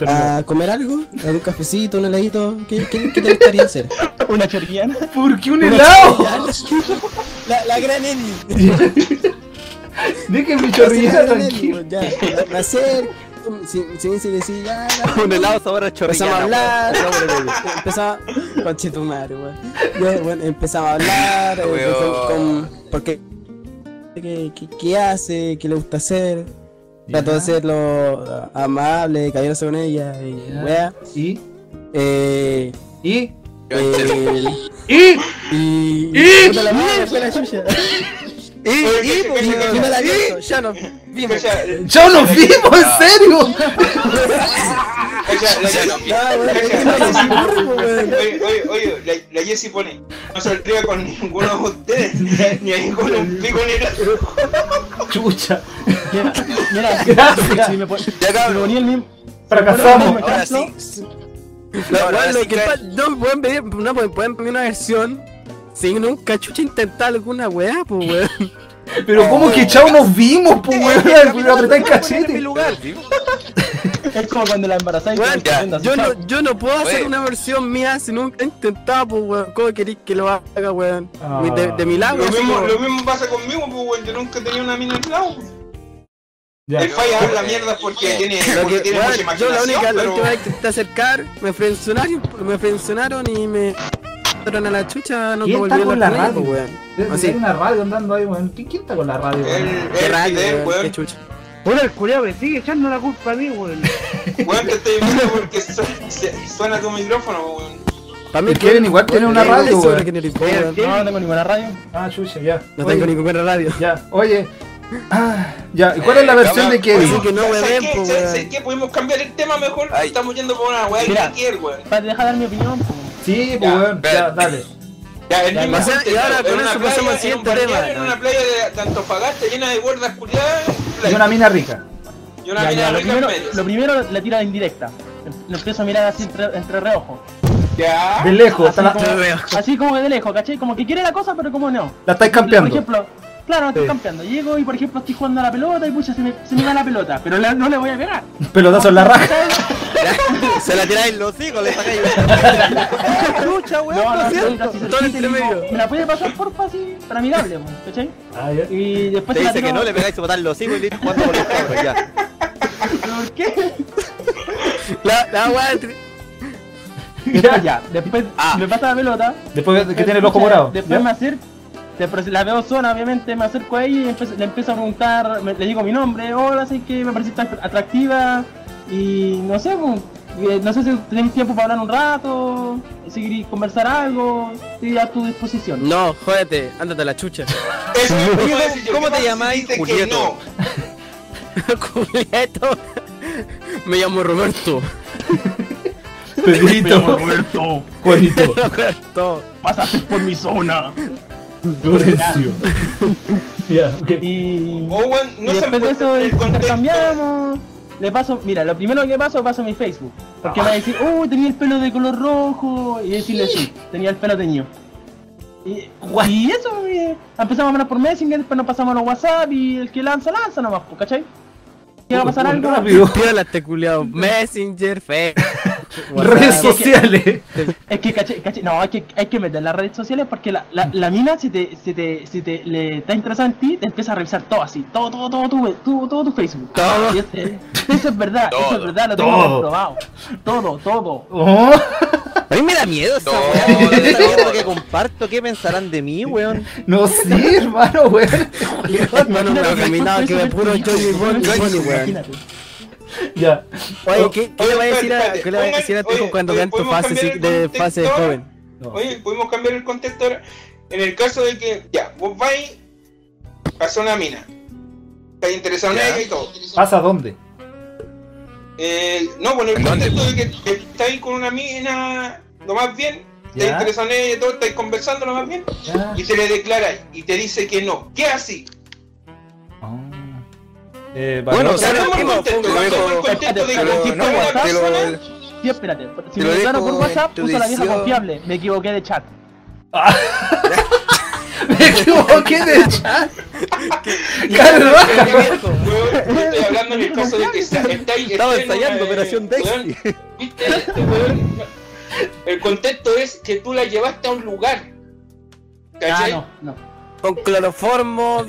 K: Ah.
E: a comer algo? ¿A un cafecito, un heladito? ¿Qué, qué, qué te gustaría hacer?
K: una chorriana.
A: ¿Por qué un helado?
E: La, la gran Eli.
A: Déjenme
E: La
A: chorrillar
E: gran Eli,
A: tranquilo.
E: weón, ya. Me- Me acerco, si, si me dice que sí, ya. la-
B: Un helado sabor a
E: Empezamos a
B: chorrillana, weón.
E: hablar, empezamos, conchetumare, weón. Ya, bueno, empezamos a hablar, eh,
J: Weón.
E: con- con- porque qué, qué- qué hace, qué le gusta hacer, Trató de ser lo amable, cariñoso con ella y wea.
A: ¿Y?
E: Eh,
A: ¿Y?
E: Eh,
A: ¿Y?
E: Y.
A: ¿Y?
E: Puta la madre, fue la chucha. Y, y, pues, yo no la vi, ya no vimos.
A: ¡Ya nos vimos,
K: ah.
A: en serio!
D: Oye, oye, oye, la, la Jessie pone, no saldría con ninguno de ustedes, ni ahí con un pico ni nada.
A: Chucha.
K: Mira, mira,
A: Gracias.
K: si me pon- si me ponía el mismo.
A: Fracasamos.
K: si me ponía el mismo
E: Ahora
K: ejemplo,
E: Lo- lo- lo que pa- No pueden pedir, no pueden, pueden pedir una versión sin nunca chucha intentar alguna weá, pues weón.
A: Pero ¿cómo que chao nos vimos, pues, weón? Cuidado, apretar el
E: en mi
A: cachete.
E: lugar.
K: Es como cuando la embarazáis.
E: Weón,
K: con tremenda
E: yo,
K: asustado.
E: no, yo no puedo hacer
K: Weón.
E: una versión mía si nunca he intentado, pues weón. ¿Cómo queréis que lo haga, weón?
A: Ah.
E: De, de mi lado,
D: Lo
E: así
D: mismo,
E: como-
D: lo mismo pasa conmigo, pues, weón. Yo nunca tenía una mina al lado.
A: Ya.
D: El falla habla mierda porque tiene,
E: Lo
D: porque
E: que-
D: tiene
E: Eh, weón,
D: mucha
E: yo la
D: imaginación,
E: única, la
D: pero...
E: última vez que intenté acercar, me frencionaron, me frencionaron y me fueron a la chucha, no
A: ¿Quién
E: me
A: está
E: volvieron
A: con la
E: las redes,
A: radio?
E: pues,
A: weón?
E: weón. Así.
A: Hay una radio andando ahí, weón. ¿Qui- ¿Quién está con la radio, weón?
E: Qué radio, weón, qué chucha.
C: Ahora el culiao me sigue echando la culpa a mí, weón.
D: Weón, te estoy viendo porque su- se- suena tu micrófono, weón.
E: También
A: El Kevin igual tiene una radio, weón.
K: No, no tengo ninguna radio.
A: Ah, chucha, ya.
E: No tengo
A: Oye,
E: ninguna radio.
A: Ya, oye. Ah, ya, ¿y cuál
D: Eh,
A: es la versión de Kevin?
D: ¿Sabes qué? ¿Sabes- sabes qué? Podemos cambiar el tema mejor. Estamos yendo por una weá
A: Mira.
D: cualquier, weón.
K: Para dejar dar mi opinión. po.
A: Sí, pues, weón. Ya, dale.
D: Ya, el
A: Ya,
D: mismo
A: o sea,
D: contexto,
A: y ahora
D: en
A: con
D: una
A: eso pasamos al
D: en
A: siguiente
D: un
A: tema,
D: balneario, En
A: ¿no?
D: una playa de, de Antofagasta llena de gordas culiadas
A: Y una mina rica.
D: y una
K: Ya,
D: mina
K: ya, lo,
D: rica en
K: primero,
D: medio.
K: lo primero la tira de indirecta. Lo empiezo a mirar así entre, entre reojo.
D: Ya.
A: De
K: así,
A: lejos, hasta la-
K: como,
A: De lejos.
K: así como que de lejos, ¿cachai? Como que quiere la cosa, pero como no.
A: La estáis
K: Por
A: campeando.
K: ejemplo, claro, estoy
A: Sí.
K: campeando. Llego y por ejemplo estoy jugando a la pelota y pucha, se me, se me da la pelota, pero la- no le voy a pegar.
A: Pelotazo en la raja.
B: Se la tiráis los hijos, le sacáis.
K: Lucha, weón, no, no, estoy casi cerquita y digo, ¿Me la puede pasar porfa así? Para amigable, weón, ¿cachai?
A: Ah,
K: Y después
B: Te
K: se la
B: dice que
K: tiro-
B: no, le pegáis botar los hijos y listo, jugando con los cabros, ya.
K: ¿Por qué?
E: La, la weá tri-
K: Después ya, después
B: Ah.
K: me pasa la pelota.
A: Después que tiene el ojo
K: pucha,
A: morado.
K: Después
A: ¿ya?
K: me acerco. Después la veo zona, obviamente, me acerco a ella y empiezo- le empiezo a preguntar, me- le digo mi nombre, hola, sé que me pareciste atractiva y no sé, pues, eh, no sé si tenéis tiempo para hablar un rato, si queréis conversar algo, estoy a tu disposición.
E: No, jódete, ándate a la chucha.
D: Oye, ¿cómo-
B: ¿Cómo te llamáis?
D: dice que
B: Julieto.
E: Julieta. Me llamo Roberto.
A: Pedrito.
E: Me llamo
K: Roberto.
A: Juanito.
E: Roberto.
K: Pasaste por mi zona.
A: Florencio. Ya, ok.
K: Y.
D: Owen, Oh, no
K: y
D: se
K: después de eso
D: encuentra el contexto.
K: intercambiamos. Le paso, mira, lo primero que paso, paso mi Facebook. Porque me va a decir, oh, tenía el pelo de color rojo. Y decirle, sí, tenía el pelo teñido. Y, y eso, eh, empezamos a hablar por Messenger, después nos pasamos a los WhatsApp y el que lanza, lanza nomás, pues, ¿cachai? Si
A: Oh,
K: va a pasar algo.
E: Piola te culiao. Messenger, Facebook.
A: Redes
E: WhatsApp.
A: sociales.
K: Es que, ¿cachai? ¿cachai? No, hay que, hay que meter las redes sociales porque la, la, la mina, si te, si te, si te le está interesada en ti, te empieza a revisar todo así, todo, todo, todo, tu, todo, todo tu Facebook.
E: Todo.
K: Y es- eh, eso es verdad, eso es verdad, lo
A: Todo.
K: tengo comprobado. Todo, todo.
A: Oh.
B: A mí me da miedo esa weá, weón, esa mierda que comparto, ¿qué pensarán de mí, weón?
A: No, sí, hermano, weón.
E: Hermano, me ha caminado que me puro Johnny Bonnie, Bonnie, weón.
K: Imagínate.
A: Ya.
E: Oye, ¿qué, qué le voy a decir a,
D: espérate,
E: qué le voy a,
D: pongan-
E: decir a tu hijo
D: oye,
E: cuando
D: oye,
E: vean tu
D: ¿podemos
E: fase
D: cambiar
E: sí,
D: el
E: de
D: contexto
E: fase de
D: ahora?
E: joven?
D: Oye, podemos cambiar el contexto ahora. En el caso de que, ya, vos vais, pasó una mina. Está interesado en
A: Ya.
D: ella y todo.
A: ¿Pasa dónde?
D: Eh, no, bueno, el contexto de que que estáis con una mina, lo más bien, te
A: Ya.
D: interesa en ella y todo, estáis conversando lo más bien,
A: Ya.
D: y se le declaráis y te dice que no. ¿Qué así?
A: Eh,
K: Bueno,
A: Barbarossa.
K: o sea,
D: Cambiamos el
K: no,
D: contexto,
K: no,
D: cambiamos el
K: no,
D: contexto de
K: no,
D: que
K: no,
D: si fuera una
K: te lo-
D: persona,
K: Sí, espérate. Si
D: Te
K: me
D: lo
K: mandaron
D: dejo
K: por WhatsApp,
D: en tu
K: usa la vieja
D: deseo.
K: confiable. Me equivoqué de chat.
A: Me equivoqué de chat. Claro, baja, weón.
D: Yo estoy hablando en el caso de que sea- estáis- estáis en una-
B: Estaba
D: eh,
B: ensayando Operación
D: weón,
B: Dexy.
D: ¿viste esto, weón? El contexto es que tú la llevaste a un lugar. ¿Cachai?
K: Ah, no, no.
E: Con cloroformo,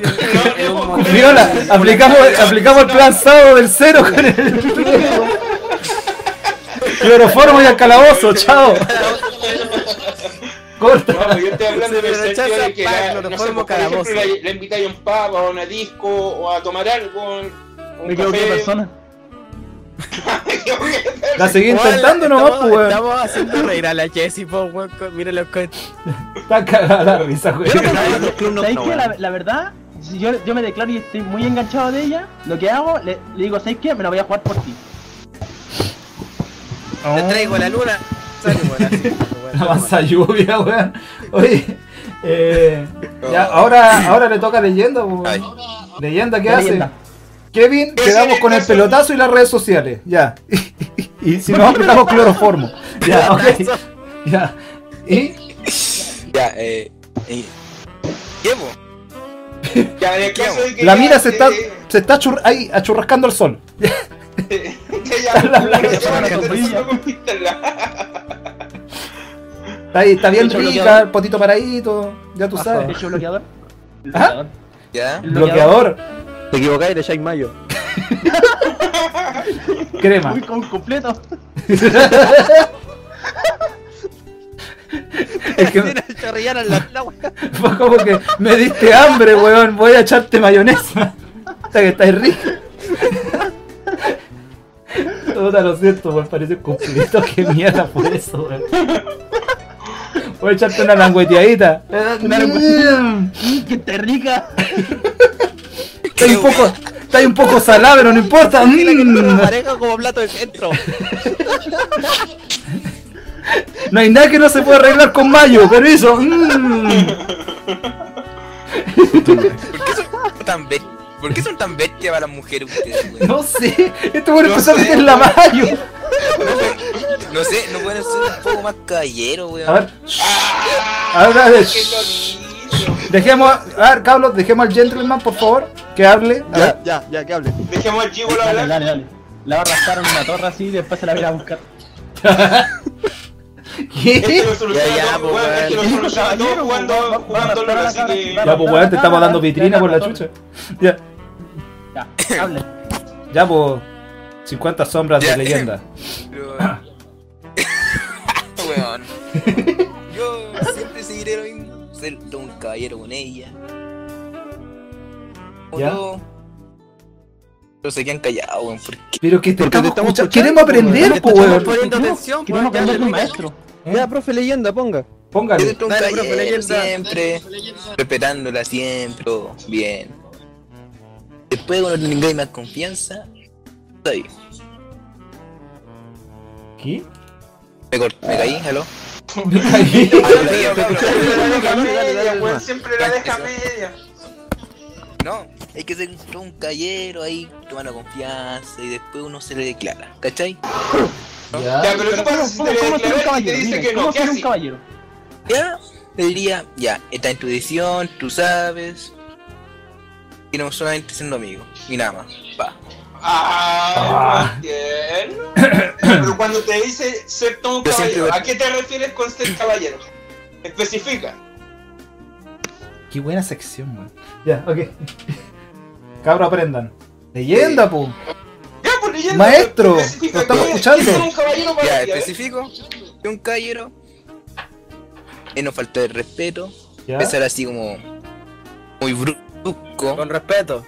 A: Viola, aplicamos, aplicamos el plan sábado del cero con el cloroformo y al calabozo, chao. Corta.
D: No, yo estoy hablando en el
E: Se
D: sentido
E: rechaza
D: de que
E: pan,
D: la, no sé,
E: cloroformo,
D: por ejemplo,
E: calabozo.
D: la, la invitáis a un pub, a una disco o a tomar algo
Q: Me quedo
D: café.
Q: una persona.
A: La seguí
E: Weón,
A: intentando
E: estamos-
A: nomás, pues, weón.
E: Estamos haciendo reír a la Jessie, po, weón. co- Mira los cohetes.
A: Está cagada la risa, güey.
Q: ¿Sabéis qué? La, la verdad, si yo, yo me declaro y estoy muy enganchado de ella, lo que hago, le, le digo, ¿sabéis qué? Me la voy a jugar por ti.
R: Oh.
E: Te traigo la luna. Sale, weón, así, weón.
A: La masa lluvia, weón. Oye, eh, ya, ahora, ahora le toca leyenda, po, weón. Leyenda, ¿qué
Q: Leyenda.
A: hace? Kevin, quedamos con el pelotazo y las redes sociales, ya. Y, si no, apretamos cloroformo. Ya, ok. Ya. ¿Y?
B: Ya, eh. eh, ¿Qué, po?
D: Ya, en el caso de que
A: La
D: ya-
A: mira se está,
D: eh,
A: se está chur- ahí, achurrascando el sol.
D: que ya-
A: Está ahí, está bien
Q: Hecho
A: rica,
Q: bloqueador.
A: el potito paradito, ya tú
Q: Ajá.
A: sabes.
Q: Hecho bloqueador.
A: ¿Ah?
B: ¿Ya?
A: Bloqueador,
R: Te equivocáis, le echáis mayo.
A: crema.
Q: Uy, con completo.
A: Es que
R: Tiene chorrillar en la- la weá.
A: fue como que me diste hambre, weón. Voy a echarte mayonesa. Hasta que estáis rico. Puta, lo siento, weón. Parece un completo. Qué mierda por eso, weón. Voy a echarte una langueteadita.
Q: Una
A: Mm,
Q: Mm, ¡Qué te rica!
A: Estáis un poco, estáis un poco salado, pero no importa. Mm,
R: Pareja como plato de centro.
A: No hay nada que no se pueda arreglar con mayo, pero eso. mm.
B: ¿Por qué son tan bestias? ¿Por qué son tan bestias para las mujeres ustedes, weón?
A: No sé, este weón
B: No
A: empezó a
B: sé,
A: meter la
B: weón.
A: mayo.
B: No sé, no pueden ser un poco más caballeros, weón.
A: A ver. Habla de. Dejemos. A ver, Carlos, dejemos al gentleman, por favor, que hable. A ver,
R: ya, ya, que hable.
D: Dejemos al chivo
Q: Dale,
D: hablar.
Q: dale, dale. La va a arrastrar en una torre así y después se la va a ir a buscar.
D: Este lo
A: ¿Qué?
D: soluciona
E: Ya, ya,
D: todo,
E: po,
D: weón, este lo
Q: weón.
D: soluciona todo jugando-
Q: Va- va- va a
D: jugando
Q: arrastrar
D: LOL,
Q: la
D: así
Q: cara,
D: que-
Q: va a
A: Ya, pues weón, te estamos dando vitrina por la chucha. Ya,
Q: Ya, hable.
A: ya, pues. 50 sombras de
B: Ya.
A: leyenda.
B: Pero, weón. Yo siempre seguiré lo mismo. Ser todo un caballero con ella. O
A: ¿Ya?
B: no. Pero se quedan callados, weón. Porque
A: Pero que te
R: Porque te
A: estamos
R: estamos escuchando,
A: escuchando. Queremos
R: weón.
A: aprender, pues
E: Estamos
A: weón.
E: poniendo atención,
Q: Queremos
E: weón, ya
Q: aprender de un
E: termina.
Q: maestro.
R: Ya, profe, leyenda, ponga.
A: Póngale.
B: ser todo un
E: Dale, profe,
B: caballero
E: leyenda.
B: siempre. Respetándola siempre. todo Bien. Después cuando tengáis más confianza. Está bien.
A: ¿Qué?
B: Me corté, me caí, hello.
D: Media, weón, Siempre la deja media.
B: No, hay que ser un- un caballero ahí, tomando confianza y después uno se le declara, ¿cachai?
D: Ya, pero ¿qué pasa si
Q: ¿Cómo,
D: te
Q: cómo ser un
D: declaras y te
Q: caballero?
D: dice que
Q: Dime,
D: no?
Q: ¿cómo
D: ¿Qué
Q: ser un
D: haces?
Q: caballero?
B: Ya, le diría, ya, está en tu decisión, tú sabes. Y no solamente siendo amigo, y nada más, va.
D: Ah, bien. Pero cuando te dice ser todo un
B: Yo siempre
D: caballero,
B: voy-
D: ¿a qué te refieres con ser caballero? Especifica.
A: Qué buena sección, weón. Ya, ok. Cabro, aprendan. Leyenda, pues.
D: Ya, pues, leyenda,
A: Maestro,
D: especifica
A: lo estamos
D: qué es-
A: escuchando.
D: qué es ser un caballero para
B: Ya,
D: ti, a ver.
B: específico, que un caballero. eh, no falta el respeto,
A: Ya.
B: empezar así como muy brusco,
E: Con respeto.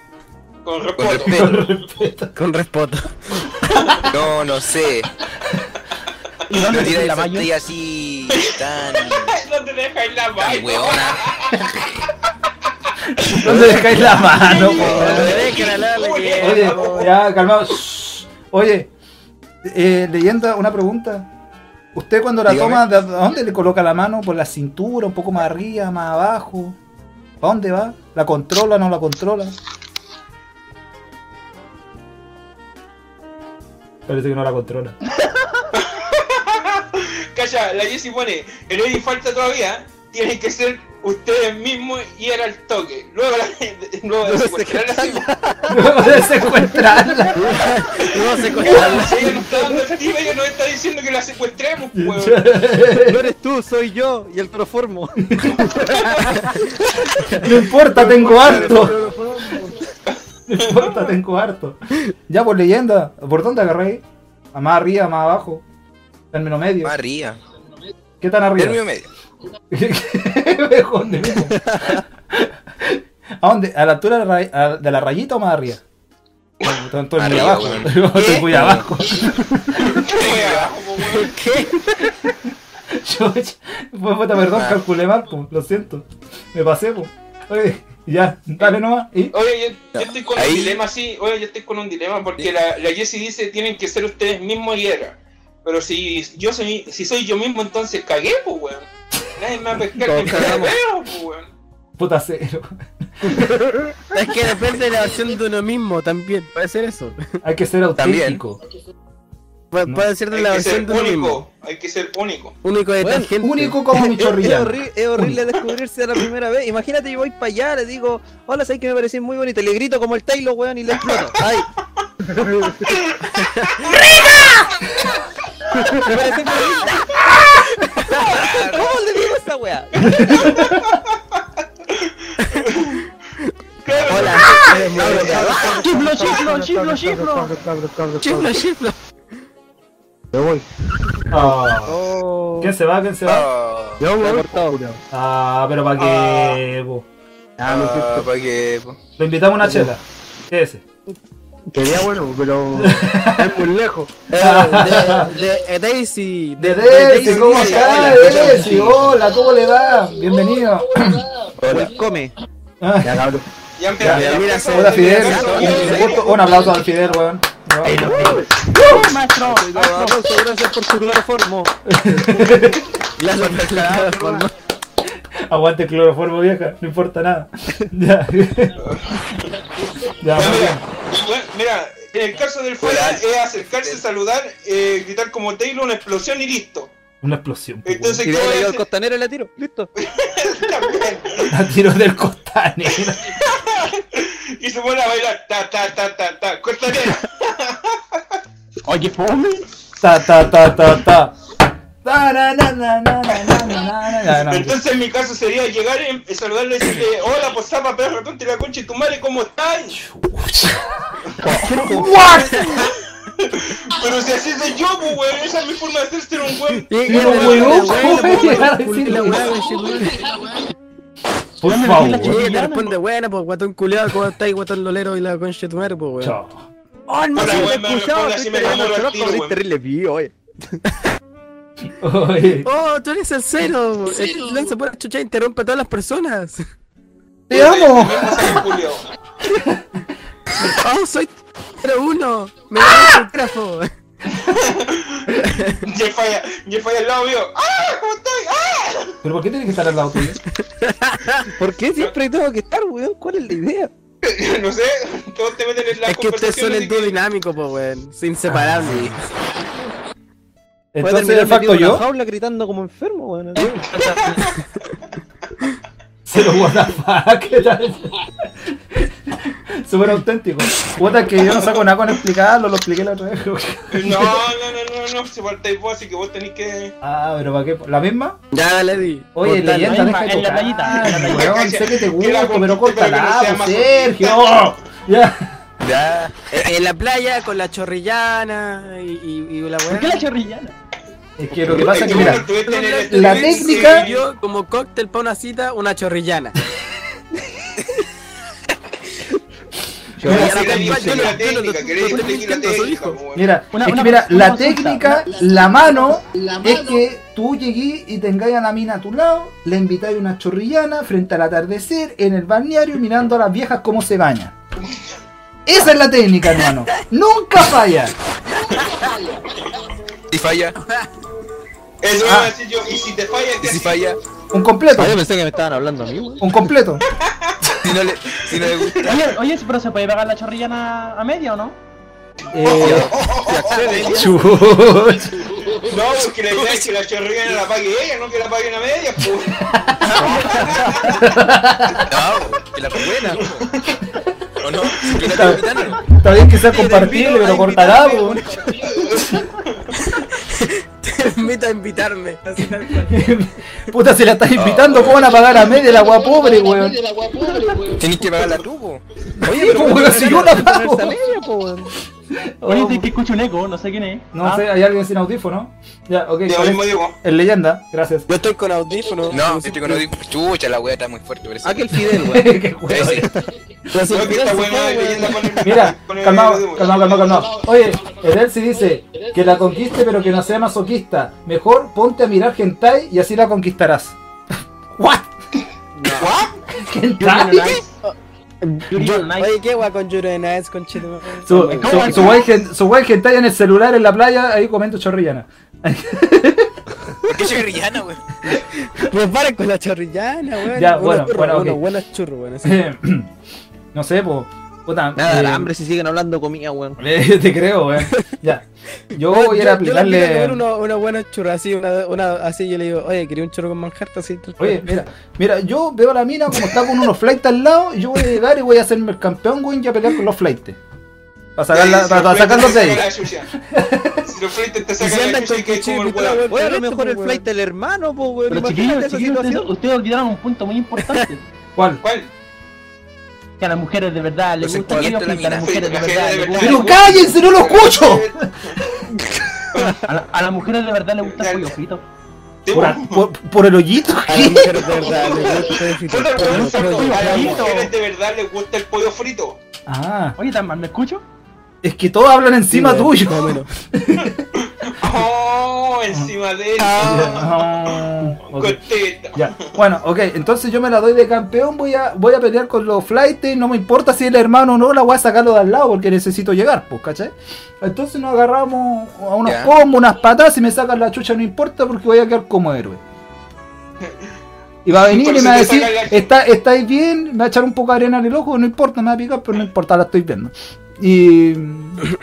D: Con
B: con
D: respeto.
B: respeto.
E: Con respeto.
B: No, no sé.
Q: ¿Y
B: No
Q: dónde
B: tiene
Q: está la
B: esa
Q: mayo?
B: talla así tan,
D: No te dejas ir la
B: tan
D: mano.
B: weona.
A: ¿Dónde dejáis la mano, Ah, po? Oye,
D: Oye,
A: ya, calmaos. Oye, eh, leyenda, una pregunta. ¿Usted cuando la
B: Dígame.
A: toma, ¿de dónde le coloca la mano? ¿Por la cintura? ¿Un poco más arriba, más abajo? ¿Para dónde va? ¿La controla, no la controla? Parece que no la controla.
D: Calla, la Jessie pone, el Eddie falta todavía, tienen que ser ustedes mismos y era el toque. Luego la luego de secuestrar la
A: Luego de secuestrarla.
E: No se
D: Ella está dando el tiro y ella nos está diciendo que la secuestremos, weón.
R: No eres tú, soy yo y el proformo.
A: No importa, tengo harto. No importa, tengo harto. Ya, por leyenda, ¿por dónde agarré? ¿A más arriba, más abajo? Término medio.
B: Más arriba.
A: ¿Qué tan arriba?
B: Término medio.
A: Mejor de mismo. ¿A dónde? ¿A la altura de la, ray- a- de la rayita o más arriba? Tanto en abajo. Estoy muy abajo.
J: ¿Qué?
A: Yo, pues, puta, perdón, calculé mal, po, lo siento. Me pasé, po. Oye, ya, dale nomás. Y...
D: Oye, yo, yo estoy con un dilema así. Oye, yo estoy con un dilema porque la, la Jessie dice tienen que ser ustedes mismos y era. Pero si yo soy, si soy yo mismo, entonces cagué, pues, weón. Nadie me va a pescar
A: Todos
D: porque me
A: cagamos.
D: veo, pues, weón.
A: Puta cero.
E: Es que depende de la versión de uno mismo también. Puede ser eso.
A: Hay que ser
E: También.
A: auténtico.
E: Pu- Puede ser de
D: Hay
E: la
D: que ser
E: versión de uno mismo.
D: único, hay que ser único.
E: Único de
B: Bueno,
E: tangente.
A: único como mi
B: Es, es
A: chorrillán.
B: horri- es horrible descubrirse a la primera vez. Imagínate, yo voy para allá, le digo, hola, sabes que me parecís muy bonita. Le grito como el Taylor, weón, y le exploto. ¡Ay! ¡Me parecís bonita! ¿Cómo le digo a esta weá?
E: Hola.
P: Chiflo, chiflo, chiflo, chiflo.
E: Chiflo, chiflo.
P: Me voy.
A: Ah,
E: Oh.
A: ¿Quién se va? ¿Quién se va?
P: Yo
E: Se ha
P: voy.
E: cortado.
A: Ah, pero para qué. po.
P: Ah, no
J: Ah,
P: sé.
J: para que.
A: Lo invitamos a una chela. ¿Qué es ese?
P: Quería bueno, pero es muy lejos.
E: Eh, De de- de Daisy.
A: De Delphi, ¿cómo
E: Daisy,
A: está?
E: hola.
A: Delphi, hola, ¿cómo le va? Bienvenido.
B: Hola. Pues Come.
A: Ah,
P: Ya cabrón.
D: Ya empezamos.
E: Ya, ya, mira, se-
A: Hola, Fidel.
D: Ya, ya, ya, ya.
A: Un- Un aplauso al Fidel, weón.
P: Maestro.
B: Aplauso, gracias por su cloroformo.
E: Gracias por la forma.
A: Aguante el cloroformo vieja, no importa nada. Ya. Ya,
D: Ya,
A: muy bien.
D: mira, bueno, mira, en el caso del fuera es acercarse, saludar, eh, gritar como Taylor, una explosión y listo.
A: Una explosión. po,
D: Entonces,
B: Y
D: ¿qué
B: de ahí le
D: voy a
B: digo al
D: hacer?
B: costanero y la tiro. Listo.
D: También.
A: weón. A tiro del costanero.
D: Y se pone a bailar, ta, ta, ta, ta, ta, costanera.
P: Oye, fome.
A: Ta, ta, ta, ta, ta. Ta, na, na, na, na, na, na, na, na. Ya, no,
D: Entonces en mi caso sería llegar y saludarle y decirle, hola, pues zapa, perro, tonto y la concha y tu madre, ¿cómo estás? Pero si así soy yo, pues, weón, esa es mi forma de hacerse un weón.
E: Y- y-
A: Pero,
E: la-
A: weón,
E: la-
A: ¿cómo
E: la-
A: voy a llegar a
E: la- la- la-
A: Por
P: Ya me metí
A: favor.
P: la
E: Y te responde, bueno, pues guatón culiado, ¿cómo estáis, guatón lolero y la concha de tu madre, pues weón?
A: Chao.
B: ¡Oh, no!
D: Hola,
B: si
D: weón,
B: te
D: me
B: escuchaba,
D: responde así, me enamoro al tiro,
B: estoy
D: weón.
B: terrible pío, oye.
A: Oye.
E: Oh, tú eres el cero. El lanza por la chucha interrumpe a todas las personas.
A: Te amo.
E: Oh, soy cero uno. Me da un grafo.
D: Jeffaya, Jeffaya al lado mío. ¡Ah! ¿Cómo estoy? ¡Ah!
A: ¿Pero por qué tienes que estar al lado tuyo?
B: ¿Por qué siempre tengo que estar, weón? ¿Cuál es la idea?
D: No sé, todos te meten en la
E: Es que ustedes son
D: conversación.
E: el
D: así
E: dúo
D: que-
E: dinámico, pues weón. Es inseparable.
B: Voy a
A: Entonces,
B: terminar
A: de facto,
B: metido en una
A: yo.
B: jaula gritando como enfermo, weón.
A: Pero what the fuck, ¿qué tal? Súper auténtico. Puta que yo no saco nada con explicarlo, lo expliqué la otra vez. creo que.
D: No, no, no, no, no, se faltáis vos, así que vos tenés que.
A: Ah, pero ¿para qué? ¿La misma?
E: Ya, dale, di.
A: Oye,
E: Cortala.
A: leyenda,
K: misma,
A: deja de
K: en la
A: tocar,
K: tallita, en la
D: tallita.
A: weón, sé que te
D: Que la conquiste, pero
A: gusta, pero
D: que no
A: cortala,
D: sea
A: pues,
D: más-
A: Sergio. Ya.
E: Ya. Eh, En la playa con la chorrillana y, y, y la
K: ¿Por qué la
E: weá.
K: chorrillana?
A: Es que lo que pasa es que, mira,
E: La
A: técnica-
E: Y yo, como cóctel para una cita, una chorrillana.
D: Yo
A: Mira,
E: sí,
D: quería
E: yo
D: decir
E: lo-
D: la
E: yo lo-
D: técnica, quería
E: lo
D: decir la
E: estoy diciendo, soy
D: técnica,
E: hijo.
D: como, weón.
A: mira,
K: Una-
A: es que
K: una-
A: mira,
K: una
A: la
K: consulta.
A: técnica, la mano, es que tú lleguís y tengáis a la mina a tu lado, le invitáis una chorrillana frente al atardecer en el balneario mirando a las viejas cómo se bañan. Esa es la técnica, hermano. Nunca falla.
J: Si falla,
D: Eso iba a decir yo, y si te falla,
J: y
D: te
J: si falla,
A: Un completo.
E: pues,
B: pensé que me estaban hablando a mí, weón.
A: Un completo.
J: si no le, si no le gusta.
K: Oye, oye, pero se puede pagar la chorrillana a media o no?
A: Eh,
E: pues,
D: No, porque la idea es que la chorrillana la pague ella, no que la paguen a media, pues.
J: No, que la buena. ¿O no? Que la
A: Está-
J: capitana.
A: Está bien que sea compartible, pero cortará. po.
E: Te invito a invitarme. Así tal cual.
A: Puta, si la estás invitando, ¿cómo van a pagar a media el agua pobre, weón?
J: Tenés que pagarla tú, po.
A: Oye, pero si yo la pago.
K: Oye, sí que escucho un eco, no sé quién es. Ah.
A: No sé, hay alguien sin audífono. Ya, ok.
J: Yo
A: ¿cuál
J: mismo
A: es?
J: digo.
A: En leyenda, gracias.
E: Yo estoy con audífono.
J: No, estoy con Odin. Chucha, la wea está muy fuerte. Parece. Ah, que el
B: Fidel,
J: weón.
A: Qué
J: Creo que esta wea no es leyenda con el-
A: Mira, calmado, calmado, calmado, calmado. Oye, Edelsi dice que la conquiste pero que no sea masoquista. Mejor ponte a mirar hentai y así la conquistarás. ¿What? ¿Hentai?
E: Yo- Oye, qué guay con Yuri Nights, con Chito.
A: Su, su, su guay gen- su guay hentai en el celular en la playa, ahí comento chorrillana.
J: ¿Por qué soy rillana, weón?
E: Pues paren con la chorrillana, weón.
A: Ya,
E: Unos
A: bueno,
E: churros,
A: bueno,
E: unos
A: ok.
E: buenos churros, weón. así.
A: no sé, po. Puta,
B: Nada,
A: eh,
B: la hambre si siguen hablando comida, weón.
A: Te creo, weón. Ya. Yo voy a ir a
E: Yo le invito a comer
A: aplicarle.
E: unos unos buenos churros, así, una, una, así yo le digo, oye, quería un churro con manjarta, así. tal cual.
A: Oye, mira, mira, yo veo a la mina como está con unos flights al lado, y yo voy a llegar y voy a hacerme el campeón, weón, y a pelear con los flights. Para, sacarla, para, para sacarlos de ahí.
D: Si los flightes te
E: Y si
D: sacan la
E: andan
D: chucha y
E: con
D: que es como el
E: cuchillo y
D: weón.
B: Oye, a
E: todo,
B: lo
E: Correcto,
B: mejor
E: po,
B: el
E: weón.
B: flight del hermano, po, weón.
K: Pero
B: Imagínate
K: chiquillos,
B: esa
K: chiquillos, ustedes,
B: situación.
K: ustedes olvidaron un punto muy importante.
A: ¿Cuál?
D: ¿Cuál?
K: Que a las mujeres de
B: Ah,
K: verdad les
J: Los
K: gusta que
J: encuentros de la
K: a las
J: mina.
K: mujeres de verdad les gusta.
A: Pero cállense, no lo escucho.
K: A, la- a las mujeres de verdad les gusta el cuello frito.
A: Por, por- por el hoyito.
E: A las mujeres de verdad, les gusta decir,
D: Puta,
E: "Pero
D: weón,
E: no
D: saco,
E: puedo".
D: A las mujeres de verdad les gusta el pollo frito.
A: Ah,
K: Oye, tan mal, ¿me escucho?
A: es que todos hablan
E: Sí,
A: encima
E: weón,
A: tuyo.
E: más o menos.
D: Oh, encima de él.
A: Ah, ok.
D: Contenta.
A: Ya. Bueno, ok, entonces yo me la doy de campeón, voy a, voy a pelear con los flightes, no me importa si el hermano o no, la voy a sacarlo de al lado porque necesito llegar, pues, ¿cachai? Entonces nos agarramos a unos
J: Ya.
A: combos, unas patadas, si me sacan la chucha no importa porque voy a quedar como héroe. Y va a venir y
D: Pero
A: me
D: si
A: va a
D: te
A: decir,
D: sacan la-
A: ¿Está, ¿estáis bien? Me va a echar un poco de arena en el ojo, no importa, me va a picar, pero no importa, la estoy viendo. Y,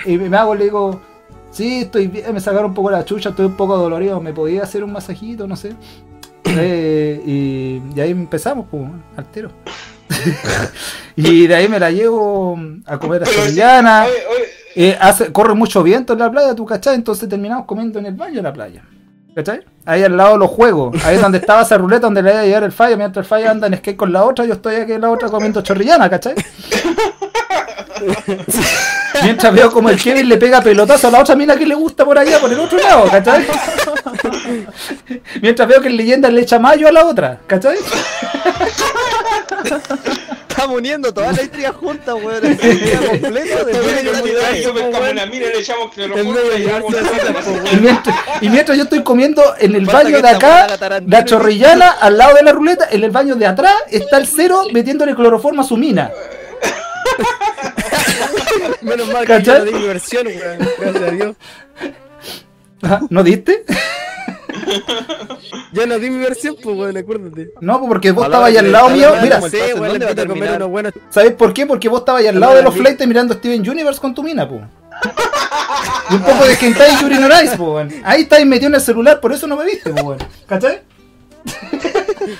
A: y me hago, le digo, sí, estoy bien, me sacaron un poco la chucha, estoy un poco dolorido, ¿me podía hacer un masajito? No sé. Eh, y, y ahí empezamos, pues, altero. y de ahí me la llevo a comer a
D: Pero sí,
A: Sevillana.
D: oye, oye,
A: Eh, hace- corre mucho viento en la playa, tú cachai, entonces terminamos comiendo en el baño de la playa. ¿Cachai? Ahí al lado los juegos, ahí es donde estaba esa ruleta donde le iba a llegar el fallo, mientras el fallo anda en skate con la otra, yo estoy aquí en la otra comiendo chorrillana, ¿cachai? mientras veo como el Kevin le pega pelotazo a la otra mina que le gusta por allá, por el otro lado, ¿cachai? mientras veo que el leyenda le echa mayo a la otra, ¿cachai?
B: Estamos uniendo todas las intrigas juntas, weón. La intriga completa de
D: oye,
B: medio
D: yo
B: mundial,
D: me- yo me
B: po,
D: escapo
B: weón.
D: una mina y le echamos
E: En
D: cloroformo
E: medio
D: y
E: de
D: le damos
E: llevarse
D: una-
E: a la
A: Y mientras, y mientras yo estoy comiendo en el
B: Falta
A: baño
B: que
A: de
B: esta
A: acá,
B: weá la Tarantino.
A: la chorrillana al lado de la ruleta, en el baño de atrás está el cero metiéndole cloroformo a su mina.
E: Menos mal que
A: ¿Cachai?
E: yo no di mi versión, weón. Gracias a Dios.
A: Ajá, ¿No diste?
E: Yo no di mi versión, pues, weón, acuérdate.
A: No, pues porque vos
B: Palabra
A: estabas ahí al
B: de-
A: lado mío.
B: palabra de
A: Mira,
B: como el
E: Sí,
B: pase,
E: weón,
B: ¿dónde
E: le
B: va a
E: invito a comer
B: terminar?
E: unos buenos
A: ¿sabes por qué? Porque vos estabas ahí al lado de los fleites mirando Steven Universe con tu mina, po. Y un poco de hentai y Yuri no Rice, po, weón. Ahí estáis metido en el celular, por eso no me viste, po, weón. ¿Cachai?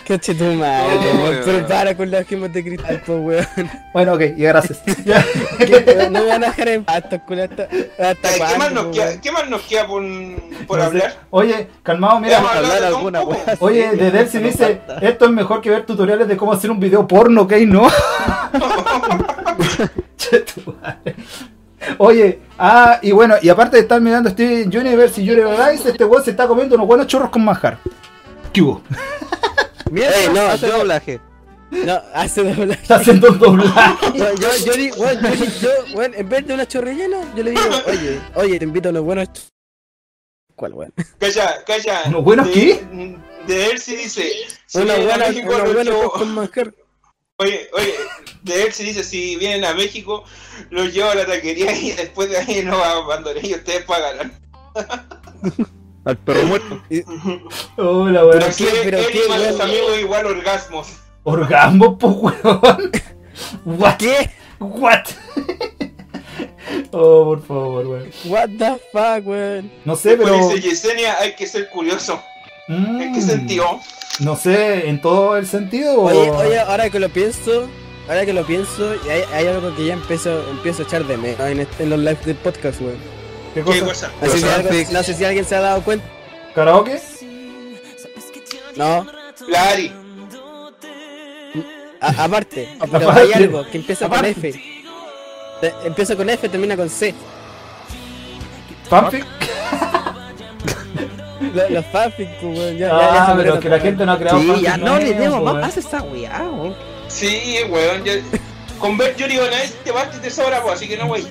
E: Cache tu madre,
J: Oh,
E: weón.
J: weón.
E: Pero para con las gemas de cristal, pues, weón.
A: Bueno, ok, ya gracias. Ya.
E: Que No me van a dejar en paz, estos culos, hasta
D: Ay,
E: hasta
D: Eh, ¿Qué más
E: cuándo,
D: nos
E: pues,
D: queda?
E: weón.
D: ¿Qué más nos queda por, por hablar?
A: Oye, calmado, mira.
D: Vamos a hablar de
B: alguna
D: Don Coco.
B: weá.
A: Oye,
B: Sí,
A: de Delsi
B: nos
A: dice,
B: falta.
A: esto es mejor que ver tutoriales de cómo hacer un video porno, ¿ok? No. Che, tu madre. Oye, ah, y bueno, y aparte de estar mirando Steven Universe y Yuri on Ice, este weón se está comiendo unos buenos churros con manjar. ¿Qué hubo?
B: Mira,
E: Ey, no,
B: hace
E: yo-
B: doblaje.
E: No, hace doble.
A: Está haciendo un doblaje.
E: Yo, yo, yo, di- weón, yo, di- yo, weón, en vez de una chorrellena, yo le digo, oye, oye, te invito a unos buenos. ch- ¿Cuál, weón?
D: Calla, calla.
A: ¿Unos buenos
D: De-
A: qué?
D: De él sí dice. si
E: Una
D: vienen a
E: buena,
D: México,
E: una
D: los
E: buena
D: llevo-
E: pues, con manjar.
D: Oye, oye, de él sí dice: si vienen a México, los llevo a la taquería y después de ahí nos abandoné y ustedes pagarán.
B: Al perro muerto.
A: Hola,
D: Pero
A: weón.
D: aquí
E: qué- pero
D: él
E: qué
D: y más sus
E: bueno.
D: amigos igual orgasmos.
A: Orgasmo, po, weón. What?
E: ¿Qué?
A: What? Oh, por favor, weón.
E: What the fuck, weón.
A: No sé, pero.
D: Por dice Yesenia, hay que ser curioso. ¿En qué
A: Mm,
D: sentido?
A: No sé, en todo el sentido. o-
E: Oye, oye, ahora que lo pienso, ahora que lo pienso, y hay, hay algo que ya empiezo, empiezo a echar de menos en, este- en los lives del podcast, weón.
A: ¿Qué
D: ¿Qué
A: cosa?
D: cosa?
E: Así
J: Los
E: que algo-
J: fanfics.
E: no sé si alguien se ha dado cuenta.
A: ¿Karaoke?
E: No,
D: La Ari.
E: a- aparte, pero
A: Aparte.
E: hay algo que empieza
A: Aparte.
E: con F. Te- Empieza con F, termina con C.
A: fanfics?
E: Los, los fanfics, pues, weón. Ya, ya, ya
A: Ah,
E: se
A: pero
E: murió
A: que la gente no ha creado
E: Sí, ya
A: fanfics
E: no le
A: nuevos,
E: demos más
A: weón.
E: pase a esa weá, weón.
D: Sí, weón. ya- Con ver Yuri on Ice te partes de sobra, pues, así que no, wey.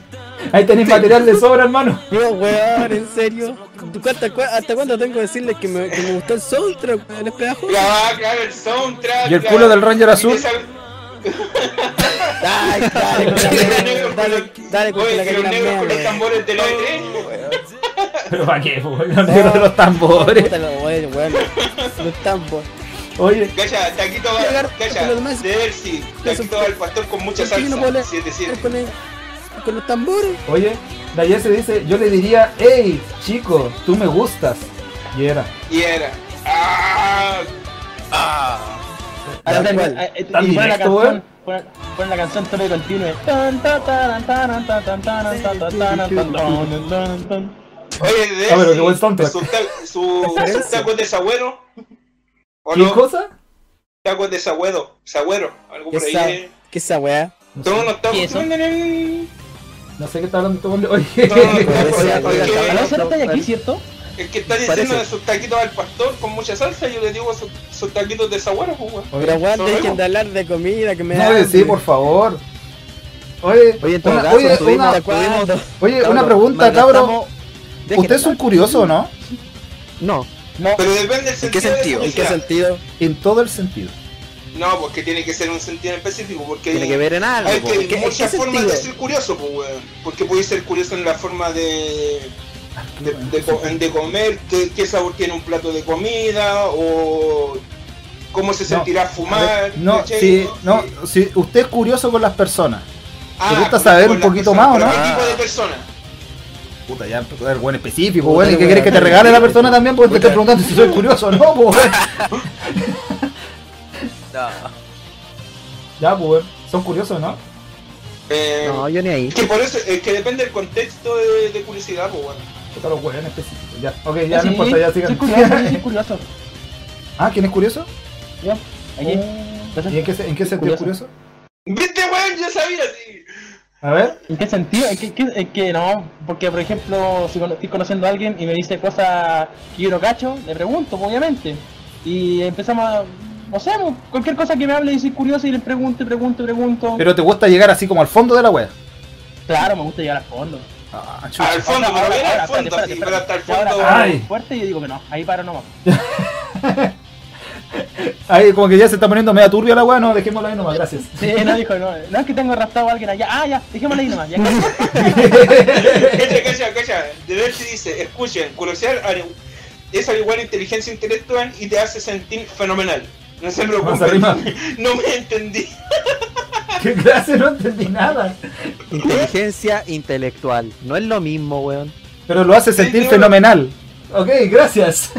A: Ahí tenéis material de sobra, hermano.
E: No, weón, en serio. ¿Tú cuánta- cua- ¿Hasta cuándo tengo que decirles que me, que me gustó el soundtrack, weón? Es pegajoso.
D: Claro, claro, el soundtrack.
A: ¿Y el
D: la-
A: culo del Ranger azul?
D: y esa-
E: Ay, dale, con la mea, dale, dale, con
D: Oye,
E: la eh.
D: que los
E: gallina
D: negros con los
E: mea,
D: tambores eh. del E3.
E: Oh,
A: Pero para qué, weón. Los negros de los tambores.
E: Puta, lo bueno, bueno. Los tambos.
A: Oye,
D: Calla, taquito va, calla, de Versi, taquito va al pastor con mucha
E: ¿Por qué no puedo
D: salsa,
E: leer?
D: 7-7.
E: Con, el- con los tambores.
A: oye. Dayer se dice, yo le diría, hey, chico, tú me gustas. Y era.
D: Y era. ¡Ah! ¡Ah!
A: Tal
K: Ahora,
A: cual.
K: eh, eh,
A: Tan
K: y ponen la
A: directo,
K: canción,
A: weón.
K: ponen- ponen la canción todo y continúe. Tan, ta, taran, taran, tan, tan, taran, tan, tan, taran, tan, tan, tan, tan.
D: Oye, de
A: Ah, pero qué buen
D: Versi,
A: soundtrack.
D: sus ta- su- sus tacos de sagüero. ¿O
A: ¿Qué
D: no?
A: cosa?
D: Tacos de sagüero, sagüero, algo
E: ¿Qué
D: por
E: esa,
D: ahí. eh.
E: qué esa weá?
D: Son unos tacos.
K: ¿Y eso?
A: No sé qué está hablando todo el mundo. Oye.
D: No, no, no,
E: Parecía-
D: no, porque-
E: parecía-
K: Alonso, no estáis aquí, ¿cierto?
D: El que está diciendo
E: Parece.
D: de sus taquitos al pastor con mucha salsa, yo le digo sus, sus taquitos de sagüero, pues, weón.
E: Pero weón,
D: Son
E: dejen
D: ricos.
E: de hablar de comida que me
A: No,
E: da
A: oye, sí,
E: hambre.
A: por favor. Oye,
B: Oye, en todo
A: una,
B: caso,
A: oye,
B: tuvimos-
A: una-
B: tuvimos-
E: ¿Cuándo?
A: oye, una
B: cabrón,
A: pregunta,
B: malgastamos-
A: cabrón.
B: Dejen
A: Usted es un
B: hablar.
A: curioso, ¿no?
B: No,
K: No,
D: Pero depende del
J: ¿En qué
D: sentido. de
J: sentido?
D: la
E: ¿En qué
D: curiosidad.
E: sentido?
A: En todo el sentido.
D: No, porque tiene que ser un sentido en específico, porque
B: tiene que ver en algo.
D: Hay
B: po.
D: que,
E: ¿En qué- en
D: muchas
E: qué
D: formas de
E: sentido?
D: ser curioso, pues, weón. Porque podéis ser curioso en la forma de, de, de co- en de comer, qué, qué sabor tiene un plato de comida, o cómo se sentirá fumar.
A: No,
D: ¿cachai?
A: si, no, si usted es curioso con las personas.
D: Ah,
A: ¿te gusta
D: con-
A: saber
D: con
A: un
D: las
A: poquito
D: personas,
A: más o
D: pero
A: no?
D: ¿Qué tipo de persona?
A: Puta, ya empezó a dar buen específico,
E: Puta,
A: bueno, ¿y qué
E: weón.
A: quieres que te regale la persona también? Porque te estoy preguntando si soy curioso o no, pues. weón. Ya, pues, weón. son curiosos, ¿no?
D: Eh,
B: no, yo ni ahí.
D: es que por eso, es que depende del contexto de, de curiosidad, pues, weón.
A: Puta, los weones específicos. Ya, ok, ya
K: Ah, Sí,
A: no importa, ya
K: soy
A: sigan.
K: curioso, soy curioso.
A: ah, ¿quién es curioso? Oh.
K: Yo, aquí.
A: ¿Y en qué, se- en qué sentido es curioso?
D: ¿Viste, weón? Yo sabía, sí.
A: A ver,
K: ¿En qué sentido? Es que, es que- es que no, porque por ejemplo, si cono- estoy conociendo a alguien y me dice cosas que yo no cacho, le pregunto, pues, obviamente. Y empezamos a, no sé, pues, cualquier cosa que me hable y soy curioso y le pregunto, y pregunto, y pregunto.
A: pero te gusta llegar así como al fondo de la wea.
K: Claro, me gusta llegar al fondo.
A: Ah, chucha.
D: Al
K: Ahora,
D: fondo, pero
K: ahora,
D: bien
K: ahora,
D: al fondo,
K: espérate,
D: sí,
K: espérate,
D: pero hasta el
K: Y ahora
D: fondo.
A: Ay.
K: hablo fuerte y yo digo que no, ahí paro nomás.
A: Ahí como que ya se está poniendo media turbia la weá, no, dejémosla ahí nomás, gracias.
K: Sí, no dijo, no, no es que tengo arrastrado a alguien allá. Ah, ya, dejémosle ahí nomás. Ya.
D: Calla, calla, calla. De ver si dice, escuchen, curiosidad al- es al igual inteligencia intelectual y te hace sentir fenomenal. No se
A: Vamos
D: preocupen,
A: arriba.
D: no me entendí.
A: ¿Qué clase? No entendí nada.
B: Inteligencia intelectual. No es lo mismo, weón.
A: Pero lo hace sentir
D: Sí, claro.
A: fenomenal. Ok, gracias.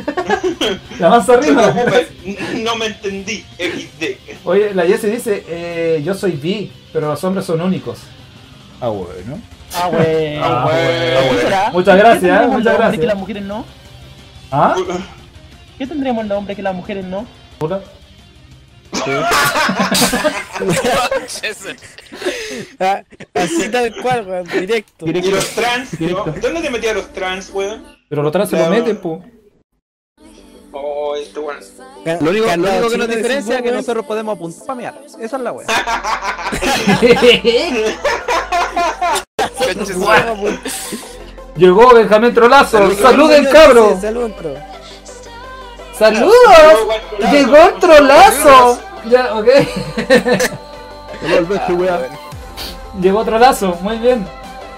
A: La más
D: No se
A: arriba.
D: preocupen, no me entendí. XD.
A: Oye, la Jessie dice, eh, yo soy bi, pero los hombres son únicos. Ah, bueno.
K: Ah, güey.
D: Ah, güey.
K: ¿Qué será?
A: Muchas
K: ¿Qué
A: gracias,
K: tendremos
A: muchas
K: los hombres
A: gracias.
K: que las mujeres no?
A: ¿Ah?
K: ¿Qué tendremos los hombres que las mujeres no?
A: Puta.
E: Ah, Así tal cual, weón, directo.
D: ¿Y los trans? ¿no? ¿Dónde te metías los trans, weón?
A: Pero los trans se lo
D: Claro.
A: meten, pu.
D: Oh, este weón.
E: Ga-
B: Lo único, lo
E: ganado
B: único que nos
E: Chile,
B: diferencia es que
E: weón.
B: nosotros podemos apuntar para mear. Esa es la weá.
A: Llegó Benjamín Trolazo. Saluden, cabro.
E: Sí, Saluden, pro.
A: Saludos. Llegó el Trolazo. Ya, ok. Llegó Trolazo. Muy bien.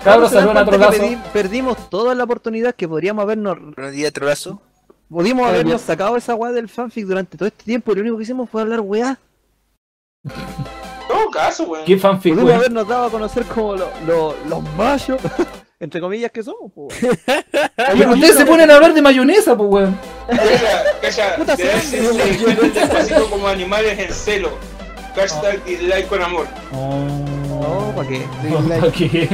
A: Cabro,
B: se dan
A: saluden a
B: cuenta que
A: Trolazo.
B: perdi- Perdimos toda la oportunidad que podríamos habernos
J: Buenos días, trolazo.
B: Pudimos habernos sacado esa weá del fanfic durante todo este tiempo y lo único que hicimos fue hablar weá.
D: No, caso, weón.
A: ¿Qué fanfic,
B: Pudimos
A: weón?
B: habernos dado a conocer como lo- lo- los machos, entre comillas, que somos. po.
A: Oye, Ustedes se ponen a hablar de mayonesa, pues, weón.
D: Calla, calla.
B: Puta,
D: De ver si
B: sangre,
D: se encuentran despacito como animales en celo. Hashtag dislike con amor.
B: No, ¿para qué?
A: Ok.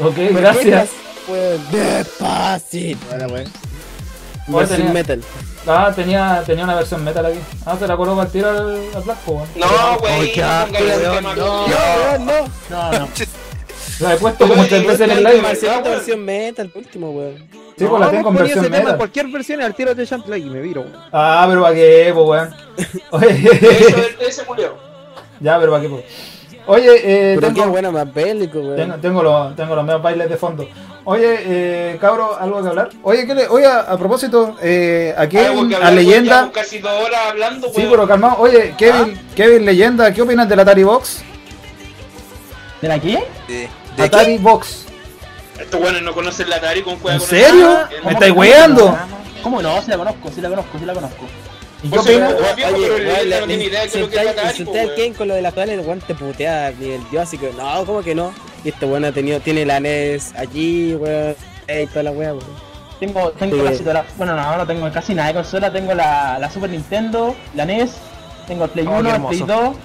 A: Ok, gracias.
E: Weón, Despacito. Ahora, weón.
A: Ahora
E: Versus
A: tenía-
E: metal.
A: Ah, tenía, tenía una versión metal aquí. Ah, se la coloco al tiro al, al Blasco, weón.
D: No, wey,
B: qué
D: no pongáis
B: asco,
D: ese
B: weón,
D: tema,
B: no.
E: No, weón, no.
K: No, no.
A: La he puesto como tres veces en
D: este
A: el live.
E: Marcelito versión metal, último, weón.
A: Sí, pues la tengo en
B: ponía
A: versión
B: ese tema
A: meta.
B: en cualquier versión al tiro de Champlay y me viro, weón.
A: Ah, pero para qué, pues, weón. Oye,
D: se murió.
A: ya, pero para qué, pues. Oye, eh,
E: Pero qué
A: tengo,
E: buena más bélico,
A: tengo,
E: weón.
A: tengo los, tengo los mismos bailes de fondo. Oye, eh, cabro, ¿algo que hablar? Oye, ¿qué le, oye a, a propósito, eh, aquí
D: Algo que
A: en- a
D: hablamos,
A: leyenda.
D: llevamos Casi dos horas hablando,
A: Sí,
D: weón. ¿Ah?
A: pero calmado. Oye, Kevin, Kevin Leyenda, ¿qué opinas del Atari Box?
K: ¿De la qué?
J: De,
A: Atari Box.
D: Estos weones no conocen la Atari con
A: ¿En serio? ¿Me estáis weando?
B: Ah.
K: ¿Cómo no? Si la conozco, si la conozco, si la conozco.
A: ¿Y qué
D: Pues sí,
A: opinas?
D: Obvio, pero el
E: weón,
D: Leyenda
E: la-
D: no tiene idea de qué es lo que es
E: sentáis-
D: Atari,
E: sentáis
D: po,
E: al Ken con lo de las cuales el weón te putea nivel dios, así que no, ¿cómo que no? Y este weón ha tenido, tiene la NES allí, weón, y toda la weá, weón.
K: Tengo, tengo
E: Sí.
K: casi toda la- Bueno, no, no tengo casi nada de consola. Tengo la, la Super Nintendo, la NES, tengo el Play
H: Oh, qué
K: 1, el
H: hermoso.
K: Play 2.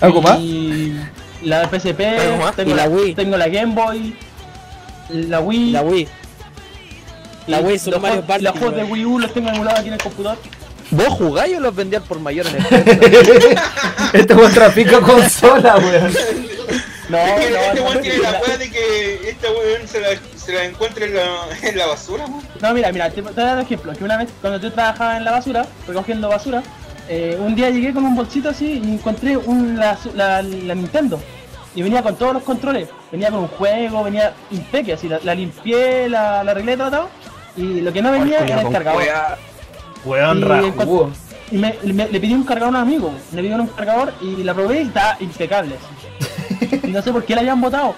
A: ¿Algo más?
K: Y la PSP,
E: ¿Algo más?
K: tengo
E: Y la
K: la,
E: Wii.
K: tengo la Game Boy, la Wii.
E: La Wii. La
K: y
E: Wii, Super
K: los
E: Mario
K: juegos-
E: Party,
K: Los juegos de
E: weón.
K: Wii U los tengo emulados aquí en el computador.
B: ¿Vos jugáis o los vendías por mayor en el
A: Este weón trafica consola, weón.
K: No,
D: Es que este
K: no,
D: weón
K: no,
D: tiene la
K: mira,
D: weá de que este weón se la, se la encuentra en la, en la basura, weón.
K: no, mira, mira, te, te voy a dar un ejemplo. Que una vez, cuando yo trabajaba en la basura, recogiendo basura, eh, un día llegué con un bolsito así y encontré un, la, su- la- la Nintendo. Y venía con todos los controles. Venía con un juego, venía impeque, así. La, la limpié, la, la arreglé, tratado. Y lo que no venía era el cargador.
A: este Weón
K: Y
A: rajudo.
K: Y me, me- le pedí un cargador a un amigo, le pedí un cargador y la probé y estaba impecable. así. Y no sé por qué la habían botado.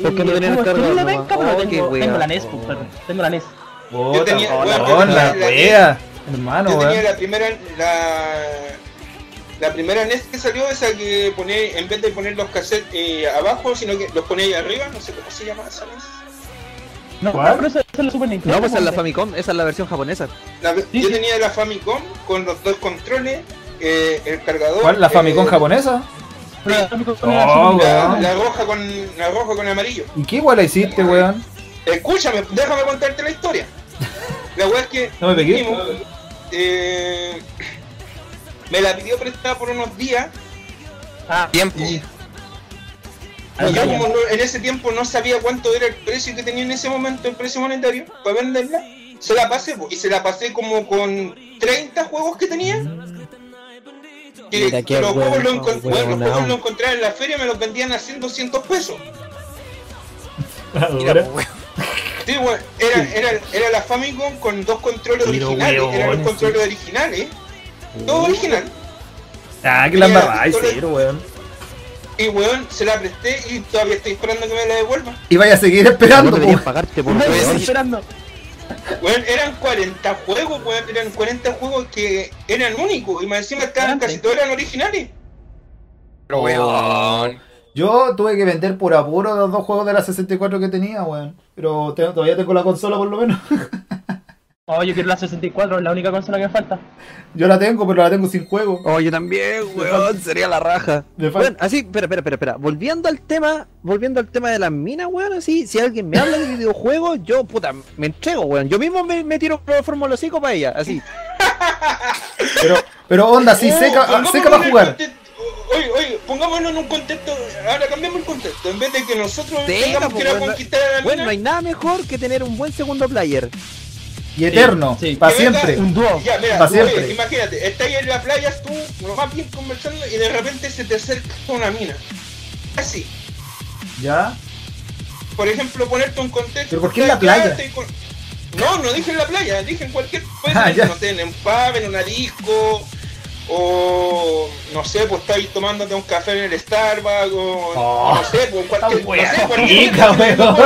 E: ¿Por qué no
K: Y
E: tenían
K: estuvo-
E: el
K: estuvo
E: cargador
K: una
E: nomás?
K: penca, pero
B: Oh, qué
K: tengo,
B: wea.
K: tengo
E: E
K: la NES,
B: Oh.
K: pues, perro, tengo la NES.
A: Puta,
D: tenía-
A: hola,
D: weón,
A: hola,
D: yo tenía-
A: wea. Hermano,
D: Yo tenía
A: Ah, weón.
D: la primera, la, la primera NES que salió, esa que ponía, en vez de poner los cassettes eh, abajo, sino que los ponía ahí arriba, no sé cómo se llama esa E NES.
K: No,
A: ¿Cuál?
K: pero eso, eso es la Super Nintendo.
B: No, pues es la
K: pues,
B: Famicom, esa es la versión japonesa.
D: La-
K: Sí,
D: yo
K: sí.
D: tenía la Famicom con los dos controles, eh, el cargador.
A: ¿Cuál? ¿La
D: eh,
A: Famicom japonesa?
K: pero la Famicom
A: No,
K: era la Super-
D: La,
A: weón.
D: la roja con la roja con amarillo.
A: ¿Y qué igual la hiciste, weón?
D: Escúchame, déjame contarte la historia. La weá es que
A: No me pegué.
D: Mimo, eh, me la pidió prestada por unos días
K: Ah,
J: Tiempo.
D: y
K: ah,
D: Y yo
K: ya,
D: como
K: ya.
D: no- en ese tiempo no sabía cuánto era el precio que tenía en ese momento, el precio monetario, para venderla, se la pasé, po, y se la pasé como con 30 juegos que tenía. Que,
E: Mira, qué
D: los, juegos
E: huevo,
D: lo encon-
E: huevo,
D: bueno, los
E: no.
D: juegos lo encontraba en la feria y me los vendían a 100, 200 pesos. Sí, bueno, era, era, era la Famicom con dos controles
A: Pero
D: originales, eran
A: huevones,
D: los controles originales, todo original.
A: Ah, que la embarráis, cero, weón.
D: Y weón, se la presté y todavía estoy esperando que me la devuelvan.
A: Y vaya a seguir
B: Pero
A: esperando,
B: deberían
A: weón.
B: pagarte por
K: Nadie está
B: weón.
K: esperando.
D: Weón, eran 40 juegos, weón, eran 40 juegos que eran únicos y más encima estaban
K: Grande.
D: casi todos eran originales.
J: Pero weón.
A: Yo tuve que vender por apuro los dos juegos de la 64 que tenía, weón. Pero te- todavía tengo la consola por lo menos.
K: Oh, yo quiero la 64, es la única consola que me falta.
A: Yo la tengo, pero la tengo sin juego.
B: Oh, yo también, weón, sería la raja.
A: Me falta-
B: Bueno, así, espera, espera, espera, espera. Volviendo al tema, volviendo al tema de las minas, weón, así, si alguien me habla de videojuegos, yo, puta, me entrego, weón. Yo mismo me, me tiro cloroformo los hocico para ella, así.
A: Pero, pero onda, sí,
D: Oh,
A: seca, ah,
D: pongámonos
A: seca para
D: en el
A: jugar.
D: conte- Oye, oye, pongámonos en un contexto, ahora cambiamos el contexto, en vez de que nosotros
B: Seca,
D: tengamos que
B: pues,
D: ir a
B: weón, no-
D: conquistar a la
B: Bueno,
D: mina,
B: no hay nada mejor que tener un buen segundo player.
A: Y eterno,
K: Sí, sí.
A: para
D: Que venga
A: siempre.
K: Un dúo.
D: Ya, mira,
A: Pa'
D: tú, oye,
A: siempre.
D: imagínate, estás en la playa tú, nomás bien conversando y de repente se te acerca una mina. Así,
A: ¿Ya?
D: por ejemplo, ponerte un contexto.
A: ¿Pero por qué en la
D: estás ya,
A: playa?
D: estoy con- No, no dije en la playa, dije en cualquier pues,
A: Ah, ya.
D: no sé, en un pub, en una disco, o no sé, pues estás tomándote un café en el Starbucks, o
A: Oh,
D: no sé, pues en cualquier,
A: wea
D: no sé,
A: rica,
D: cualquier-
A: weón.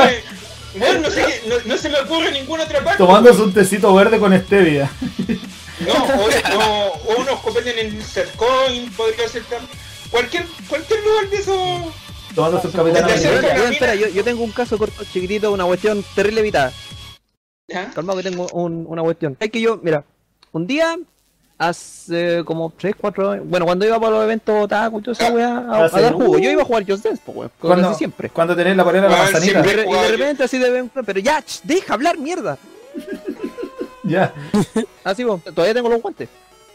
D: Bueno, no sé, qué- no, no se me ocurre ninguna otra parte.
A: Tomándose un tecito verde con stevia.
D: No, o, o- o unos copetes en el Cercoin, podría ser también. Cualquier, cualquier lugar de eso.
A: Tomándose un capitán
D: Desde
A: americano.
D: cerca.
B: Espera, espera, yo, yo tengo un caso corto, chiquitito, una cuestión terrible evitada.
D: ¿Ya?
B: Calmado que tengo un- una cuestión. Es que yo, mira, un día, hace como 3, 4 años, bueno, cuando iba para los eventos otaku, y toda esa weá, a, a
A: Hace-
B: dar jugo, yo iba a jugar Just Dance, pues weón, como
A: Cuando,
B: casi siempre.
A: cuando tenés la polera de la
D: Weón,
A: manzanita.
B: Y
D: siempre-
B: de- y de repente así de vez en cuando, pero ya, ch, deja hablar mierda.
A: Ya.
B: Así vos, todavía tengo los guantes.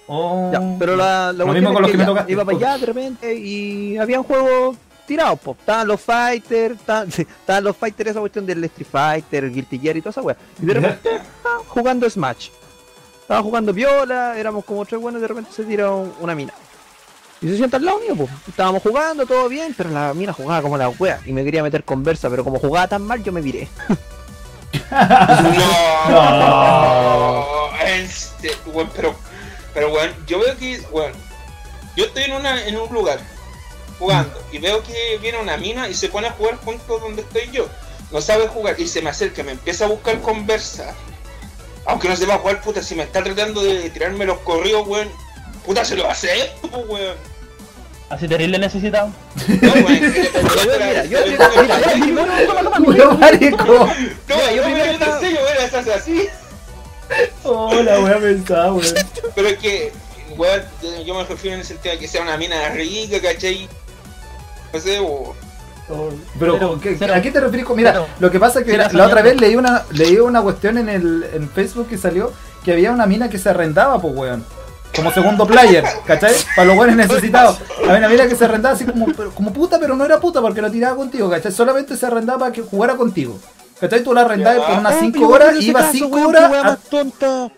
A: Oh.
B: Ya, pero la, la
A: Lo
K: Mm.
B: cuestión
A: mismo
B: es
A: con los que me
B: ya,
A: tocaste.
B: Iba para allá de repente y había un juego tirados, pues. Estaban los fighters, estaban, sí, estaban los fighters, esa cuestión del Street Fighter, Guilty Gear y toda esa wea. Y de repente estaban jugando Smash. Estaban jugando viola, éramos como tres buenos y de repente se tira un- una mina. Y se sienta al lado mío, pues. Estábamos jugando, todo bien, pero la mina jugaba como la wea. Y me quería meter conversa, pero como jugaba tan mal, yo me viré.
D: No. Este, weón, pero, pero weón, yo veo que, weón, yo estoy en una, en un lugar jugando y veo que viene una mina y se pone a jugar junto donde estoy yo. No sabe jugar y se me acerca, me empieza a buscar conversa. Aunque no sepa jugar, puta, si me está tratando de tirarme los corridos, weón, puta, se lo hace, weón.
K: Así terrible necesitado.
B: Mira, yo, mira, mira, yo primero, toma, toma, mira.
D: Mira, yo primero estaba... se hace así.
A: Oh,
H: Hola, wea pensada, weón.
D: Pero es que, weón, yo me refiero en el sentido de que sea una mina rica, ¿cachai? No sé, o...
A: Pero,
D: Pero,
A: ¿qué-
D: cero.
A: ¿a qué te refieres? con- Mira,
D: Cero.
A: lo que pasa es que
D: Cero
A: la, la otra
D: soñando.
A: vez leí una, leí una cuestión en el en Facebook que salió que había una mina que se arrendaba, pues, weón. Como segundo player, ¿cachai? Para los buenos necesitados. Había una mina que se arrendaba así como, pero- como puta, pero no era puta porque no tiraba contigo, ¿cachai? Solamente se arrendaba para que jugara contigo. ¿Cachai? Tú la arrendabas por unas 5 horas, iba 5 horas a
B: tonta.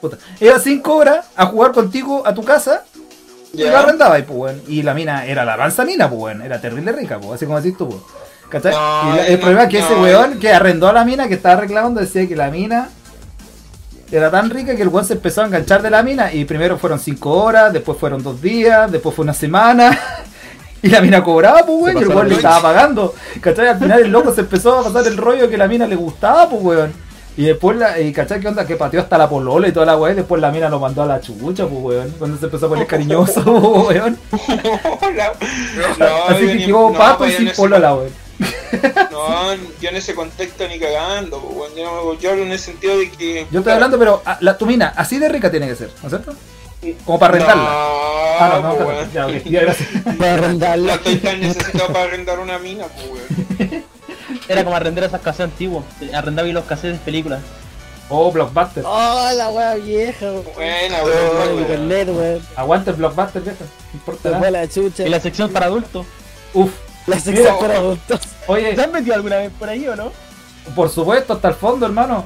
A: Puta. Iba 5 horas a jugar contigo a tu casa y
D: Ya.
A: la arrendaba y pues, weón. Y la mina era la ranza mina, pues, weón. Era terrible rica, pues, así como decís tú, pues. ¿Cachai?
D: No,
A: y la- el
D: no,
A: problema es que
D: no.
A: ese weón que arrendó a la mina, que estaba reclamando, decía que la mina era tan rica que el weón se empezó a enganchar de la mina. Y primero fueron 5 horas, después fueron 2 días, después fue una semana. Y la mina cobraba, pues, weón, y el
B: pasaron
A: weón le
B: de
A: estaba pagando. ¿Cachai? Al final el loco se empezó a pasar el rollo que la mina le gustaba, pues, weón. Y después, la, y ¿cachai qué onda? Que pateó hasta la polola y toda la weá. Y después la mina lo mandó a la chucha, pues, weón. Cuando se empezó a poner cariñoso, pues, weón.
D: No,
A: Así
D: yo
A: que
D: ni-
A: quedó
D: no,
A: pato y
D: pues, yo
A: sin
D: no sé-
A: polola, weón.
D: No, yo en ese contexto ni cagando, pues, weón. Yo, yo hablo en el sentido de que...
A: Yo estoy hablando, pero ah, la, tu mina, así de rica tiene que ser, ¿no es cierto? Como para rentarla. ah, no, no,
D: pues,
A: claro.
D: weón.
A: Ya, ok, ya, gracias.
E: Para rentarla.
D: No estoy tan necesitado para arrendar una mina, pues, weón.
K: Era como arrendar esas casas antiguas. Arrendaba y los cassettes de películas.
A: Oh, Blockbuster.
E: Oh, la wea vieja, weón.
D: Buena,
E: Oh,
D: weón.
E: mi carnet, weón.
A: Aguante el Blockbuster, viejo. No importa
E: Se
A: nada.
E: fue la chucha.
K: Y la E sección para adultos.
A: Uf.
E: La E sección
A: Mira.
E: para adultos.
A: Oye,
K: ¿Te has metido alguna vez por ahí o no?
A: por supuesto, hasta el fondo, hermano.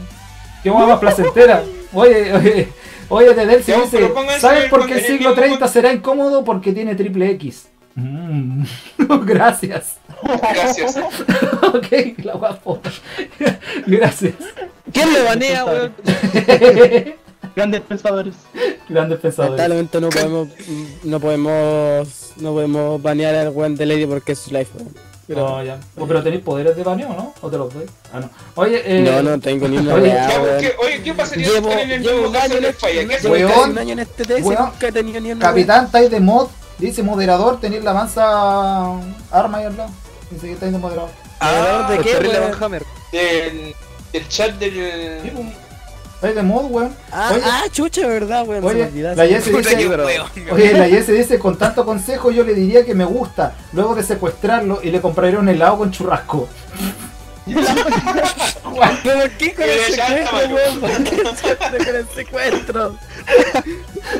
A: Qué hueá más placentera. Oye, oye, oye, desde él se
D: Ya,
A: dice,
D: pero pónganse
A: ¿sabes por qué
D: con
A: el
D: el
A: siglo
D: mismo
A: 30 será incómodo? Porque tiene triple X. Mm. Gracias.
D: Gracias.
E: Ah,
A: ok, la guapo. Gracias.
B: ¿Quién le banea, weón?
K: Grandes pensadores.
A: Grandes pensadores.
E: Lamentablemente no podemos, no podemos, no podemos banear al weón de Lady porque es su life, weón. Pero-
A: No, ya. Oh, pero tenéis poderes de baneo, ¿no? ¿O te los doy? Ah, no. Oye, eh,
E: No, no tengo ni una
A: oye,
E: weá,
D: Ya,
E: weón.
D: porque- oye, ¿qué pasaría si
E: Llevo,
D: están en el
E: llevo
D: mismo
E: un año
D: caso
E: en
D: de falla? ¿Qué
E: este,
D: hacen?
A: Weón.
E: llevo casi un año en este TS y
A: Weón.
E: nunca he tenido ni una
A: Capitán, estáis de mod. Dice moderador, tenéis la mansa ah, arma ahí al lado. Dice que estáis de moderador.
E: weá. ¿De qué,
B: Ah, Terrible
E: weón?
B: Van Hammer.
D: Del, del chat del...
A: Sí, pues. Estáis de mod, weón.
E: Ah,
A: Oye.
E: ah, chucha, verdad, weón. se me
A: Oye,
E: olvidaba.
A: la Jesse
J: Puta que
A: dice,
J: weón.
A: oye, la Jesse dice, con tanto consejo yo le diría que me gusta, luego de secuestrarlo y le compraré un helado con churrasco.
E: ¿Pero por qué con
D: Pero
E: el
D: ya
E: secuestro,
D: está,
E: weón? ¿Por qué siempre con el secuestro?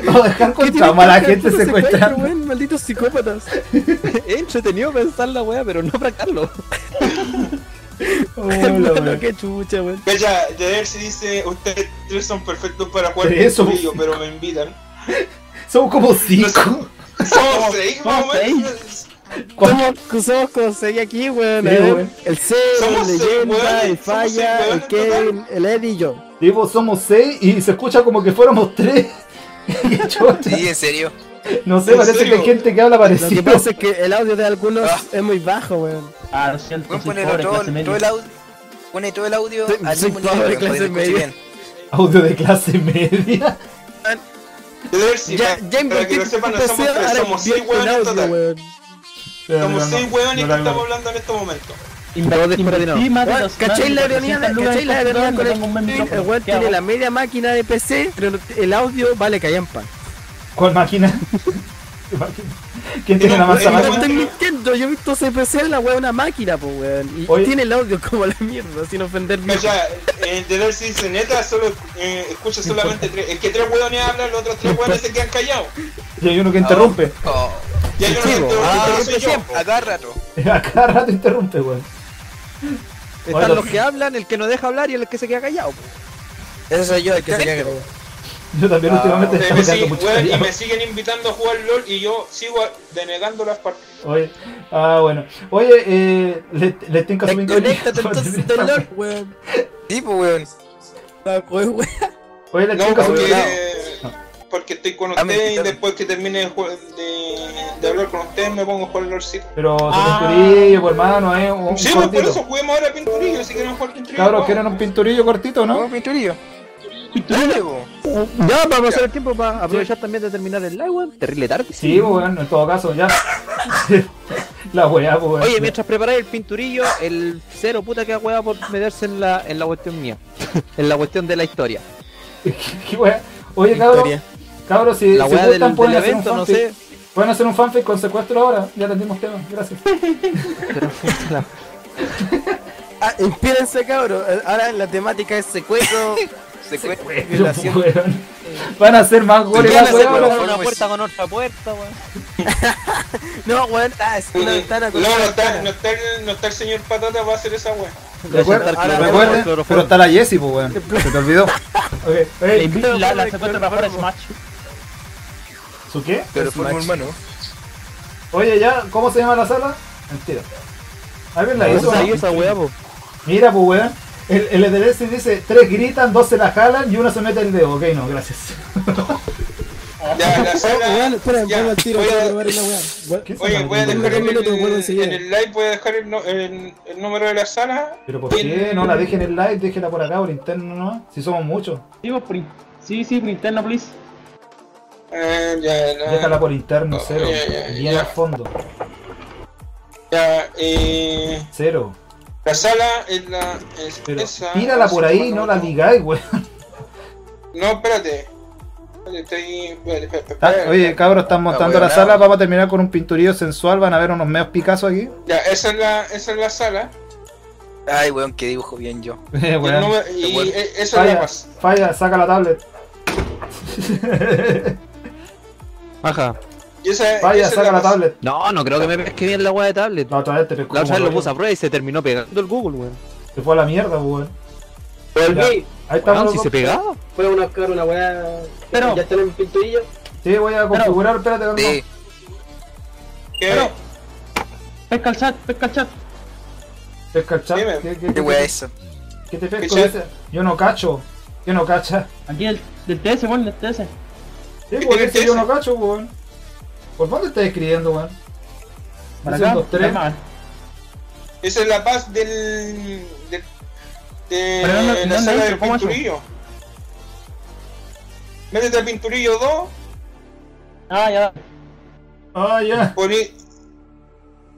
A: No, dejar con
E: ¿Qué tiene
A: trauma a la
E: que ver
A: gente
E: con el secuestro,
A: secuestrando.
E: weón? Malditos psicópatas.
B: Es entretenido pensar la wea, pero no practicarlo.
A: Hola,
E: Hermano,
A: weón.
E: qué chucha, weón.
D: Cacha, de ver si dice, ustedes tres son perfectos para jugar
A: Tres, somos
D: conmigo, pero me invitan.
A: Somos como cinco.
D: Somos seis, más o
K: somos
D: menos.
E: ¿Cómo cruzamos con Sei aquí, weón? A
A: Sí,
E: ver,
A: weón.
E: El C,
D: Somos
E: el
D: seis,
E: Leyenda,
D: weón.
E: el
D: Somos
E: Falla,
D: seis, weón,
E: el Kevin, el Eddie y yo.
A: Digo, somos seis y se escucha como que fuéramos tres. Qué chucha.
J: Sí, en serio.
A: No sé,
D: ¿En
A: parece que
D: serio?
A: hay gente que habla
E: Lo que
A: parecido.
E: pasa es que el audio de algunos
J: Ah.
E: es muy bajo, weón.
K: Ah, lo siento,
J: Pueden
K: soy
J: poner
K: pobre,
J: todo,
K: clase media.
J: todo el audio. Pone todo el audio
E: Soy-
J: al
E: soy
J: mismo nivel, weón,
E: pobre,
J: para que
E: clase
J: se escuche
E: media.
J: bien.
A: Audio de clase media.
D: De ver si,
E: Ya,
D: para
E: ya
D: que
E: invertí
D: lo
E: en
D: sepan, no somos
E: PC,
D: tres,
E: ahora
D: somos seis
E: invierto en
D: hueones en
E: audio,
D: total.
E: weón.
D: Somos seis hueones
A: no
D: que
A: la
D: estamos
A: veo.
D: hablando en este momento.
E: Invertí- invertí más de
K: Weón,
E: los- ¿Cachai la ironía? ¿Cachai la ironía con el El weón tiene la media máquina de PC, pero el audio vale callampa.
A: ¿Cuál máquina? ¿Qué máquina? ¿Quién tiene la mansa
D: Esa
E: No
D: máquina-
E: estoy
A: máquina?
E: mintiendo, yo he visto ese PC, la weón, una máquina, pues weón. Y
A: Oye.
E: tiene el audio como la mierda, sin ofender viejo.
D: Cacha, eh, de ver si dice, neta, solo eh, escucha solamente tres. Es que tres hueones hablan, los otros tres hueones se quedan callados.
A: Y hay uno que interrumpe.
J: Oh,
D: Ya yo no
E: Sí,
D: siento
E: bo. Ah,
D: yo no
E: interrumpe
A: interrumpe siempre.
J: a cada rato.
A: A cada rato interrumpe, weón.
B: Están los que hablan, el que no deja hablar y el que se queda callado.
J: Ese soy yo, el que se queda callado.
A: Yo
J: Ah,
A: también últimamente
D: Ustedes
A: estoy
D: me
A: quedando
D: siguen-
A: mucho
D: weón, y
A: callado.
D: me siguen invitando a jugar LOL y yo sigo a- denegando las partidas.
A: Oye, ah, bueno. Oye, eh, le, le tengo que subir.
J: Conéctate entonces del LOL, weón. Sí, pues, weón. No, pues, weón.
A: Oye, le
D: No,
A: tengo que subir.
D: porque, porque estoy con ustedes y después que termine de, jue- de- de hablar con ustedes me pongo a jugar LOLcito.
A: Pero te pinturillo, pues, hermano, eh. Un
D: Ah. Sí, pues por
A: cortito.
D: eso juguemos ahora pinturillo, si quieren jugar pinturillo.
A: Cabros,
D: vamos.
A: ¿quieren un pinturillo cortito, no?
J: Un pinturillo.
B: Ya, para pasar el tiempo, para aprovechar también de terminar el live, weón. Terrible tarde.
A: Sí, pues, weón, en todo caso, ya. La weá, pues, weón.
B: Oye, mientras preparáis el pinturillo, el cero puta que hueá por meterse en la, en la cuestión mía. en la cuestión de la historia.
A: Qué weá. Oye, cabros,
B: Historia.
A: cabros, si,
B: La
A: si
B: weá
A: gustan
B: del-
A: pueden
B: del
A: hacer
B: evento,
A: un
B: no
A: fanfic.
B: sé.
A: Pueden hacer un fanfic con secuestro ahora. Ya tendimos tema. Gracias.
E: Ah, inspírense, cabros. Ahora la temática es secuestro. secuestro. violación.
A: Weón. Van a hacer más goles, más weá, weón.
E: Una puerta con otra puerta, weón. no, weón, ah, es una ventana
D: No,
E: con
D: no
E: otra
D: está,
E: ventana.
D: no, está el, no está el señor Patata para hacer esa wea.
A: Recuerden,
E: Ahora-
A: recuerden, pero está la Jessie, pues, weón. Se te olvidó. Okay.
H: Le
A: Ey,
H: invito la, la secuestra para jugar a Smash.
A: ¿Su qué?
J: Pero por un hermano.
A: Oye, ya, ¿cómo se llama la sala? Mentira. ¿Alguien la hizo?
B: Ah, pues Ahí
A: no?
B: esa weá, po.
A: Mira, pues, weón. El, el ETLS dice, tres gritan, dos se la jalan y uno se mete el dedo. Ok, no, gracias. Ah.
D: Ya,
A: Oh,
D: la sala.
E: espera,
D: ya,
E: vuelvo al tiro,
D: voy a-
E: voy a robar la weá.
A: ¿Qué se
D: Oye,
A: llama?
D: voy a dejar
E: Un
D: en el,
E: minuto, vuelvo enseguida.
D: en el live, voy a dejar el, no- el- el número de la sala.
A: Pero ¿por qué? No la dejen en live, déjenla por acá, por interno nomás. Si somos muchos.
K: Sí, vos, por in- sí, sí, por interno, please.
D: Eh, ya, la-
A: Déjala por interno, cero.
D: Oh, ya, ya,
A: Bien
D: ya.
A: al fondo.
D: ya, eh,
A: Cero.
D: la sala es la. es esa,
A: Tírala por ahí, no la digáis, weón.
D: No, espérate. Espérate, Estoy. espérate, espérate,
A: Ta-
D: espérate.
A: Ah, Oye, cabros, están mostrando la sala. Vamos a terminar con un pinturillo sensual. Van a ver unos meos Picasso aquí.
D: Ya, esa es la, esa es la sala.
J: Ay, weón, que dibujo bien yo.
A: Eh,
D: Y, el
A: weón.
D: número- y, eh, esa es la
A: Falla,
D: más.
A: falla, saca la tablet.
B: Ajá.
D: Y esa, esa
A: Falla,
D: es la
A: saca la
D: más.
A: tablet.
B: No, no creo que me pesque bien la weá de tablet.
A: La otra vez te pescó.
B: La otra vez
A: como
B: lo puse
A: loco.
B: a prueba y se terminó pegando el Google, weón.
A: Se fue a la mierda, pues, weón.
S: Volví,
A: Ahí estamos.
B: Weón, si
A: loco.
B: se pegaba.
S: fue una Oscar, una weá.
K: Pero-
S: Ya tenemos pinturillo.
A: Sí, voy a configurar. Espérate, calma.
J: Sí.
D: ¿Qué?
K: Pesca el chat, pesca el chat.
A: Pesca el chat.
D: Dime.
A: ¿Qué,
J: Qué
A: qué-
J: weá eso.
A: qué te pesco?
D: ¿Qué
A: ese? Yo no cacho. Yo no cacha.
K: Aquí el del TS, weón, del TS.
A: Sí,
D: ¿Qué
A: weón,
D: tiene
A: ese yo
D: ese?
A: no cacho, pues, weón. ¿Por dónde estás escribiendo, weón?
K: Para
A: Ese es
K: acá,
A: dos, tres.
K: para acá.
D: Esa es la paz del. del de
K: Pero ¿dónde-
D: la
K: dónde
D: sala
K: hizo?
D: del
K: ¿Cómo hizo?
D: pinturillo. Métete al pinturillo 2,
K: Ah, ya.
A: Ah, ya.
D: poní,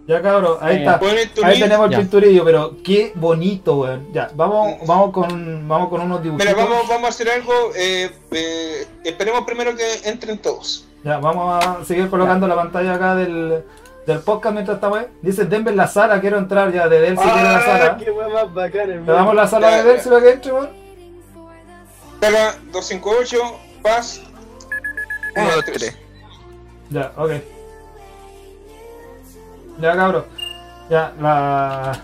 A: Ya, cabros. Ahí
K: Sí.
A: está.
D: poní tu
A: Ahí
D: link.
A: tenemos el
B: Ya.
A: pinturillo, pero qué bonito, weón. Ya, vamos, vamos con vamos con unos dibujitos.
D: Mira, vamos, vamos a hacer algo. eh, eh, esperemos primero que entren todos.
A: Ya, vamos a seguir colocando la pantalla acá del, del podcast mientras estamos ahí. Dice Denver la sala, quiero entrar ya, de Delcy quiero la
S: Ah,
A: sala.
S: qué weá más bacana,
A: Le damos
S: hermano.
A: la sala de
D: Ya,
A: Delcy
D: ya.
A: para que entre, weón.
D: Sala 258, paz.
J: 1, 2,
D: 3.
J: 3.
A: Ya, ok. Ya, cabros. Ya, la.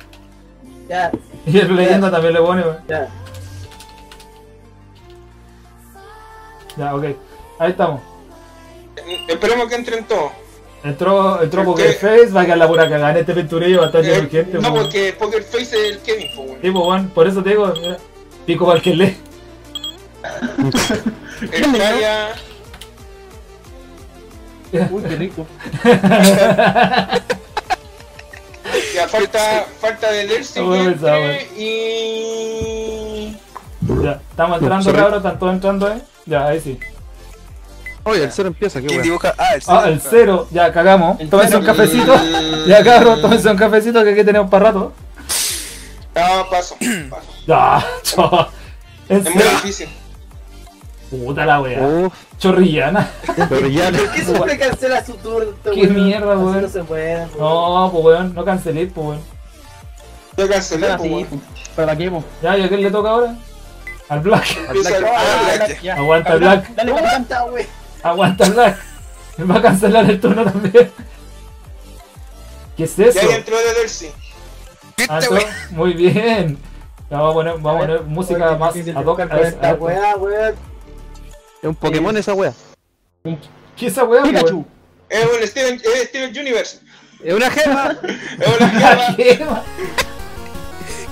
S: Ya,
A: Y el leyenda también le pone, weón.
S: ya.
A: Ya, ok. Ahí estamos.
D: Eh, Esperemos que entren todos.
A: Entró, entró
D: Es
A: Poker
D: que-
A: Face, va a quedar la pura cagada en este pinturillo, va a estar lleno
D: Eh,
A: de gente,
D: no,
A: este weón.
D: porque Poker Face es el Kevin, po, weón.
A: Sí, pues, weón, por eso te digo, mira, pico para el que lee.
D: El Kaya.
K: Uy, qué rico.
D: Ya falta, falta de Delcy
A: No me
D: que
A: pensaba,
D: entre y.
A: Ya, estamos entrando, cabros, están todos entrando, eh. Ya, ahí sí.
B: Oye, el cero empieza, qué
J: ¿Quién
B: weón.
J: dibuja? Ah, el cero.
A: Ah, el cero, ya cagamos.
K: El
A: Tómense
K: cero.
A: un cafecito. Ya, cabros, tómense un cafecito que aquí tenemos para rato.
D: No, Ah, paso. paso.
A: Ya, chao. En
D: Es muy
A: serio.
D: difícil.
A: Puta la wea.
B: Uf,
A: Chorrillana.
B: pero ya
S: ¿Por qué siempre cancela su turno?
A: Qué
S: weón?
A: mierda,
S: Así
A: weón.
S: No se puede, weón.
A: No, pues weón, no cancelé, pues weón.
D: Yo cancelé,
A: Ah,
K: Era
D: po,
K: así,
D: weón.
A: pues,
K: pero la quemo.
A: Ya, ¿y a quién le toca ahora? Al Black.
D: Empieza el-
S: Ah,
D: ah,
K: Ya.
A: Aguanta,
K: Capitán,
A: Black.
K: Dale, capitán.
S: Aguanta, weón.
A: Aguanta, Black. Él va a cancelar el turno también. ¿Qué es eso?
D: Ya ahí entró de Delcy.
A: Ah, tú- Muy bien. Ya, Vamos a poner, vamos a poner música más ad hoc. a esta- a esta-
B: Es un Pokémon esa wea.
A: ¿Qué es esa wea,
B: Pikachu.
D: Es un Steven, es Steven Universe.
B: Es una gema.
D: es una
A: Ah,
D: gema.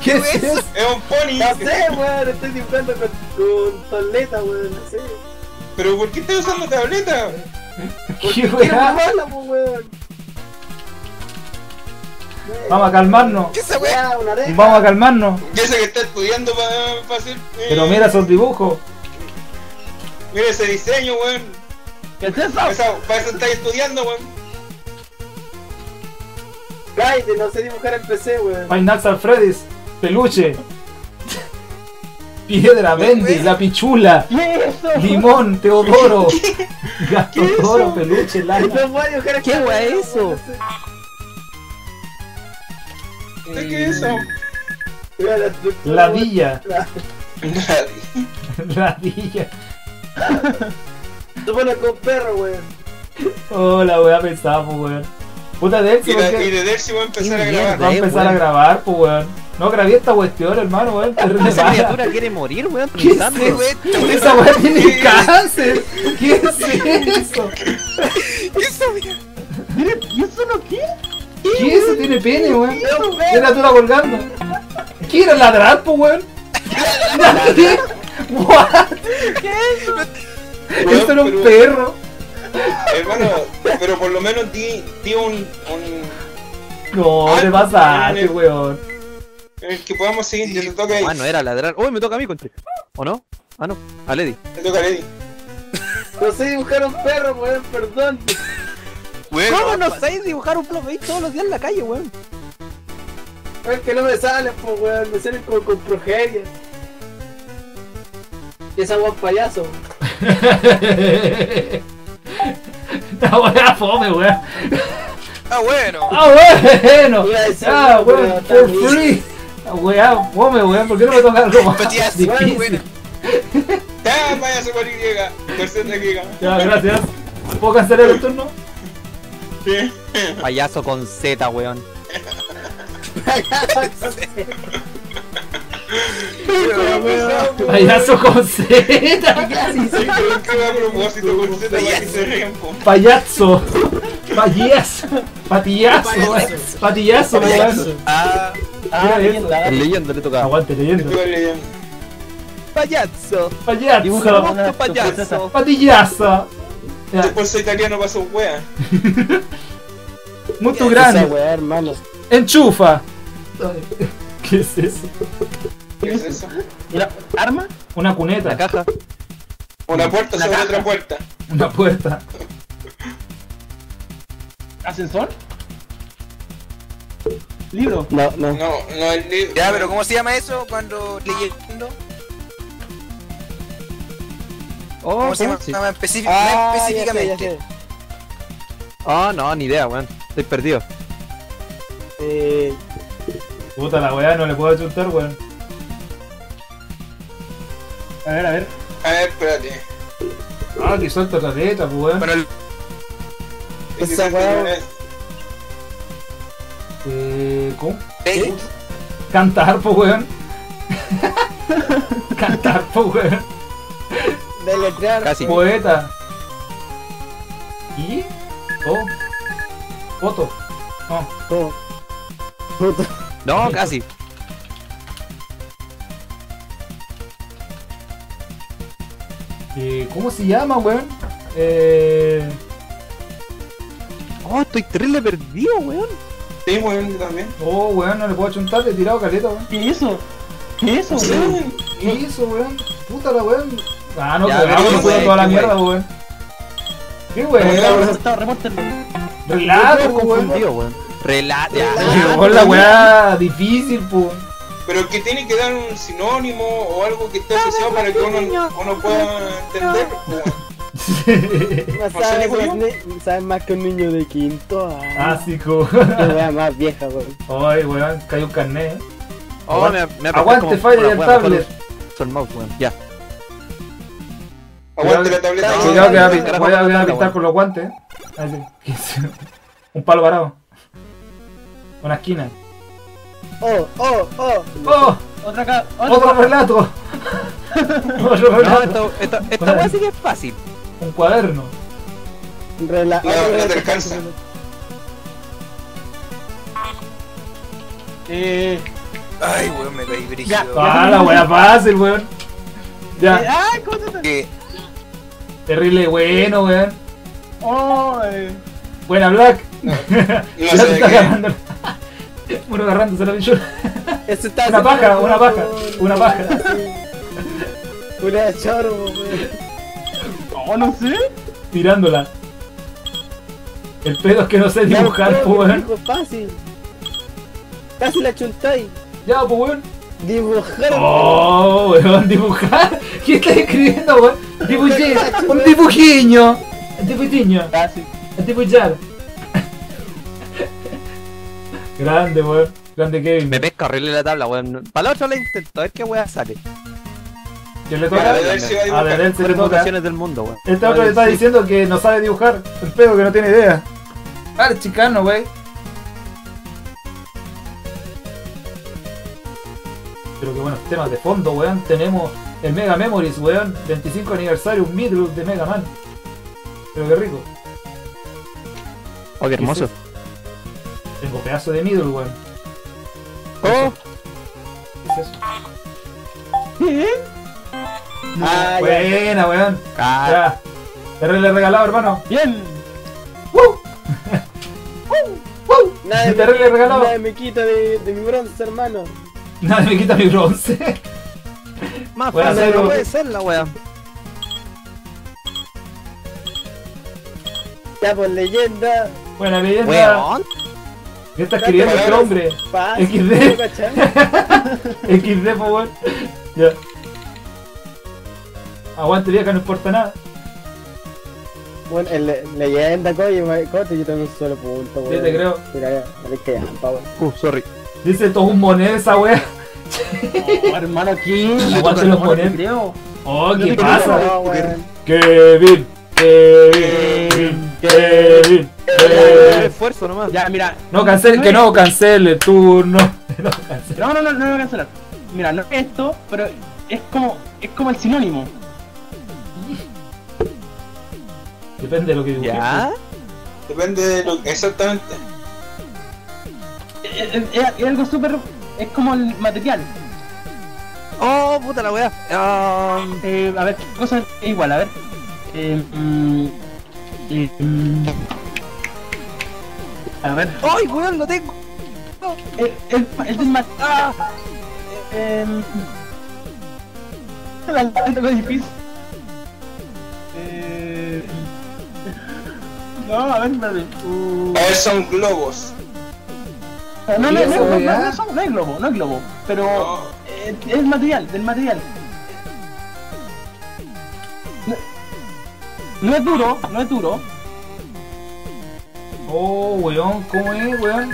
A: ¿Qué es eso?
D: Es un pony.
S: No sé, weón, estoy dibujando con, con tableta, weón, no sé.
D: Pero ¿por qué estás usando tableta?
A: ¿Qué
S: Quiero
A: weá?
S: probarla, po, weón.
A: Vamos a calmarnos.
S: esa weá? Una oreja.
A: Vamos a calmarnos.
D: Ya sé que está estudiando para hacer. eh,
A: Pero mira esos dibujos.
D: mira ese diseño, weón.
S: ¿Qué es eso?
D: Para eso estáis estudiando, weón.
S: Raiden, no sé dibujar el PC, weón.
A: Final San Freddy's. Peluche. Piedra, Bendy, la pichula. Limón, Teodoro. Gato Toro, peluche, lana.
S: No voy a dibujar el
E: ¿Qué wea es eso?
D: ¿Qué es eso?
S: Mira la estructura,
A: La
S: weón.
A: villa.
S: La-
A: La villa.
S: Tómala con perro, weón.
A: Oh, la weá pensaba, pues, weón. Puta Delcy,
D: Y,
A: ¿por
D: la,
A: qué?
D: y de Delcy voy a empezar a grabar.
A: Va a empezar a grabar, pues, weón. No grabé esta cuestión, hermano, weón. terrible
B: Esa
A: mala.
B: criatura quiere morir, weón.
A: ¿Qué es
B: pensando.
A: eso? Esa weá tiene cáncer. ¿Qué es eso?
H: ¿Y eso no qué?
A: ¿Qué es eso? Tiene pene, weón.
H: Pero,
A: Tiene la tula colgando. ¿Qué era ladrar, pues, weón? ¿Qué? What?
H: ¿Qué es eso?
A: Esto era un perro.
D: Hermano, pero por lo menos di, di un, un.
A: No, te pasaste, weón.
D: el que podamos seguir. Ya te toca ahí.
B: Ah,
J: eh.
B: no era ladrar. Uy, me toca a mí, conche. ¿O no? Ah, no. A Lady.
D: Te toca a Lady.
S: No sé dibujar un perro, weón, perdón.
B: ¿Cómo no sabéis dibujar un plot todos los días en la calle, weón?
S: Es que no me sale, po, weón. Me salen como con progeria. Y esa weón payaso.
A: La weá fome, weón.
J: Ah, bueno.
A: Ah, bueno.
J: Iba a decir
A: Ah,
J: algo,
A: weón.
J: pero
A: For
J: está
A: free. Ah, Weá, fome, weón. ¿Por qué no me toca algo más
J: Matías,
A: difícil?
D: Ya, vaya su cual griega. Tercera griega.
A: Ya, gracias. ¿Puedo cancelar el turno?
D: Sí.
B: Payaso con Z, weón.
A: Payaso con Z. Payaso. Payaso. Patillazo.
D: Payaso.
A: Patillazo,
D: Payaso.
A: weón.
J: Ah,
A: Mira bien.
B: El leyendo le toca.
A: Aguante, leyendo.
B: Payaso.
A: Payaso.
B: Dibuja monstruo, payaso.
A: Patillazo.
D: Después soy italiano, paso wea.
A: Mucho
E: Esa
A: grande.
E: weá, hermano.
A: Enchufa. ¿Qué es eso?
D: ¿Qué es eso?
A: ¿Arma? Una cuneta.
B: La caja.
D: Una puerta sobre otra puerta.
A: Una puerta.
K: ¿Ascensor? ¿Libro?
E: No, no.
D: No, no el libro.
J: Ya, pero ¿cómo se llama eso cuando leyendo?
B: Oh,
J: ¿Cómo se llama
B: sí.
J: específica-
S: Ah, ya sé, ya
J: específicamente?
B: Ah, no, ni idea, weón. Estoy perdido.
S: Eh,
A: Puta la weá, no le puedo chutar, weón.
K: A ver, a ver.
D: A ver, espérate.
A: Ah, que suelta la letra, pues, weón.
J: Bueno, el-
D: Esa
A: Eh, ¿Cómo?
J: ¿Eh?
A: Cantar, pues, weón. Cantar, pues, weón.
S: deletrear.
B: Casi.
A: Poeta. ¿Y? Oh. Foto. No.
E: Oh. Puta.
B: No, casi.
A: Eh, ¿Cómo se llama, weón? Eh.
B: Oh, estoy terrible perdido, weón.
D: Sí, weón, también.
A: Oh, weón, no le puedo chuntar, le he tirado caleta, weón.
K: ¿Qué es eso? ¿Qué es eso? weón?
A: ¿Qué hizo, weón? Puta la weón. Ah, no,
B: Ya,
A: pero
B: pero pues,
A: vamos,
B: qué
A: nos
B: weón,
A: toda la
B: qué
A: mierda, weón. ¿Qué weón?
K: Reportado, repórtenlo.
A: Relato, pues, weón.
B: Confundido, weón. ah, Relata.
A: Llegó la weá difícil, po.
D: Pero que tiene que dar un sinónimo o algo que esté asociado para que uno, uno pueda entender. pues,
S: No
D: ¿No sé,
S: sabes,
D: Nicolás?
S: ni- sabes más que un niño de quinto. Ah,
A: Básico.
S: Qué wea más vieja, weón.
A: Ay, weón, cayó un carnet. eh.
B: Oh, me, me apretó
A: Aguante,
B: como
A: falla
B: una
A: del
B: weá, mejor
A: tablet.
B: uso el mouse, weón. Ya.
D: Aguante la tableta.
A: Cuidado que va a
B: no,
A: pin-
B: carajo,
A: voy a- voy a
B: no,
A: pintar
B: weón.
A: con los guantes. eh. Ahí sí. Un palo varado. Una esquina.
S: Oh, oh, oh.
A: Oh.
S: Otra ca-
A: Otro relato. Otro
B: No,
A: relato.
B: esto- esto- esta
A: Bueno.
B: weá sí que es fácil.
A: Un cuaderno.
S: Rela-
D: No,
S: otro
D: no te
S: relato.
D: alcanza.
S: Eh,
J: Ay, weón, me caí
S: Ya.
J: brígido.
A: Ah, la wea fácil, weón.
S: eh,
A: Ya.
S: ¡Ay, cómo te-
J: Que
A: Terrible bueno, weón.
S: ¡Oh! eh.
A: Buena, Black.
D: No sé
A: ya te
D: de
A: está
D: qué.
A: agarrando. Bueno, agarrándose la pinchura.
B: Este
S: Eso está
A: Una paja,
S: haciendo
A: una
S: con-
A: paja, una paja.
S: sí. Una chorro, weón.
K: Oh, no sé.
A: Tirándola. El pedo es que no sé
S: Ya,
A: dibujar, pues.
S: weón,
A: po, weón.
S: dibujo fácil. Casi la chuntáis.
A: Ya, po, weón.
S: Dibujar.
A: Oh, weón, dibujar. ¿Qué estás escribiendo, weón? Dibujiño. Un dibujiño. Ah, Un dibujiño.
K: Casi.
A: Un dibujar. Grande, weón. Grande Kevin.
B: Me pesca horrible la tabla, weón. Para la otra la intento, a ver qué weá sale.
A: ¿Quién le
D: A
A: toca?
D: ver si va a
A: A
D: dibujar.
A: Bedel se le toca.
B: Permutaciones del mundo, weón.
A: Este otro le está diciendo que no sabe dibujar. El pedo que no tiene idea. Dale, chicano, wey. Pero qué buenos temas de fondo, weón. Tenemos el Mega Memories, weón. 25 aniversario, un midgroup de Mega Man. Pero qué rico.
E: Oh, qué hermoso.
A: Tengo pedazo de middle, weón.
E: Oh,
A: ¿Qué es eso?
S: Ah, ya, Ah. ya.
A: Buena, weón.
B: Ah,
A: Ya. Te re- le regalado, hermano.
K: Bien.
S: Nadie
A: Te arregle el regalo.
S: nadie me quita de, de mi bronce, hermano.
A: Nadie me quita mi bronce.
B: Más
A: Weón,
B: fácil
A: cero.
B: no puede ser la weá.
S: Ya por leyenda.
A: Buena leyenda.
B: Weón.
A: ¿Qué está escribiendo este
S: Palabras.
A: hombre?
S: Paz.
A: XD.
S: ¿no, cachai?
A: XD, por favor. Ya. Aguante vieja, no importa nada.
S: Bueno, en le- leyenda, coño, ma- cote, yo también solo punto,
A: Sí,
S: weón.
A: te creo.
S: Mira, ya, a ver qué hampa, weón.
B: Uh, sorry.
A: Dice, esto es un moneda esa wea.
K: Oh, hermano, aquí.
A: Aguante los monedas.
K: Creo.
A: Oh,
K: No
A: ¿qué
K: te creo,
A: pasa?
S: No, weón.
A: Kevin, Kevin, Kevin,
B: El
A: Kevin.
B: esfuerzo nomás.
K: Ya, mira.
A: No cancele, que no cancele el turno. No cancele.
K: No, no, no, no lo voy a cancelar. Mira, no es esto, pero es como, es como el sinónimo.
A: Depende de lo que dibujes.
B: Ya.
D: Depende de lo que. Exactamente.
K: Es, es- es algo súper. Es como el material.
B: Oh, puta la weá. Ah,
K: Eh, a ver, ¿qué cosa es igual? A ver. Eh, mm, eh, mm. a ver.
B: ¡Ay, weón, lo tengo!
K: El, el, el del mat-
B: Ah,
K: Eh, la algo difícil. Eh, no, a ver, espérate. Uh,
D: A ver, son globos.
K: no, no, no,
A: ¿y
K: no,
A: eso,
K: no,
A: ya?
K: no, son- no es globo, no es globo. Pero
D: No.
K: eh, es material, del material. No, no es duro, no es duro.
A: Oh, weón, ¿cómo es, weón?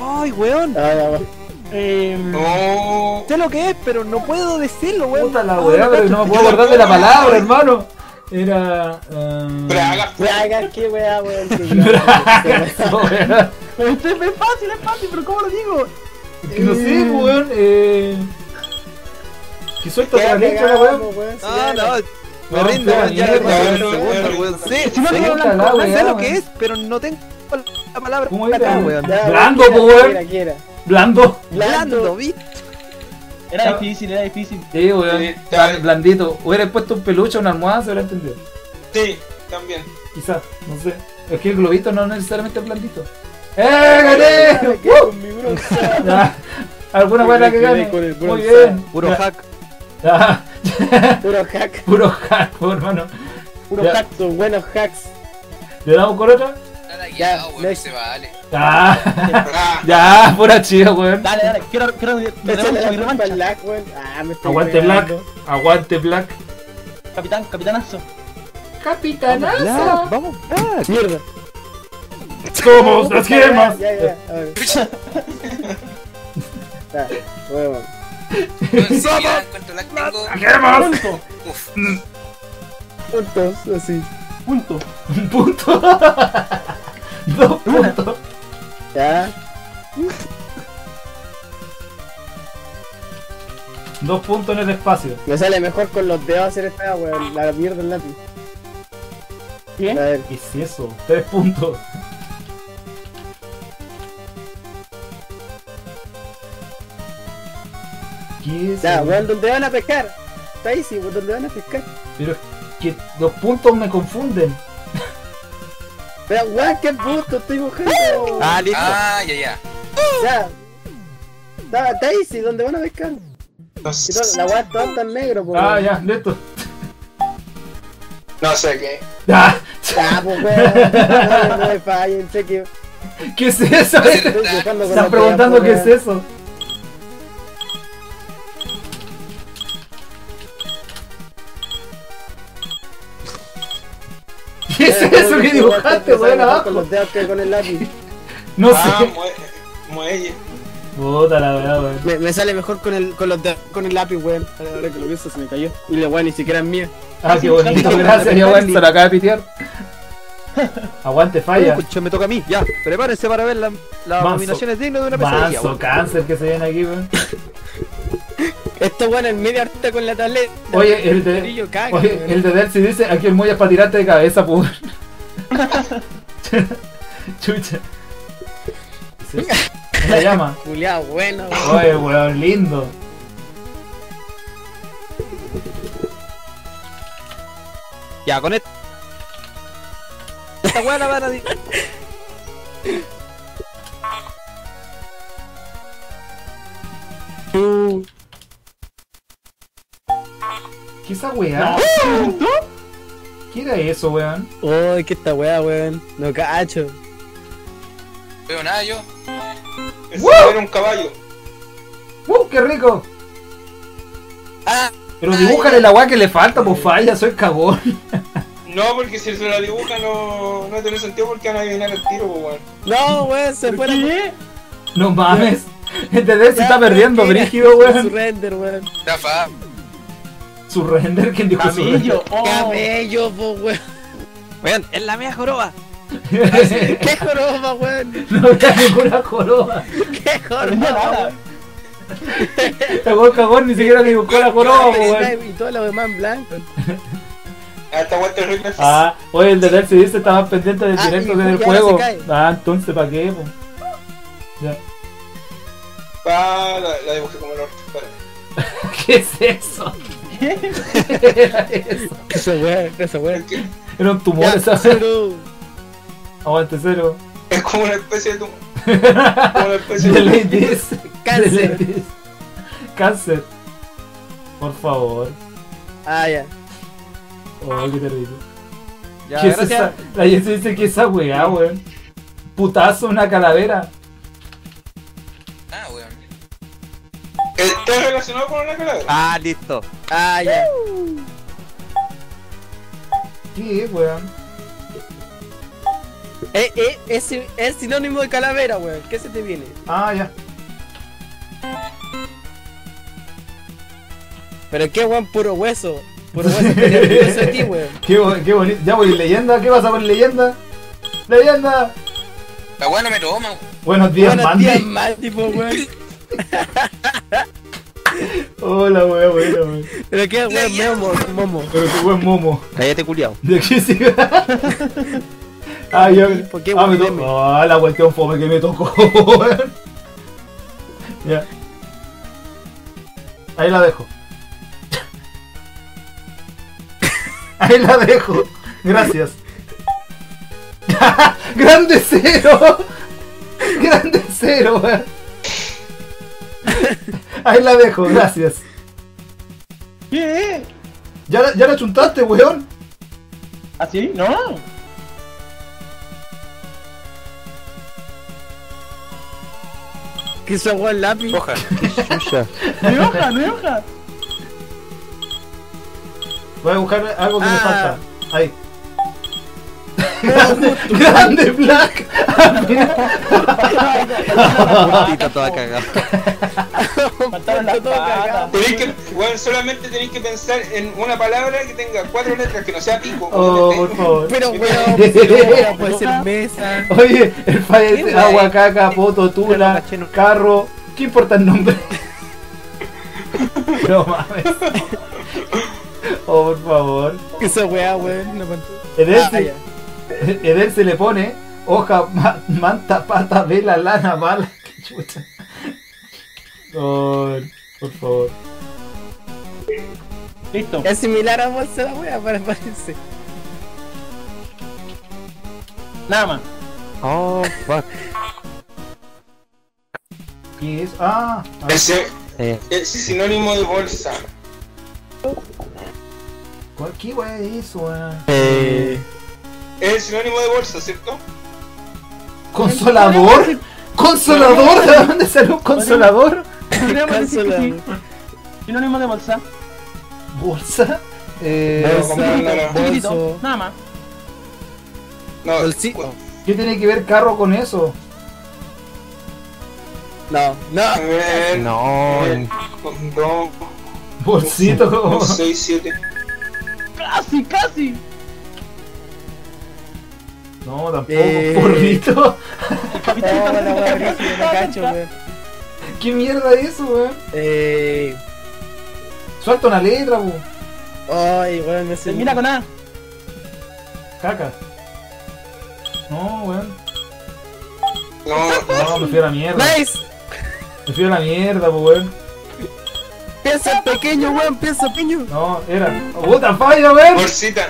B: ¡Ay, weón!
S: Ah, ya, weón.
K: Eh,
D: No.
B: Sé lo que es, pero no puedo decirlo, weón.
A: Puta la
B: Ah,
A: weá,
B: no
A: pero
B: cacho.
A: no me puedo acordar de la palabra, hermano. Era. ehm,
D: Braga.
S: Braga, qué weá, weón. qué
A: eso, weón.
K: pero esto es es fácil, es fácil, pero ¿cómo lo digo?
A: Que no sé, weón. Eh... Que suelta
S: Ya
A: la letra,
S: cagamos, pues,
A: weón.
S: weón, sí,
B: Ah,
S: ya,
B: no, me
A: No,
B: rindo,
A: no,
B: weón, ya
A: mierda,
B: me rindo en
D: no,
B: segundo,
D: no,
B: weón.
D: no,
B: Sí,
K: Si no te
A: Puta
K: lo
A: la
K: blanco,
B: no sé
A: weá,
B: lo que
A: weón.
B: es, pero no tengo la palabra.
A: ¿Cómo era?
B: acá, weón.
S: ya,
A: Blando,
S: quiera,
A: po, pues, weón.
S: quiera, quiera.
A: Blando.
B: Blando,
S: Blando.
B: ¿viste?
K: Era difícil, era difícil.
A: Sí,
D: Sí,
A: weón.
D: tal.
A: Blandito. Hubieras puesto un peluche, una almohada, se hubiera entendido.
D: Sí, también.
A: Quizás, no sé. Es que el globito no es necesariamente blandito. ¡Eh, gané! ¡Uh!
S: Me quedo con mi bronce.
A: Ya. Alguna
S: Me
A: buena que
S: quedé
A: gane.
S: con el
A: Muy
S: bronce.
A: bien.
B: Puro
A: Ya.
B: hack.
A: Ya.
S: Puro hack,
A: Puro hack, po, hermano.
S: puro
A: Ya.
S: hack, son buenos hacks.
A: ¿Le damos con otra?
S: Ya,
J: Ya,
S: no
J: weón,
S: es-
J: se vale.
A: Ya.
D: Braga.
A: Ya, pura chida, weón.
K: Dale, dale, quiero, quiero,
S: Échale la
K: revancha, mi
S: culpa
K: revancha.
S: al lag, weón. Ah, me estoy
A: Aguante Black.
S: pegando.
A: Aguante Black.
K: Capitán, capitanazo.
B: Ya, vamos. ya.
S: Mierda.
A: Somos las
S: Ya, ya,
A: gemas.
S: Ya, ya, a ver. Ya, huevo.
J: Weón, si ya encuentro la tengo.
A: Gemas.
K: Punto,
J: Uf,
S: Puntos, así.
K: punto.
A: Un punto. Dos puntos.
S: Ya.
A: Dos puntos en el espacio.
S: Me sale mejor con los dedos hacer esta, weón. La mierda del lápiz.
A: A ver. ¿Qué es eso? Tres puntos. ¿Qué es
S: Ya,
A: eso?
S: weón, ¿dónde van a pescar? Está ahí, sí, weón, ¿dónde van a pescar?
A: Pero es que los puntos me confunden.
S: Pero, weón, qué gusto, estoy buscando.
B: Ah, listo.
J: Ah, ya, ya.
S: Ya. Está, está ahí, sí, ¿dónde van a pescar? Si no, la weá está tan negro, po,
A: Ah,
S: weón.
A: ya, listo.
D: No sé qué.
A: Ah,
S: Ya, pues, weón. No, no me fallen, sé que.
A: ¿Qué es eso?
S: Estoy buscando con
A: Estás
S: los
A: preguntando
S: dedos,
A: qué es
S: weón.
A: eso. ¿Qué
S: Eh,
A: es eso que dibujaste, weón,
S: Con
A: abajo?
S: los dedos que con el lápiz.
A: No
D: Ah,
A: sé.
D: mue- muelle.
A: Puta la verdad, weón.
E: Me, me sale mejor con el, con los de- con el lápiz, weón. Ahora que lo pienso se me cayó. Y la weá ni siquiera es mía.
A: Ah, qué bonito, gracias, ya, weón. Se lo acaba de pitear. Aguante, falla.
B: Escucha, me toca a mí, ya. Prepárense para ver la- las
A: Manso.
B: nominaciones dignas de una pesadilla.
A: Manso
B: weón.
A: cáncer que se viene aquí, weón.
E: Esta weón es media harta con la tableta.
A: Oye, el de.
E: Brillo, caga,
A: Oye,
E: weón.
A: el de Delcy dice, aquí el muelle es para tirarte de cabeza, pues. Chucha. ¿Qué es eso? La llama.
E: Culeado, bueno, weón.
A: Oye, weón, lindo.
B: Ya, con esto. Esta weá la van a. di-
A: ¿Qué esa weá? ¿Qué era eso, weón?
E: Oye, que esta weá, weón. No cacho.
J: No veo nada yo.
D: Ese era un caballo.
A: ¡Uh, qué rico!
J: Ah,
A: Pero dibújale la weá que le falta, pues falla, soy cagón.
D: No, porque si se la dibuja no, no tiene sentido porque van a adivinar el tiro, po, weón.
E: No, weón, se fue la.
A: No mames. El de Delcy
E: Ya,
A: está
E: weón,
A: perdiendo,
E: ¿qué era?
A: brígido,
E: Su
A: weón.
E: render, weón.
J: Rafa.
A: Su render, ¿quién dijo su render?
K: Camillo, oh.
E: Cabello, po, weón.
B: Weón, es la mea joroba.
E: Qué joroba, weón.
A: No había ninguna joroba.
E: Qué joroba, weón.
A: Este weón cagón ni siquiera dibujó la joroba, pues, weón.
E: Y todo lo demás en blanco.
D: Hasta vuelta el ritmo.
A: Ah, oye, el de Delcy dice, estaba más pendiente del
E: Ah,
A: directo
E: y
A: que del
E: ya no se
A: juego.
E: cae.
A: Ah, entonces, ¿para qué, po? Ya.
D: Ah, la, la dibujé como el orto. espérate.
A: ¿Qué es eso? ¿Qué era eso?
E: Eso, weón, eso, weón.
D: Es, que-
A: Era un tumor,
E: Ya,
A: esa weá.
E: cero.
A: Aguante cero.
D: es como una especie de tumor. Como una especie de
A: Delay this.
E: Cáncer.
A: Delay this. Cáncer. Por favor.
E: Ah, ya.
A: Oh, qué terrible.
B: Ya,
A: ¿Qué es
B: gracias.
A: esa? La Jessy dice que esa weá, weón. Putazo, una calavera.
J: Ah, weón.
D: ¿Está relacionado con una calavera?
B: Ah, listo.
E: Ah, ya.
A: ¿Qué, weón?
E: Eh, eh, es, sin- es sinónimo de calavera, weón. ¿Qué se te viene?
A: Ah, ya.
E: Pero qué weón, puro hueso. Puro hueso. Tenía orgulloso de ti, weón.
A: Qué, bo- qué bonito. Ya voy, leyenda. ¿Qué pasa con leyenda? ¡Leyenda!
J: La weá no me toma. weón.
A: Buenos días,
E: Buenos
A: Mandy.
E: días, Mandy, po, weón.
A: Hola, weón, bueno, weón.
E: Pero qué weón, Momo, Momo.
A: Pero qué buen momo.
B: Cállate, culiao.
A: ¿De qué se Ah, yo.
E: ¿Por qué,
A: ah, me
E: weón?
A: tocó. Ah, la cuestión fome que me tocó, weón. Ya. Ahí la dejo. Ahí la dejo. Gracias. ¡Grande cero! ¡Grande cero, weón! Ahí la dejo, gracias.
K: ¿Qué?
A: ¿Ya la, ya la chuntaste, weón?
K: ¿Así? No.
E: ¿Qué es esa weón lápiz?
J: Coja.
K: Mi hoja, mi hoja.
A: Voy a buscar algo que me
E: Ah.
A: falta. Ahí. Grande, grande Black.
B: Puntito toda cagada.
D: Tenéis que, bueno, solamente tenéis que pensar en una palabra que tenga cuatro letras, que no sea pico.
A: Oh, por favor.
D: Pero,
E: weón, puede ser mesa.
A: Oye, el
E: Sí,
A: país
E: güey.
A: agua, caca, poto, tula, carro. ¿Qué importa el nombre? no mames. Oh, por favor.
E: Esa weá, weón. no aguanto.
A: En él,
E: Ah,
A: se,
E: ya.
A: en él se le pone hoja, ma- manta, pata, vela, lana, mala. Qué chucha. No, por favor.
K: Listo.
E: Es similar a bolsa la wea, para parece.
K: Nada más.
B: Oh, fuck.
A: ¿Qué es? Ah, ah.
D: Ese
B: Eh,
D: es sinónimo de bolsa.
A: ¿Cuál- ¿Qué wey es eso? weón?
E: Eh,
D: Es sinónimo de bolsa, ¿cierto?
A: ¿Consolador? ¿Consolador? ¿De dónde salió un consolador?
K: Podríamos decir que sí. Sinónimo de bolsa.
A: ¿Bolsa? Eh,
D: Bolsa, Bolsa.
K: Un poquitito, Nada más.
D: No,
A: ¿Qué tiene que ver carro con eso?
E: No, no.
D: eh,
B: No.
D: con dos,
A: Bolsito.
D: con seis, siete.
K: Casi, casi.
A: No, tampoco.
E: Eh.
A: Porrito.
E: No, la wea, brígida, no cacho, weón.
A: ¿Qué mierda es eso, weón?
E: Eh.
A: Suelta una letra, bu.
E: Ay, weón, me sé.
K: Termina con A.
A: Caca. No, weón.
D: No,
A: No, me fui a la mierda.
E: Nice.
A: Me fui a la mierda, bu, weón.
E: Piensa pequeño, weón, piensa pequeño.
A: No, era. ¡Puta falla, weón!
D: bolsita.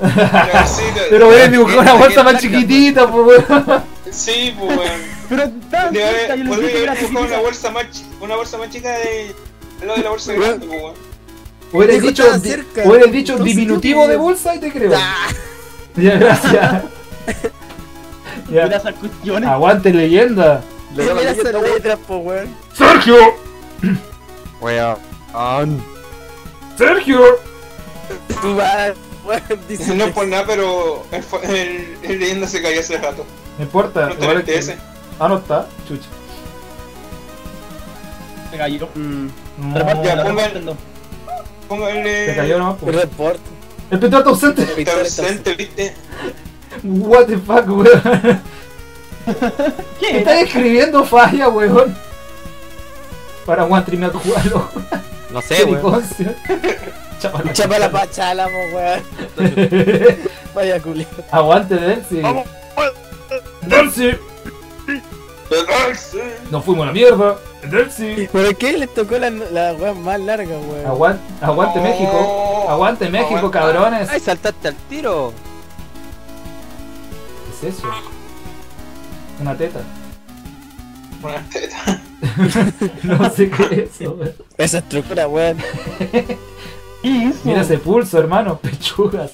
D: La bolsita.
A: Pero weón, dibujó una
B: Esta
A: bolsa
B: que
A: más
B: es blanca,
A: chiquitita, bu, weón.
D: Sí, pues weón.
K: Pero estaba
D: Podría
E: eh.
K: cerca,
D: haber
K: yo le dije que
D: podría
K: era
D: haber dibujado una
K: chiquitita.
D: bolsa más chi- una bolsa más chica de. al lado de la bolsa grande, pues weón.
A: Hubieras
E: Sí,
A: dicho,
E: estaba
A: di-
E: cerca.
A: hubieras dicho
E: Entonces,
A: diminutivo
E: ¿qué?
A: de bolsa y te creo. Ya, gracias.
K: Mira
A: ya.
K: esas cuestiones.
A: Aguante leyenda.
E: Le voy a hacer letras, po, weón.
A: ¡Sergio!
B: weón.
A: ¡Sergio!
E: Tú vas, weón, dice.
D: No es por nada, pero el, fa- el, el leyenda se cayó hace rato.
A: No importa.
D: No te
A: igual es que-
D: ese.
A: Ah, no está. Chucha.
K: Se cayó.
E: Mm,
A: No,
K: Reparte,
D: Ya, pongan-
K: repártelo.
D: Póngale.
A: Se cayó no,
E: un
A: pues.
E: report.
A: El petróleo ausente.
D: Está ausente, viste.
A: What the fuck, weón.
K: ¿Qué?
A: Estás escribiendo falla, weón. Para One Tree me jugarlo.
B: No
K: Eh,
B: sé, weón.
A: Chapala.
E: Chapa la pachala, po, weón. Vaya culo.
A: Aguante, Delcy.
B: Vamos.
A: Delcy.
D: Pegarse.
A: Nos fuimos a la mierda. Delcy.
E: ¿Pero qué les tocó la, la weá más larga, weón?
A: Aguante, aguante
D: No.
A: México. Aguante México,
D: Aguanta.
A: cabrones.
B: Ay, saltaste al tiro.
A: ¿Qué es eso? Una teta.
D: Una teta.
A: No sé qué es eso, weón.
E: Esa estructura, weón.
K: ¿Qué hizo?
A: Mira ese pulso, hermano. Pechugas.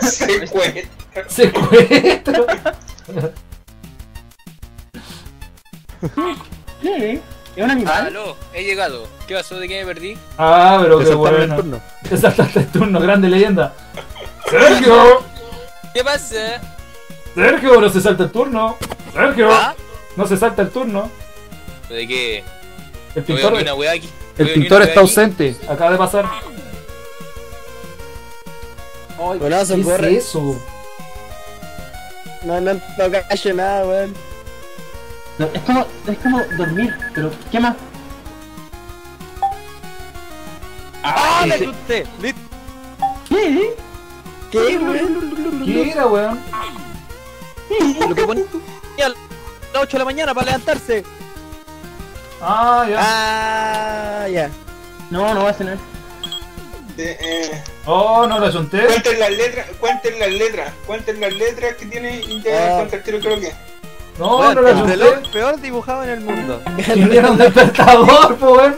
D: Se cuenta.
A: Secuestro.
K: ¿Qué? ¿Es un
B: Ah,
K: animal?
J: Aló, he llegado. ¿Qué pasó? ¿De qué me perdí?
A: Ah, pero
B: Te
A: qué
B: saltaron el
A: bueno.
B: turno.
A: Te saltaste el turno, grande leyenda. Sergio.
J: ¿Qué pasa?
A: Sergio, no se salta el turno. Sergio.
J: ¿Ah?
A: No se salta el turno.
J: ¿De qué?
A: El
J: No veo
A: pintor,
J: ni una weá aquí. No
A: el
J: veo ni
A: pintor
J: una
A: está
J: weá aquí.
A: ausente. Acaba de pasar.
E: Golazo,
A: ¿Qué
E: corre.
A: es eso?
E: No, no, no cacho nada, weón.
K: No, Es como, es como dormir, pero ¿qué más?
B: ¡Ah, me asusté! Listo.
K: ¿Qué?
E: ¿Qué, weón?
A: ¿Qué era, weón?
B: Lo que ponía a las 8 de la mañana para levantarse.
A: Ah, ya.
E: Ah, ya.
K: No, no va a cenar.
D: Eh, eh,
A: Oh, no lo ayunté.
D: Cuenten las letras, cuenten las letras, cuenten las letras que tiene y te
K: Ah.
D: van a contar creo, creo que.
A: No,
B: Weón,
A: no lo
B: el reloj
A: ayunté.
B: peor dibujado en el mundo.
A: Que era un despertador, po, weón.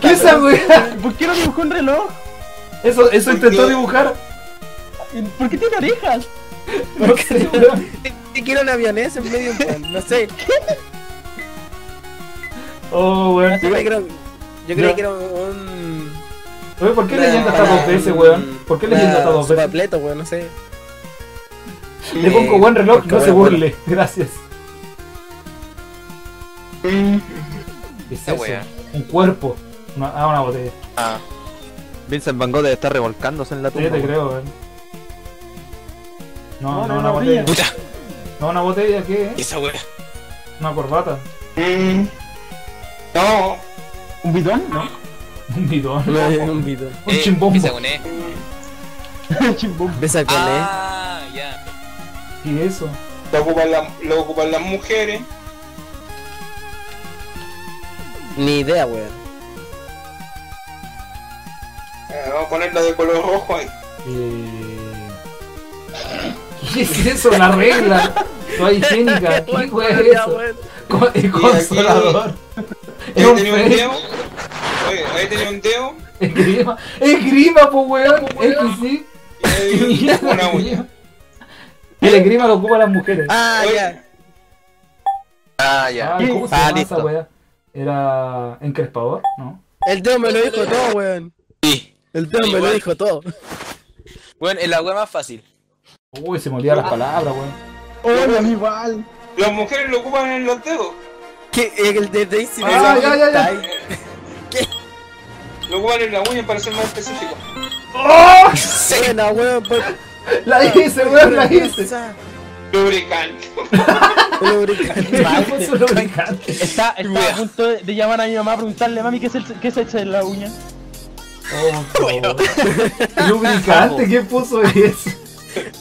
A: ¿Qué es esa weá?
K: ¿Por qué no dibujó un reloj?
A: Eso, eso
D: ¿Por
A: intentó
D: qué?
A: dibujar.
K: ¿Por qué tiene orejas?
A: No sé, weón.
B: Este
E: Te quiero una avioneta en medio, weón. No sé.
A: Oh, weón.
E: Yo creo, yo
A: Ya.
E: creo que era un.
A: Oye, ¿por qué
E: una-
A: leyenda está dos veces, weón? ¿Por qué
E: una-
A: leyenda está dos
E: su
A: veces?
E: papleto, weón, no sé.
A: Le pongo buen reloj, no se burle. Gracias. Mm. ¿Qué es
B: Esa
A: eso?
B: wea.
A: Un cuerpo. Una, ah, una botella.
J: Ah.
B: Vincent Van Gogh debe estar revolcándose en la
A: Sí,
B: tumba.
A: te
B: weón.
A: creo, weón. No, no,
B: No, no,
A: una
B: no,
A: botella.
B: brilla.
A: No, una botella, ¿qué? eh?
J: Esa wea.
A: Una corbata.
D: No.
K: ¿Un bidón? No.
A: Un bidón.
E: Un bidón.
A: Un chimbombo.
J: Besaconé.
K: chimbombo.
J: Ah, ya.
A: ¿Qué es eso?
D: Lo ocupan, la- lo ocupan las mujeres.
E: Ni idea, weón.
D: Eh, vamos a ponerla de color rojo ahí.
A: Eh, ¿Qué es eso? La regla. Toda higiénica. ¿Qué wea es eso? Co- El consolador. Es
D: Ahí
A: un
D: tenía un
A: fe.
D: dedo. Oye, ahí tenía un dedo.
A: Esgrima. Esgrima, po weón. Es que sí.
D: Y ahí
A: pues,
D: una uña.
A: El esgrima lo ocupan las mujeres.
E: Ah, ya.
J: Ah, ya.
A: Ah, ¿Cómo se
E: Ah,
A: llama esa
E: listo.
A: weá? Era encrespador, ¿no?
E: El dedo me lo dijo todo, weón.
J: Sí.
E: El dedo me lo
J: Igual.
E: dijo todo.
J: Bueno, es la wea más fácil.
A: Uy, se me olvidan las palabras, weón.
K: Hola, mi igual.
D: Las mujeres lo ocupan en los dedos.
E: ¿Qué? El de Daisy
A: Ah, ya, ya, ya.
D: Lo ocupan en la uña para ser más específico.
A: ¡Oh!
E: Buena, weón. por-
A: La hice, weón, la hice.
D: Lubricante.
E: Lubricante.
A: Puso lubricante.
K: Está, está a punto de, de llamar a mi mamá a preguntarle, mami, ¿qué es, el, qué es eso de la uña?
A: Oh, lubricante, ¿qué puso eso?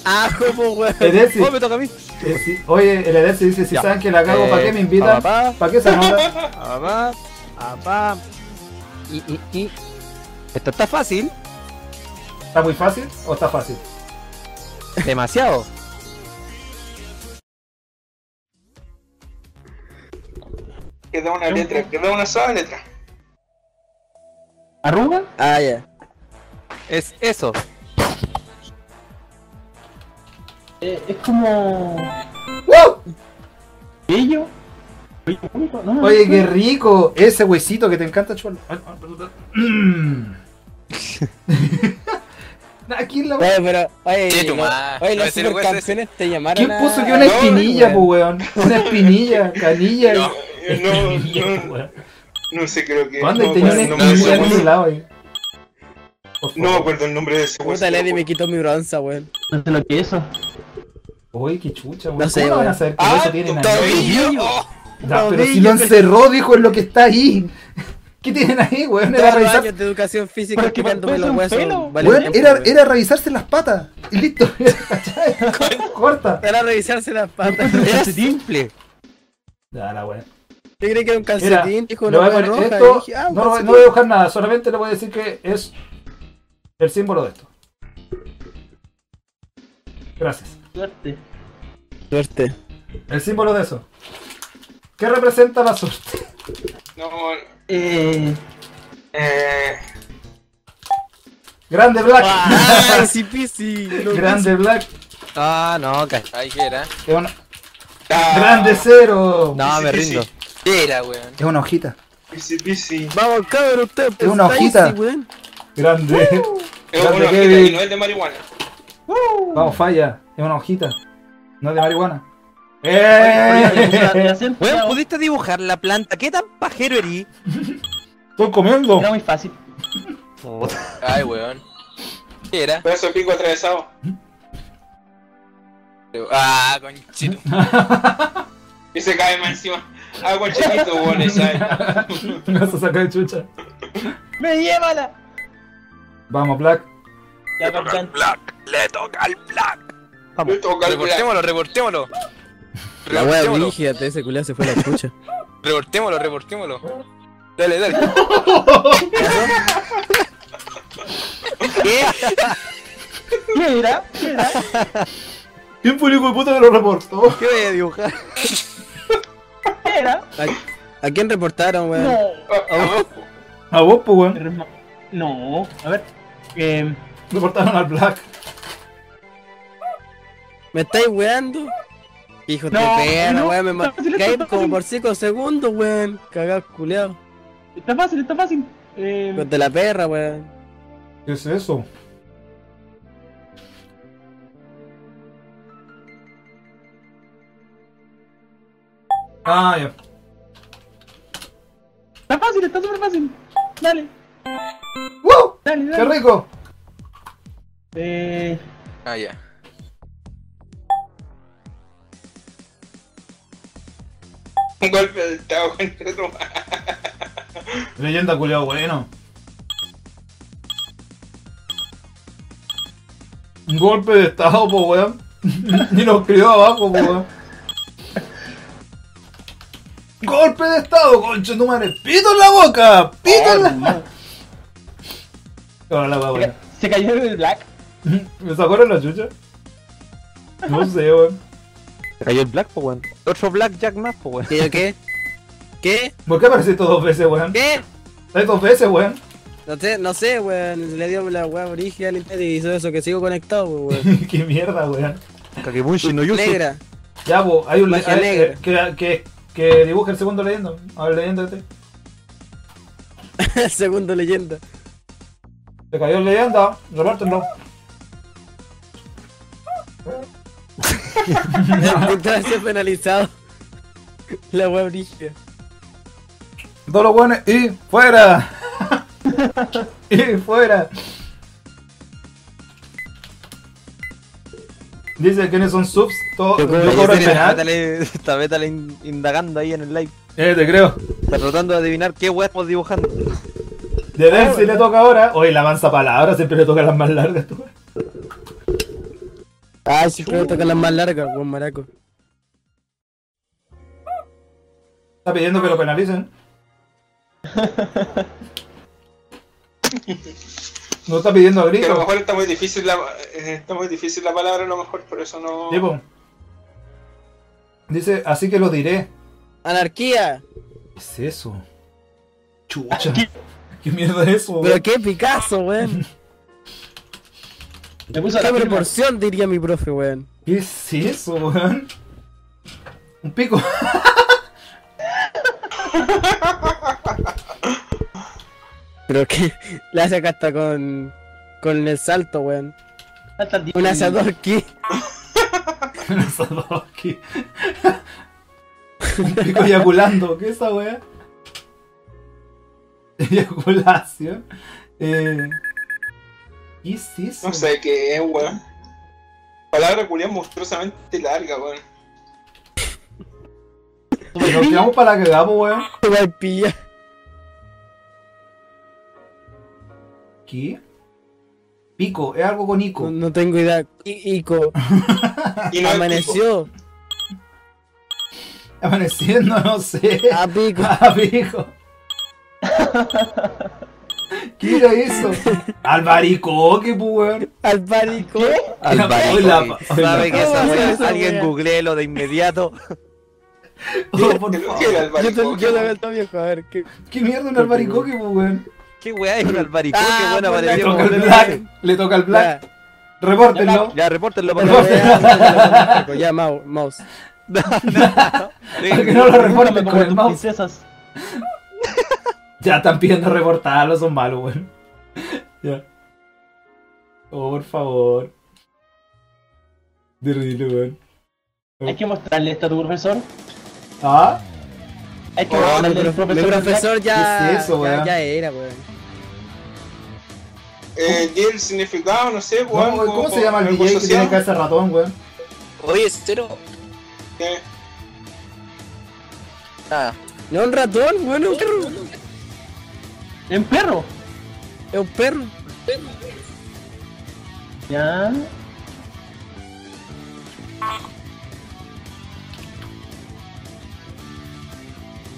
E: Ajo, po, weón.
A: Edesi.
B: Oh, me toca a mí.
A: Eh, sí. Oye, el Edesi dice, si
B: Ya.
A: saben que la cago, ¿para qué me
B: Eh,
A: invitan?
B: papá.
A: ¿Para qué se nota?
B: Apá, apá. Y, y, y. Esto está fácil.
A: ¿Está muy fácil o está fácil?
B: Demasiado.
D: Queda una letra, queda una sola letra.
K: ¿Arruga?
E: Ah, ya.
B: Es eso.
K: Eh, es como...
A: ¡Wow!
K: ¿Bello? ¿Bello único? No, no,
A: Oye,
K: no.
A: qué rico. Ese huesito que te encanta, chulo. Ay, ay, Ah, perdón. Mm. Aquí la
E: Oye, pero, oye,
J: Sí, tu
E: lo-
J: madre.
E: oye,
J: No
E: los
J: es el weón
E: supercampeones te llamaron.
A: ¿Quién
E: a-
A: puso que una
E: a-
A: espinilla, po, weón? Una espinilla, canilla. y-
D: Eh, No, no,
A: weón.
D: no sé, creo que.
A: ¿Cuándo? Y
D: no
A: tenía una
D: me acuerdo el nombre de ese
A: espinilla en otro
D: hueso.
A: lado ahí.
D: No
A: Por
D: pues. me
A: favor.
D: acuerdo el nombre de ese hueso.
E: Puta, Lenny me quitó mi bronza, weón.
K: No sé lo que es eso.
A: Uy, qué chucha, weón.
E: No sé,
A: ¿Cómo no van a
E: weón.
A: saber
D: Ah,
A: que eso tienen ahí?
J: Tobillo. Oh,
A: No, pero si lo encerró, dijo, es lo que está ahí. ¿Qué tienen ahí, weón? Era
E: Todos los
A: revisar
E: años de educación física
K: Pero es que
E: quitándome
K: puede ser
E: los
K: un
E: huesos.
K: pelo.
E: vale
A: Weón,
E: tiempo,
A: era,
E: weón.
A: era revisarse las patas. Y listo. ¿cachai? Corta.
E: Era revisarse las patas.
B: Era simple.
A: Ya, la weón.
E: Yo creí que era un
A: Mira,
E: calcetín, dijo
A: le
E: una
A: voy a
E: hueá
A: poner
E: roja.
A: esto,
E: y dije, ah, un
A: no, no
E: calcetín.
A: voy a buscar nada, solamente le voy a decir que es el símbolo de esto. Gracias.
K: Suerte.
E: Suerte.
A: El símbolo de eso. ¿Qué representa la suerte?
D: No, no.
K: Eh...
D: eh.
A: Grande Black.
E: Ah, sí,
A: pues,
E: pisi. lo
A: Grande Black.
B: Ah, no, ca-
J: Ahí era.
A: Es una-
D: ah,
A: Grande cero.
B: No, me rindo.
J: ¿Qué era, weón?
A: Es una hojita.
D: Pisi, pisi.
E: pisi. Vamos, cabrón, usted. pues,
A: una
E: está ahí,
A: hojita.
E: sí, weón.
A: Grande.
D: Es
A: Grande
D: una hojita
A: Kevin.
D: y no es de marihuana.
A: Vamos, falla. Es una hojita. No es de marihuana.
K: Oye,
A: ¡Eh!
K: oye,
B: Weón,
K: Bueno,
B: ¿pudiste dibujar la planta? ¿Qué tan pajero erí?
A: Estoy comiendo.
K: Era muy fácil.
J: Ay, weón. ¿Qué era?
D: Pero eso pico atravesado.
J: Ah, conchito.
D: Y se cae más encima. Ah, chiquito, weón, ahí ¿sabes?
A: Me vas a sacar de chucha.
K: ¡Me llévala!
A: Vamos, Black.
K: Ya, capitán.
J: Black. Le toca al Black.
D: Le toca el blanco.
J: Reportémoslo, reportémoslo.
E: La wea
J: Reportémoslo,
E: brígida, te ese culiao se fue a la chucha.
J: reportémoslo, reportémoslo. Dale, dale.
K: ¿Qué era? ¿Qué era?
A: ¿Quién fue el hijo de puta que lo reportó?
B: ¿Qué voy a dibujar?
K: ¿Qué era?
E: ¿A, a quién reportaron, weón?
K: No.
A: A vos, pues, weón.
K: Pero es ma- No. A ver. Eh...
A: Reportaron al Black.
E: ¿Me estáis weando? Hijo de
K: No,
E: perra,
K: no,
E: weón. Me ma-
K: no, si le
E: caí
K: está
E: como
K: fácil.
E: por 5 segundos, weón. Cagado, culiao.
K: Está fácil, está fácil. Eh...
E: Los de la perra, weón.
A: ¿Qué es eso? Ah, ya.
K: Está fácil, está súper fácil. Dale.
A: ¡Wow!
K: Dale,
A: ¡Qué rico!
K: Eh,
J: Ah, ya.
D: Un golpe de estado con el otro.
A: Leyenda culiao bueno. Un golpe de estado, po weón. Ni nos crió abajo, po weón. Golpe de estado, concha de tu madre. Pito en la boca. Pito en la. Ahora la va, weón.
K: ¿Se cayó en el black?
A: ¿Me sacó la chucha? No sé, weón.
B: Se cayó el Black, po, weón. Otro Black Jack más, po, weón.
E: ¿Qué? ¿Qué? ¿Qué?
A: ¿Por qué apareciste dos veces, weón?
E: ¿Qué?
A: ¿Estás dos veces, weón?
E: No sé, no sé, weón. Se Le dio la weá original al internet y hizo eso que sigo conectado, weón.
A: Qué mierda, weón.
B: Kakebushi no Yusu.
E: Negra.
A: Ya, po, hay un
E: Magia
A: hay- eh,
E: negra.
A: Que, que, que dibuje el segundo leyendo. A ver, leyendo este.
E: Segundo leyenda.
A: Se cayó el leyenda, repártenlo.
E: Estaba siendo penalizado. La weá original.
A: Todos los buenos y fuera. y fuera. Dice quiénes son subs, todo, yo cobro el penal.
B: Está Beta indagando ahí en el live.
A: Eh, te creo.
B: Está tratando de adivinar qué weá estamos dibujando.
A: De ver si le toca ahora. Oye, la mansa palabra siempre le toca las más largas. tú.
E: Ah, sí, pero toca las más largas, weón, maraco.
A: Está pidiendo que lo penalicen. no está pidiendo a
D: Que a lo
A: gritos.
D: mejor está muy difícil la, eh, está muy difícil la palabra, a lo mejor por eso no.
A: Sí, po. Dice, así que lo diré.
E: Anarquía.
A: ¿Qué es eso? Chucha. ¿Qué mierda es eso?
E: Pero qué Picasso, weón.
K: Le puso
E: ¿Qué
K: la firma.
E: proporción diría mi profe, weón?
A: ¿Qué es eso, weón? Un pico.
E: Pero que la hace acá hasta con. con el salto, weón.
K: Hasta el día.
E: Un asador aquí.
A: Un asador aquí. Un pico eyaculando. ¿Qué es esa weá? Eyaculación. Eh... ¿Qué es eso?
D: No sé qué es, weón. Palabra culia monstruosamente larga, weón.
A: Nos quedamos para la cagada, po, weón.
E: Te va a pillar.
A: ¿Qué? Pico, es algo con
E: No,
A: Ico.
E: no tengo idea. I- Ico.
D: Y no es
E: Amaneció.
A: Amaneciendo, no sé.
E: A pico.
A: Ah, pico. ¿Qué era eso? Albaricoque, po, weón.
E: Al pánico.
A: Hoy la- hoy la-
B: Sabe que esa
E: ¿Cómo
B: weá,
E: hace esa
B: alguien
E: weá?
B: googleelo de inmediato.
A: Oh, por
D: ¿Qué
A: favor.
D: era el
E: Yo,
D: barico?
E: te, yo la veo todo viejo, a ver. ¿qué?
A: ¿Qué mierda un albaricoque, po, weón?
B: ¿Qué weá es un albaricoque?
E: Ah,
B: weón,
E: por la
A: Le
B: apareció
A: toca
B: como-
A: el black, le toca el black. Repórtenlo.
B: Ya, repórtenlo para
A: Repórtenlo.
E: Ya, ya, Mau- mouse.
A: Para que no lo
K: Pórtame
A: reporten con
K: como
A: el
K: tus
A: mouse.
K: princesas.
A: Ya están pidiendo reportarlo, son malos, weón. Ya. Oh, por favor. Terrible, weón.
K: Hay que mostrarle esto a tu profesor.
A: Ah,
K: Hay que
D: Oh,
E: Mi
K: mostrarle al
E: profe- mi
K: profesor.
E: profesor ya.
A: ¿Qué es eso,
E: ya,
A: weón?
E: ya era, weón.
D: Eh, y el significado, no sé,
A: no,
D: weón.
A: weón, ¿cómo
D: como-
A: se llama el
D: algo
A: DJ que
D: social,
A: tiene cabeza de ratón, weón?
J: Oye, cero.
D: que-
J: Ah,
E: No, un ratón, weón, es un perro.
K: ¿En perro?
E: Es un perro.
K: Ya.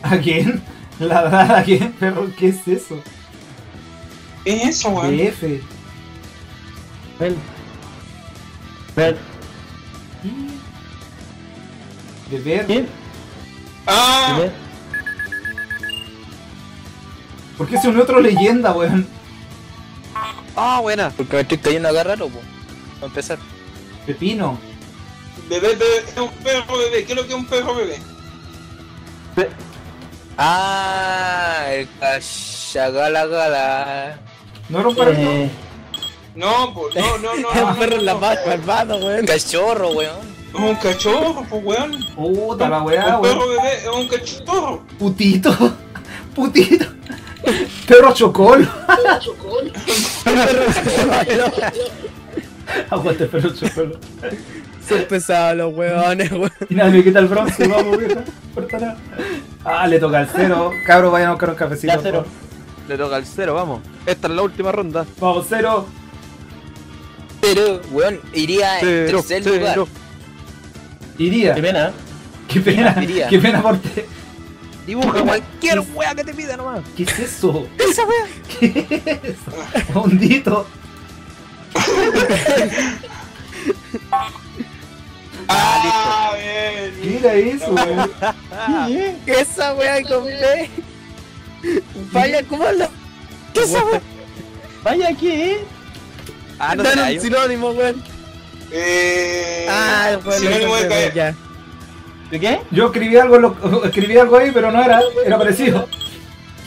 A: ¿A quién? ¿Ladrar a quién, perro? ¿Qué es eso?
D: ¿Qué es eso, weón?
A: F.
K: Ven. Ven.
A: De ver.
K: ¿Quién?
D: Ah,
K: Ven.
A: ¿Por qué se unió otro leyenda, weón?
B: Ah, buena.
J: porque me estoy cayendo acá raro, po. Para empezar.
A: Pepino.
D: bebé, bebé, es un perro bebé. ¿Qué es lo que es un perro bebé?
J: Ah, el cachagala gala.
A: ¿No era un perrito?
K: Eh,
D: No, po, no, no, no.
E: Es
D: no,
E: un perro en la
D: no.
E: paz, malvado, weón.
J: Cachorro, weón.
D: Es un cachorro, pues weón.
A: Puta la weá,
D: un perro
A: weón.
D: bebé, es un cachorro.
A: Putito. Putito. Perro chocol. Aguante, perro chocol.
E: Son pesados los huevones, weón.
A: Y nada, me quita el bronce, vamos, vieja. Pártala. Ah, le toca al cero. Cabro, vayan a buscar un cafecito.
B: Ya, cero. Le toca al cero, vamos. Esta es la última ronda.
A: Vamos, cero.
J: Pero, weón, iría en
B: Cero,
J: tercer
B: cero.
J: lugar.
A: Iría. Qué
K: pena.
A: Qué pena.
J: Iría.
A: Qué pena por ti.
B: Dibuja cualquier wea que te pida nomás.
A: ¿Qué es eso?
E: Esa wea.
A: Hondito.
D: Ah, bien.
A: Mira eso, weón.
E: Esa wea con B. Vaya, ¿cómo lo? ¿Qué esa wea?
K: Vaya, ¿qué es?
B: Ah, no
E: Dan
B: sé,
E: un
B: hay-
E: sinónimo, weón.
D: Eh,
E: Ah, el weón.
D: sinónimo de caer.
E: Ya.
K: ¿De qué?
A: Yo escribí algo, en lo- escribí algo ahí, pero no era, era parecido.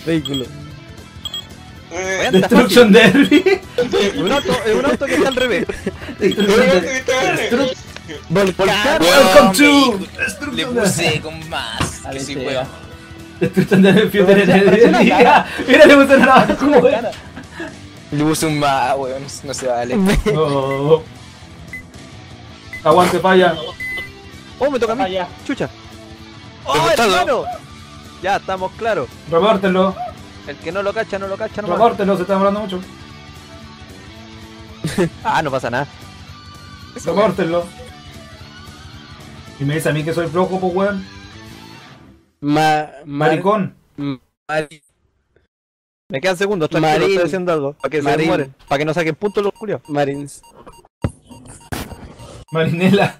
E: Vehículo.
D: Eh,
B: Weón, está fácil.
A: Destruction Derby.
B: Es un auto, es un auto que está al revés.
A: Destruction
D: weón,
A: Derby.
D: que está bien.
E: Volcar.
A: Welcome to
J: Weón, Le
A: Destruction Derby.
J: puse con más.
K: A
J: Que
K: ver,
J: soy
K: te
J: weón.
A: Destruction Derby. Future
K: Pero
A: Energy.
K: parece una cara.
A: Mira, le pusieron abajo, weón.
J: Le puse un más, weón. No se vale.
A: Oh. Aguante, falla.
B: Oh, me toca a mí.
K: Vaya.
B: Chucha. Oh,
J: gustado?
B: hermano. Ya estamos claros.
A: Repórtenlo.
B: El que no lo cacha, no lo cacha nomás.
A: Repórtenlo, se está hablando mucho.
B: Ah, no pasa nada.
A: Repórtenlo. Y me dice a mí que soy flojo, pues weón.
E: Ma. Maricón.
A: Maricón.
E: Mari-
B: Me quedan segundos, tranquilo,
E: Marín.
B: estoy haciendo algo. Para que se
E: Marín.
B: mueren, para que no saquen puntos los culiados.
E: Marins.
A: Marinela.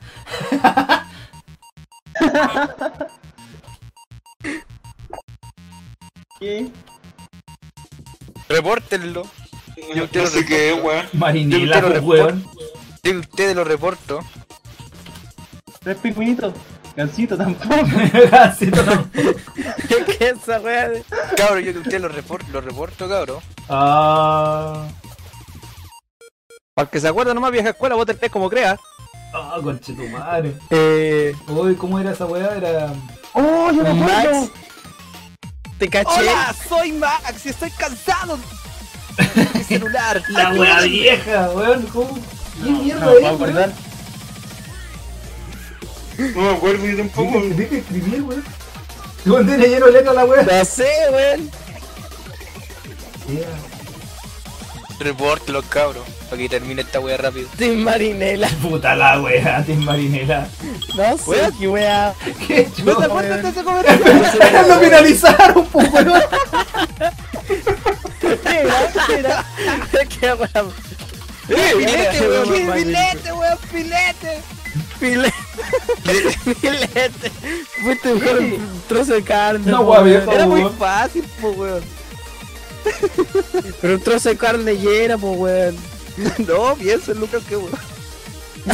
K: ¿Qué?
J: Repórtenlo. Yo
D: No
J: quiero
D: sé qué es, weón.
J: Yo
A: Marinela, pues
J: quiero
A: weón.
J: Yo ustedes lo reporto.
K: Tres pingüinitos. Gancito tampoco.
A: Así no.
E: ¿Qué es esa wea? de-
J: Cabro, yo ustedes lo reporto, lo reporto, cabro.
A: Ah.
B: Para el que se acuerda nomás, vieja escuela, vos tenés como creas.
A: Ah, conchetumare.
E: Eh.
A: Uy, ¿cómo era esa weá? Era.
K: ¡Oh, yo me acuerdo!
E: Max. Te caché.
B: soy Max y estoy cansado. Mi celular.
A: La weá vieja, weón. ¿Cómo? ¿Qué mierda
K: No,
A: es,
K: me
A: weón?
K: acordar.
D: No me acuerdo yo
A: Deja,
D: tampoco.
A: deja escribir, weón. Weón, tiene lleno de letra la weá.
E: No sé, weón.
J: Repórtelo, cabro. Para que termine esta wea rápido.
E: Team Marinela.
A: Puta la weá, Team Marinela.
E: No sé qué wea.
A: ¿Qué
B: ¿No te
A: chulo,
B: acuerdas
A: weón.
B: de ese comentario?
A: ¡Lo finalizaron, pues weón!
E: Espera, espera. Qué wea.
B: ¡Eh,
E: Filete, weón.
B: ¡Filete, weón! ¡Filete!
E: Filete. Filete. Fuiste mejor un trozo de carne.
A: No,
E: po,
A: wea
E: weón.
A: vieja,
B: Era muy
A: weón.
B: fácil, po, weón.
E: Pero un trozo de carne llena, pues weón.
B: No, pienso, Lucas, que weón.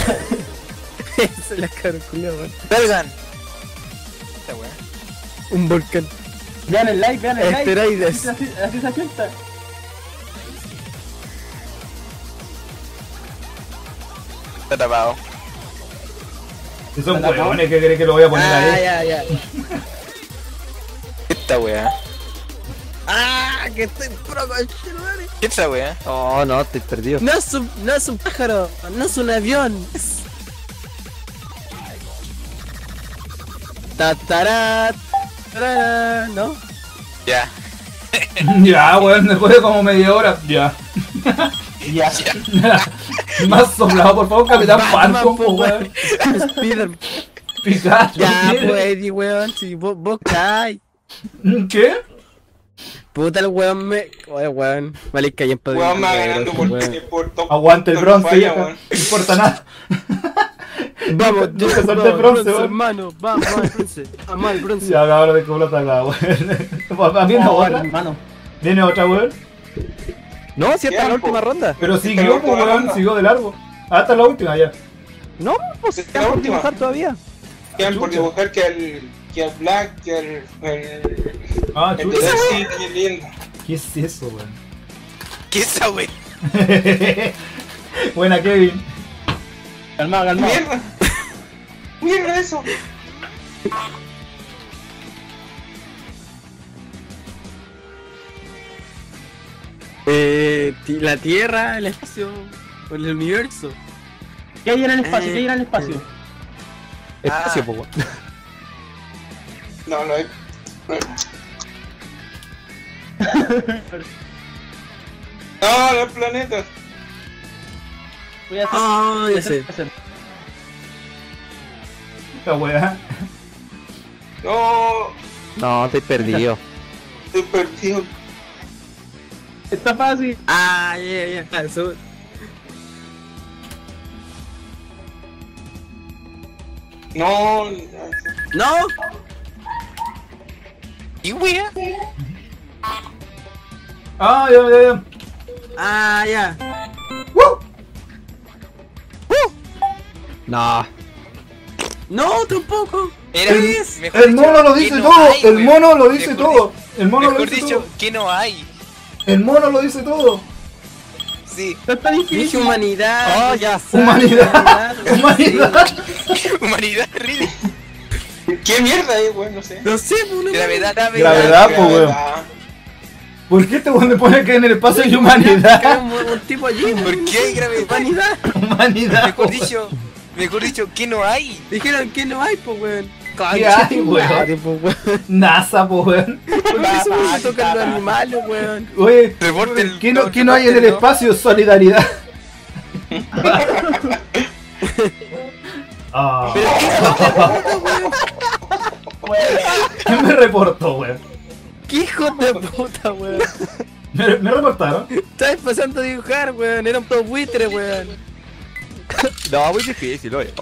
E: Esa es la carcula, weón.
J: Belgan. Esta wea.
E: Un volcán.
K: Vean el like, vean el like.
E: Esteroides.
K: Así así se acierta.
J: Está tapado.
A: Si son huevones, ¿qué crees que lo voy a poner
E: Ah,
A: ahí?
E: ya, ya.
J: Esta wea.
E: Ah, que estoy pro conchetumare.
J: ¿Qué es esta wea?
B: No, no, estoy perdido.
E: No es un, no es un pájaro, no es un avión. Tatará, tarará, ¿no?
J: Ya.
A: Ya, weón, después de como media hora, ya.
K: Ya.
A: Más soplado, por favor,
E: Ah,
A: Capitán
E: Batman,
A: Falcon,
E: po,
A: po,
E: weón.
A: weón.
E: Spider-
A: Pikachu.
E: Ya,
A: ¿qué?
E: pues, Eddie, weón, si vos, vos caes.
A: ¿Qué?
E: Puta, el weón me. Oye, weón. Vale, que hay en Padrino
D: Weón, me va
E: Negro,
D: ganando
E: pues,
D: por,
E: weón.
D: por top.
A: Aguante el
D: por
A: bronce,
D: falla,
A: vieja.
D: weón.
A: No importa nada.
E: Vamos,
A: Nunca- nunca
E: Dios,
A: solté el
E: vamos,
A: bronce, weón.
E: hermano. Vamos, vamos, el bronce. Vamos, el bronce.
A: Ya, ahora de cómo lo acá, weón. Viene
K: Oh,
A: otra,
K: hermano.
A: viene otra, weón.
B: No, si esta es la
D: Tiempo.
B: última ronda.
A: Pero
D: Esta
A: siguió,
D: la
A: po,
D: última
A: weón,
D: ronda.
A: siguió de largo. Hasta la última, ya.
B: No, pues
D: Esta es
B: está
D: la
B: por
D: última.
B: dibujar todavía.
D: Quedan por dibujar que al, que al Black, que al. al-
A: Ah,
D: El
A: chucha.
D: Darcy, que lindo.
A: ¿Qué es eso, weón?
J: ¿Qué es esta wea?
A: Buena, Kevin.
K: Calmado, calmado.
D: Mierda. mierda eso!
E: Eh, ti- la Tierra, el espacio, el universo. Eh,
K: ¿Qué hay en el espacio? ¿Qué hay en el espacio?
E: Ah.
B: Espacio, pues,
D: No, no hay. No, los planetas.
K: Voy a hacer.
E: Ah,
K: voy a
E: ya sé.
K: hacer-
A: Esta weá.
D: No,
B: No, estoy perdido.
D: estoy perdido.
K: Está fácil.
E: Ah, ya, ya, ya. su-
D: No,
E: No,
J: ¿Y wea?
A: Ah, ya, ya, ya.
E: ah, ya.
B: No.
E: No, tampoco.
J: Era
A: El-
J: mejor
A: El
J: dicho,
A: mono lo
J: que
A: dice
J: no
A: todo,
J: hay,
A: el
J: weón.
A: mono lo dice
J: Mejor
A: todo, el mono lo
J: Mejor
A: dice
J: dicho,
A: todo,
J: que no hay.
A: el mono lo dice todo.
J: Sí.
K: No está
E: Dije
K: difícil.
E: humanidad.
B: Oh, ya sé.
A: Humanidad, humanidad.
J: Humanidad, really.
D: ¿Qué mierda es, weón? No sé.
E: No sé, boludo.
J: Gravedad,
A: Gravedad.
J: gravedad.
A: Ah, pues, weón. ¿Por qué te le pone que en el espacio hay humanidad?
E: Un, un tipo allí.
J: ¿Por qué hay gravedad?
E: Humanidad.
A: Humanidad.
J: Mejor dicho, mejor dicho, que no hay.
E: Dijeron que no hay, po, weón.
A: ¿Qué hay, weón?
J: pues,
A: NASA, po, weón.
E: ¿Por qué se me tocan los animales, weón?
A: Oye,
J: Reporte el-
A: ¿qué no,
J: no,
A: qué no hay en el
J: reporte, ¿no?
A: espacio? Solidaridad. Ah. ¿Quién me reportó, weón?
E: ¿Qué hijo de puta, weón?
A: ¿Me, me reportaron?
E: Estaba empezando a dibujar, weón. Eran todos buitres, weón.
B: No, muy difícil, oye.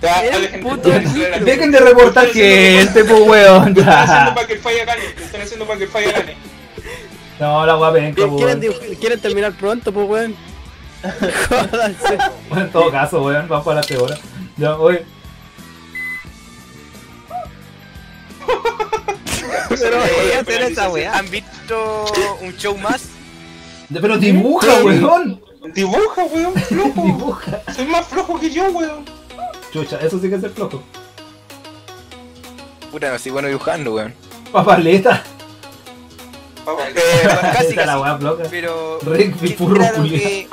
D: Ya,
E: Era un
D: Alejandro,
E: puto
D: ya, ya, ya.
A: Dejen de reportar gente, po, weón.
D: Lo están haciendo
A: ya.
D: para que el falla gane. Lo están haciendo para que el falla gane.
A: No, la weá penca, po,
E: ¿Quieren,
A: weón.
E: dibuj- quieren terminar pronto, po, weón? Jódanse.
A: Bueno, en todo caso, weón, vamos para la peor. Ya, oye.
E: Pero voy a hacer esa weá.
J: ¿Han visto un show más?
A: Pero dibuja, weón.
D: Dibuja, weón, flojo.
A: Dibuja.
D: Soy más flojo que yo, weón.
A: Chucha, eso sí que es el flojo.
J: Puta, no soy bueno dibujando, weón.
A: Papaleta.
D: Vamos.
J: Eh, casi,
A: Esta es la
J: casi.
A: weá floja.
J: Pero.
A: Rick, mi
J: ¿qué
A: furro
J: esperaron
A: culiao.
J: que-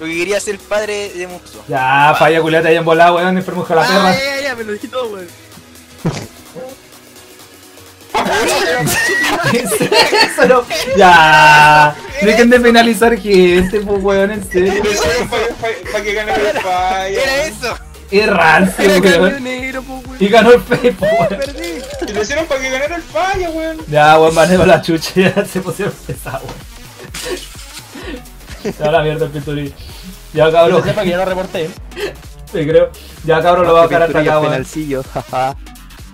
J: Lo que quería ser padre de Muxo.
A: Ya, falla culiata ahí en volada, weón, enfermo de la
E: Ah,
A: perra.
E: ya, ya, me lo dije todo, weón.
A: ¿Qué es eso? No. Ya. Dejen de penalizar gente, pues weón, en serio.
D: Lo hicieron para que gane el falla.
J: Era eso.
A: Es rancio,
E: Era
A: weón.
E: camionero, po, weón.
A: Y ganó el Fey, po, weón.
E: Perdí.
D: Y Lo hicieron para que ganara el falla, weón.
A: Ya, weón, manejo la chucha. Ya se pusieron pesados, weón. Ya la mierda el pinturín. Ya,
K: Pero
A: cabrón.
K: sepa que yo lo reporté.
A: Te creo. Ya, cabrón, lo voy a dejar hasta acá, weón.
B: penalcillo, jaja.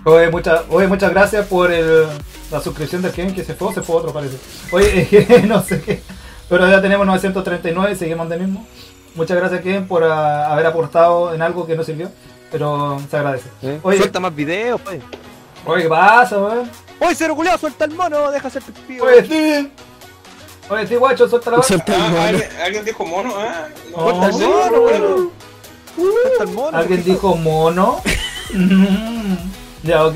A: Oye, mucha- oye, muchas gracias por el- la suscripción del Kevin que se fue, o se fue otro parece. Oye, eh, no sé qué. Pero ya tenemos 939 y seguimos de mismo. Muchas gracias Kevin por ah, haber aportado en algo que no sirvió, pero se agradece.
B: ¿Eh?
A: Oye.
B: Suelta más videos, pues.
A: Oye, ¿qué pasa, weón?
B: Oye, cero culiao, suelta el mono, deja hacer pipí.
A: Oye, sí. Oye, sí, guacho, suelta la voz.
D: Ah, ¿alguien, alguien dijo mono, ah. No,
A: Corta el
D: Sí,
A: mono,
D: weón.
B: Suelta el mono.
A: Alguien dijo mono. Mm. ya, ok.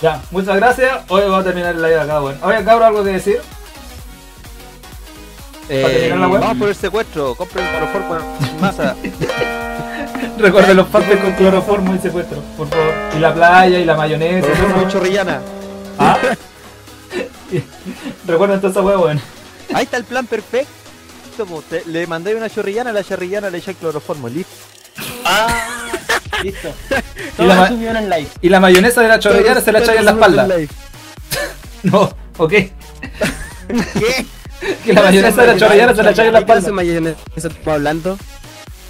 A: Ya, muchas gracias. Hoy vamos a terminar el live acá, weón. Oye, cabrón, ¿algo que decir? ¿Para
B: Eh,
A: terminar la web?
B: vamos por el secuestro, compren cloroformo en masa.
A: Recuerden los partes con cloroformo y secuestro, por favor. Y la playa, y la mayonesa, y todo.
B: Cloroformo en chorrillana.
A: ¿Ah? Recuerden toda esa hueá, weón.
B: Ahí está el plan perfecto. po. Te- le mandé una chorrillana, a la chorrillana le eché cloroformo, listo.
K: Listo.
A: Y la,
K: Todo
A: ma-
K: subido en live.
A: y la mayonesa de la chorrillana se la echáis en la espalda. No, ok.
E: ¿Qué?
A: Que la mayonesa de la chorrillana se la echáis en la
E: ¿Qué clase de
A: espalda.
E: mayonesa estamos hablando?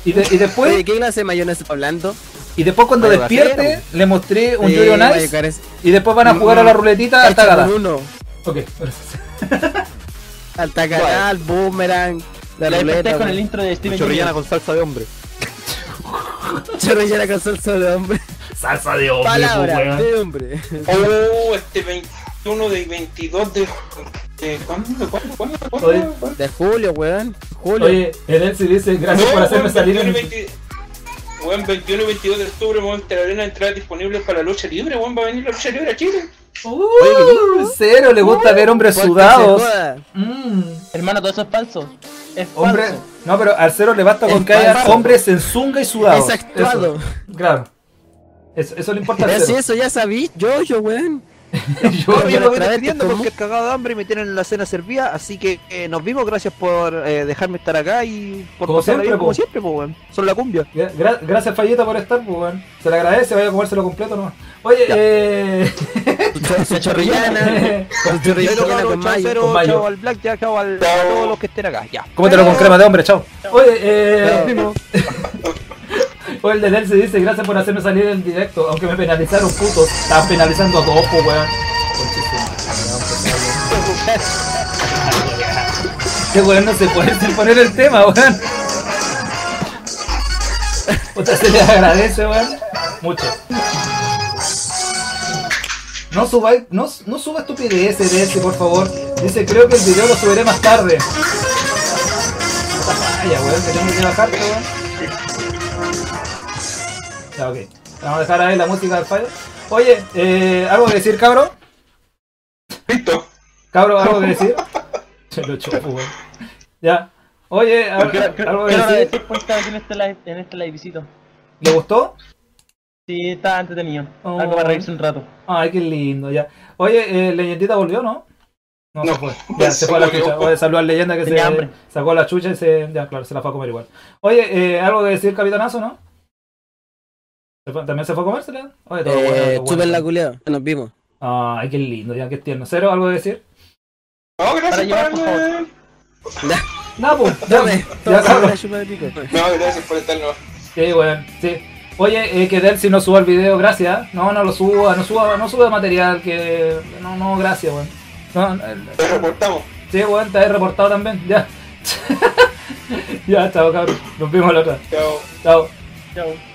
A: Y, de- y
E: Oye,
A: después,
E: ¿qué clase de mayonesa está hablando? Eh,
A: y después cuando
B: Oye,
A: despierte,
B: bajero.
A: le mostré un
E: Sí,
A: Yo-Yo
E: vaya,
A: Nice.
E: Karen.
A: Y después van a jugar a la ruletita hasta
E: Cacha
A: ganar.
E: con uno.
A: Ok, gracias.
E: Hasta ganar, boomerang, la
K: La desperté
E: ruleta.
K: con el
E: güey.
K: intro de Steven
B: Chorrillana
K: Universe.
B: con salsa de hombre.
E: Chorrillana con salsa de hombre.
A: Salsa de hombre, po,
E: Palabra
A: weón.
E: de hombre.
D: Oh, este 21 de 22 de. Eh, ¿Cuándo? ¿Cuándo? ¿Cuándo?
A: Oye.
D: ¿Cuándo?
E: De julio, weón. Julio.
A: Oye, el Elsie dice, gracias por hacerme
D: weón,
A: salir. en-
D: 21 y 20 Weón, 21 y 22 de octubre, weón, te la arena entrada disponible para lucha libre, weón, va a venir la lucha libre a Chile.
A: Uh, cero, le gusta ver hombres sudados.
K: Hermano, todo eso es falso. Es
A: Hombre,
K: falso.
A: no, pero al cero le basta con
K: Es
A: que haya
K: falso.
A: hombres en zunga y sudados.
K: Es actuado.
A: Eso. Claro. Eso, eso le importa al
E: Pero si
A: cero.
E: eso ya sabí, yo, yo, weón.
A: Yo-
B: Yo
E: Pero
B: lo estoy
E: traerte
B: perdiendo
E: como-
B: porque he cagado de hambre y me tienen la cena servida, así que eh, nos vimos, gracias por eh, dejarme estar acá y por
A: Como
B: pasarla
A: siempre,
B: bien,
A: po.
B: como siempre, po, weón. Son la cumbia.
A: Gra- gra- gracias Falleta por estar, pues, weón. Se le agradece, vaya a comérselo completo nomás. Oye, eh...
E: Se chorrillana.
A: Con
B: Pero, cabrón,
A: con
B: chao,
A: mayo.
B: cero,
A: Con mayo.
B: chao al Black, ya, chao al, a todos los que estén acá, ya.
A: Cómetelo con crema de hombre, chao. Oye,
B: Nos
A: eh...
B: vimos.
A: Oye, el de Nelson dice, gracias por hacerme salir en directo, aunque me penalizaron, putos. Estaban penalizando a todos, pues, weón. Este weón no se puede sin poner el tema, weón. Puta, se le agradece, weón. Mucho. No subáis, no, no suba estupideces de ese, por favor. Dice, creo que el video lo subiré más tarde. Vaya, weón, tenemos que bajar, weón. Ya, ok. Vamos a dejar ahí la música del fallo. Oye, eh, ¿algo que decir, cabro?
D: Listo.
A: Cabro, ¿algo que decir? Se lo chupo, weón. Ya. Oye, ¿al-
K: Quiero- quiero-
A: ¿algo que
K: quiero
A: decir?
K: agradecer por estar aquí en este live, en este livecito.
A: ¿Le gustó?
K: Sí, está entretenido. Algo
A: Oh.
K: para reírse un rato.
A: Ay, qué lindo, ya. Oye, eh, Leyendita volvió, ¿no? No, se fue. Ya,
K: pues,
A: se fue a la
K: volvió.
A: chucha. Oye, saludó a Leyenda que
K: Tenía
A: se
K: hambre.
A: sacó la chucha y se... Ya, claro, se la fue a comer igual. Oye, eh, ¿algo que decir, Capitanazo, no? ¿Se fue- ¿También se fue a comérsela? Oye, todo bueno,
E: Eh,
A: todo bueno.
E: Super la culiao. Nos vimos.
A: Ay, qué lindo, ya, qué tierno. ¿Cero, algo que decir?
D: No, gracias
K: llevar,
D: por
K: por favor.
A: No, pues, ya, ya, cabrón.
D: No, gracias por estar, no.
A: Sí, weón, sí. Oye, eh, que Delcy no suba el video, gracias. No, no lo suba, no suba, no suba material que... No, no, gracias, weón. No, no, el-
D: Te reportamos.
A: sí, weón, te he reportado también, ya. ya, chao, cabrón. Nos vimos la otra.
D: Chao.
A: Chao.
K: Chao.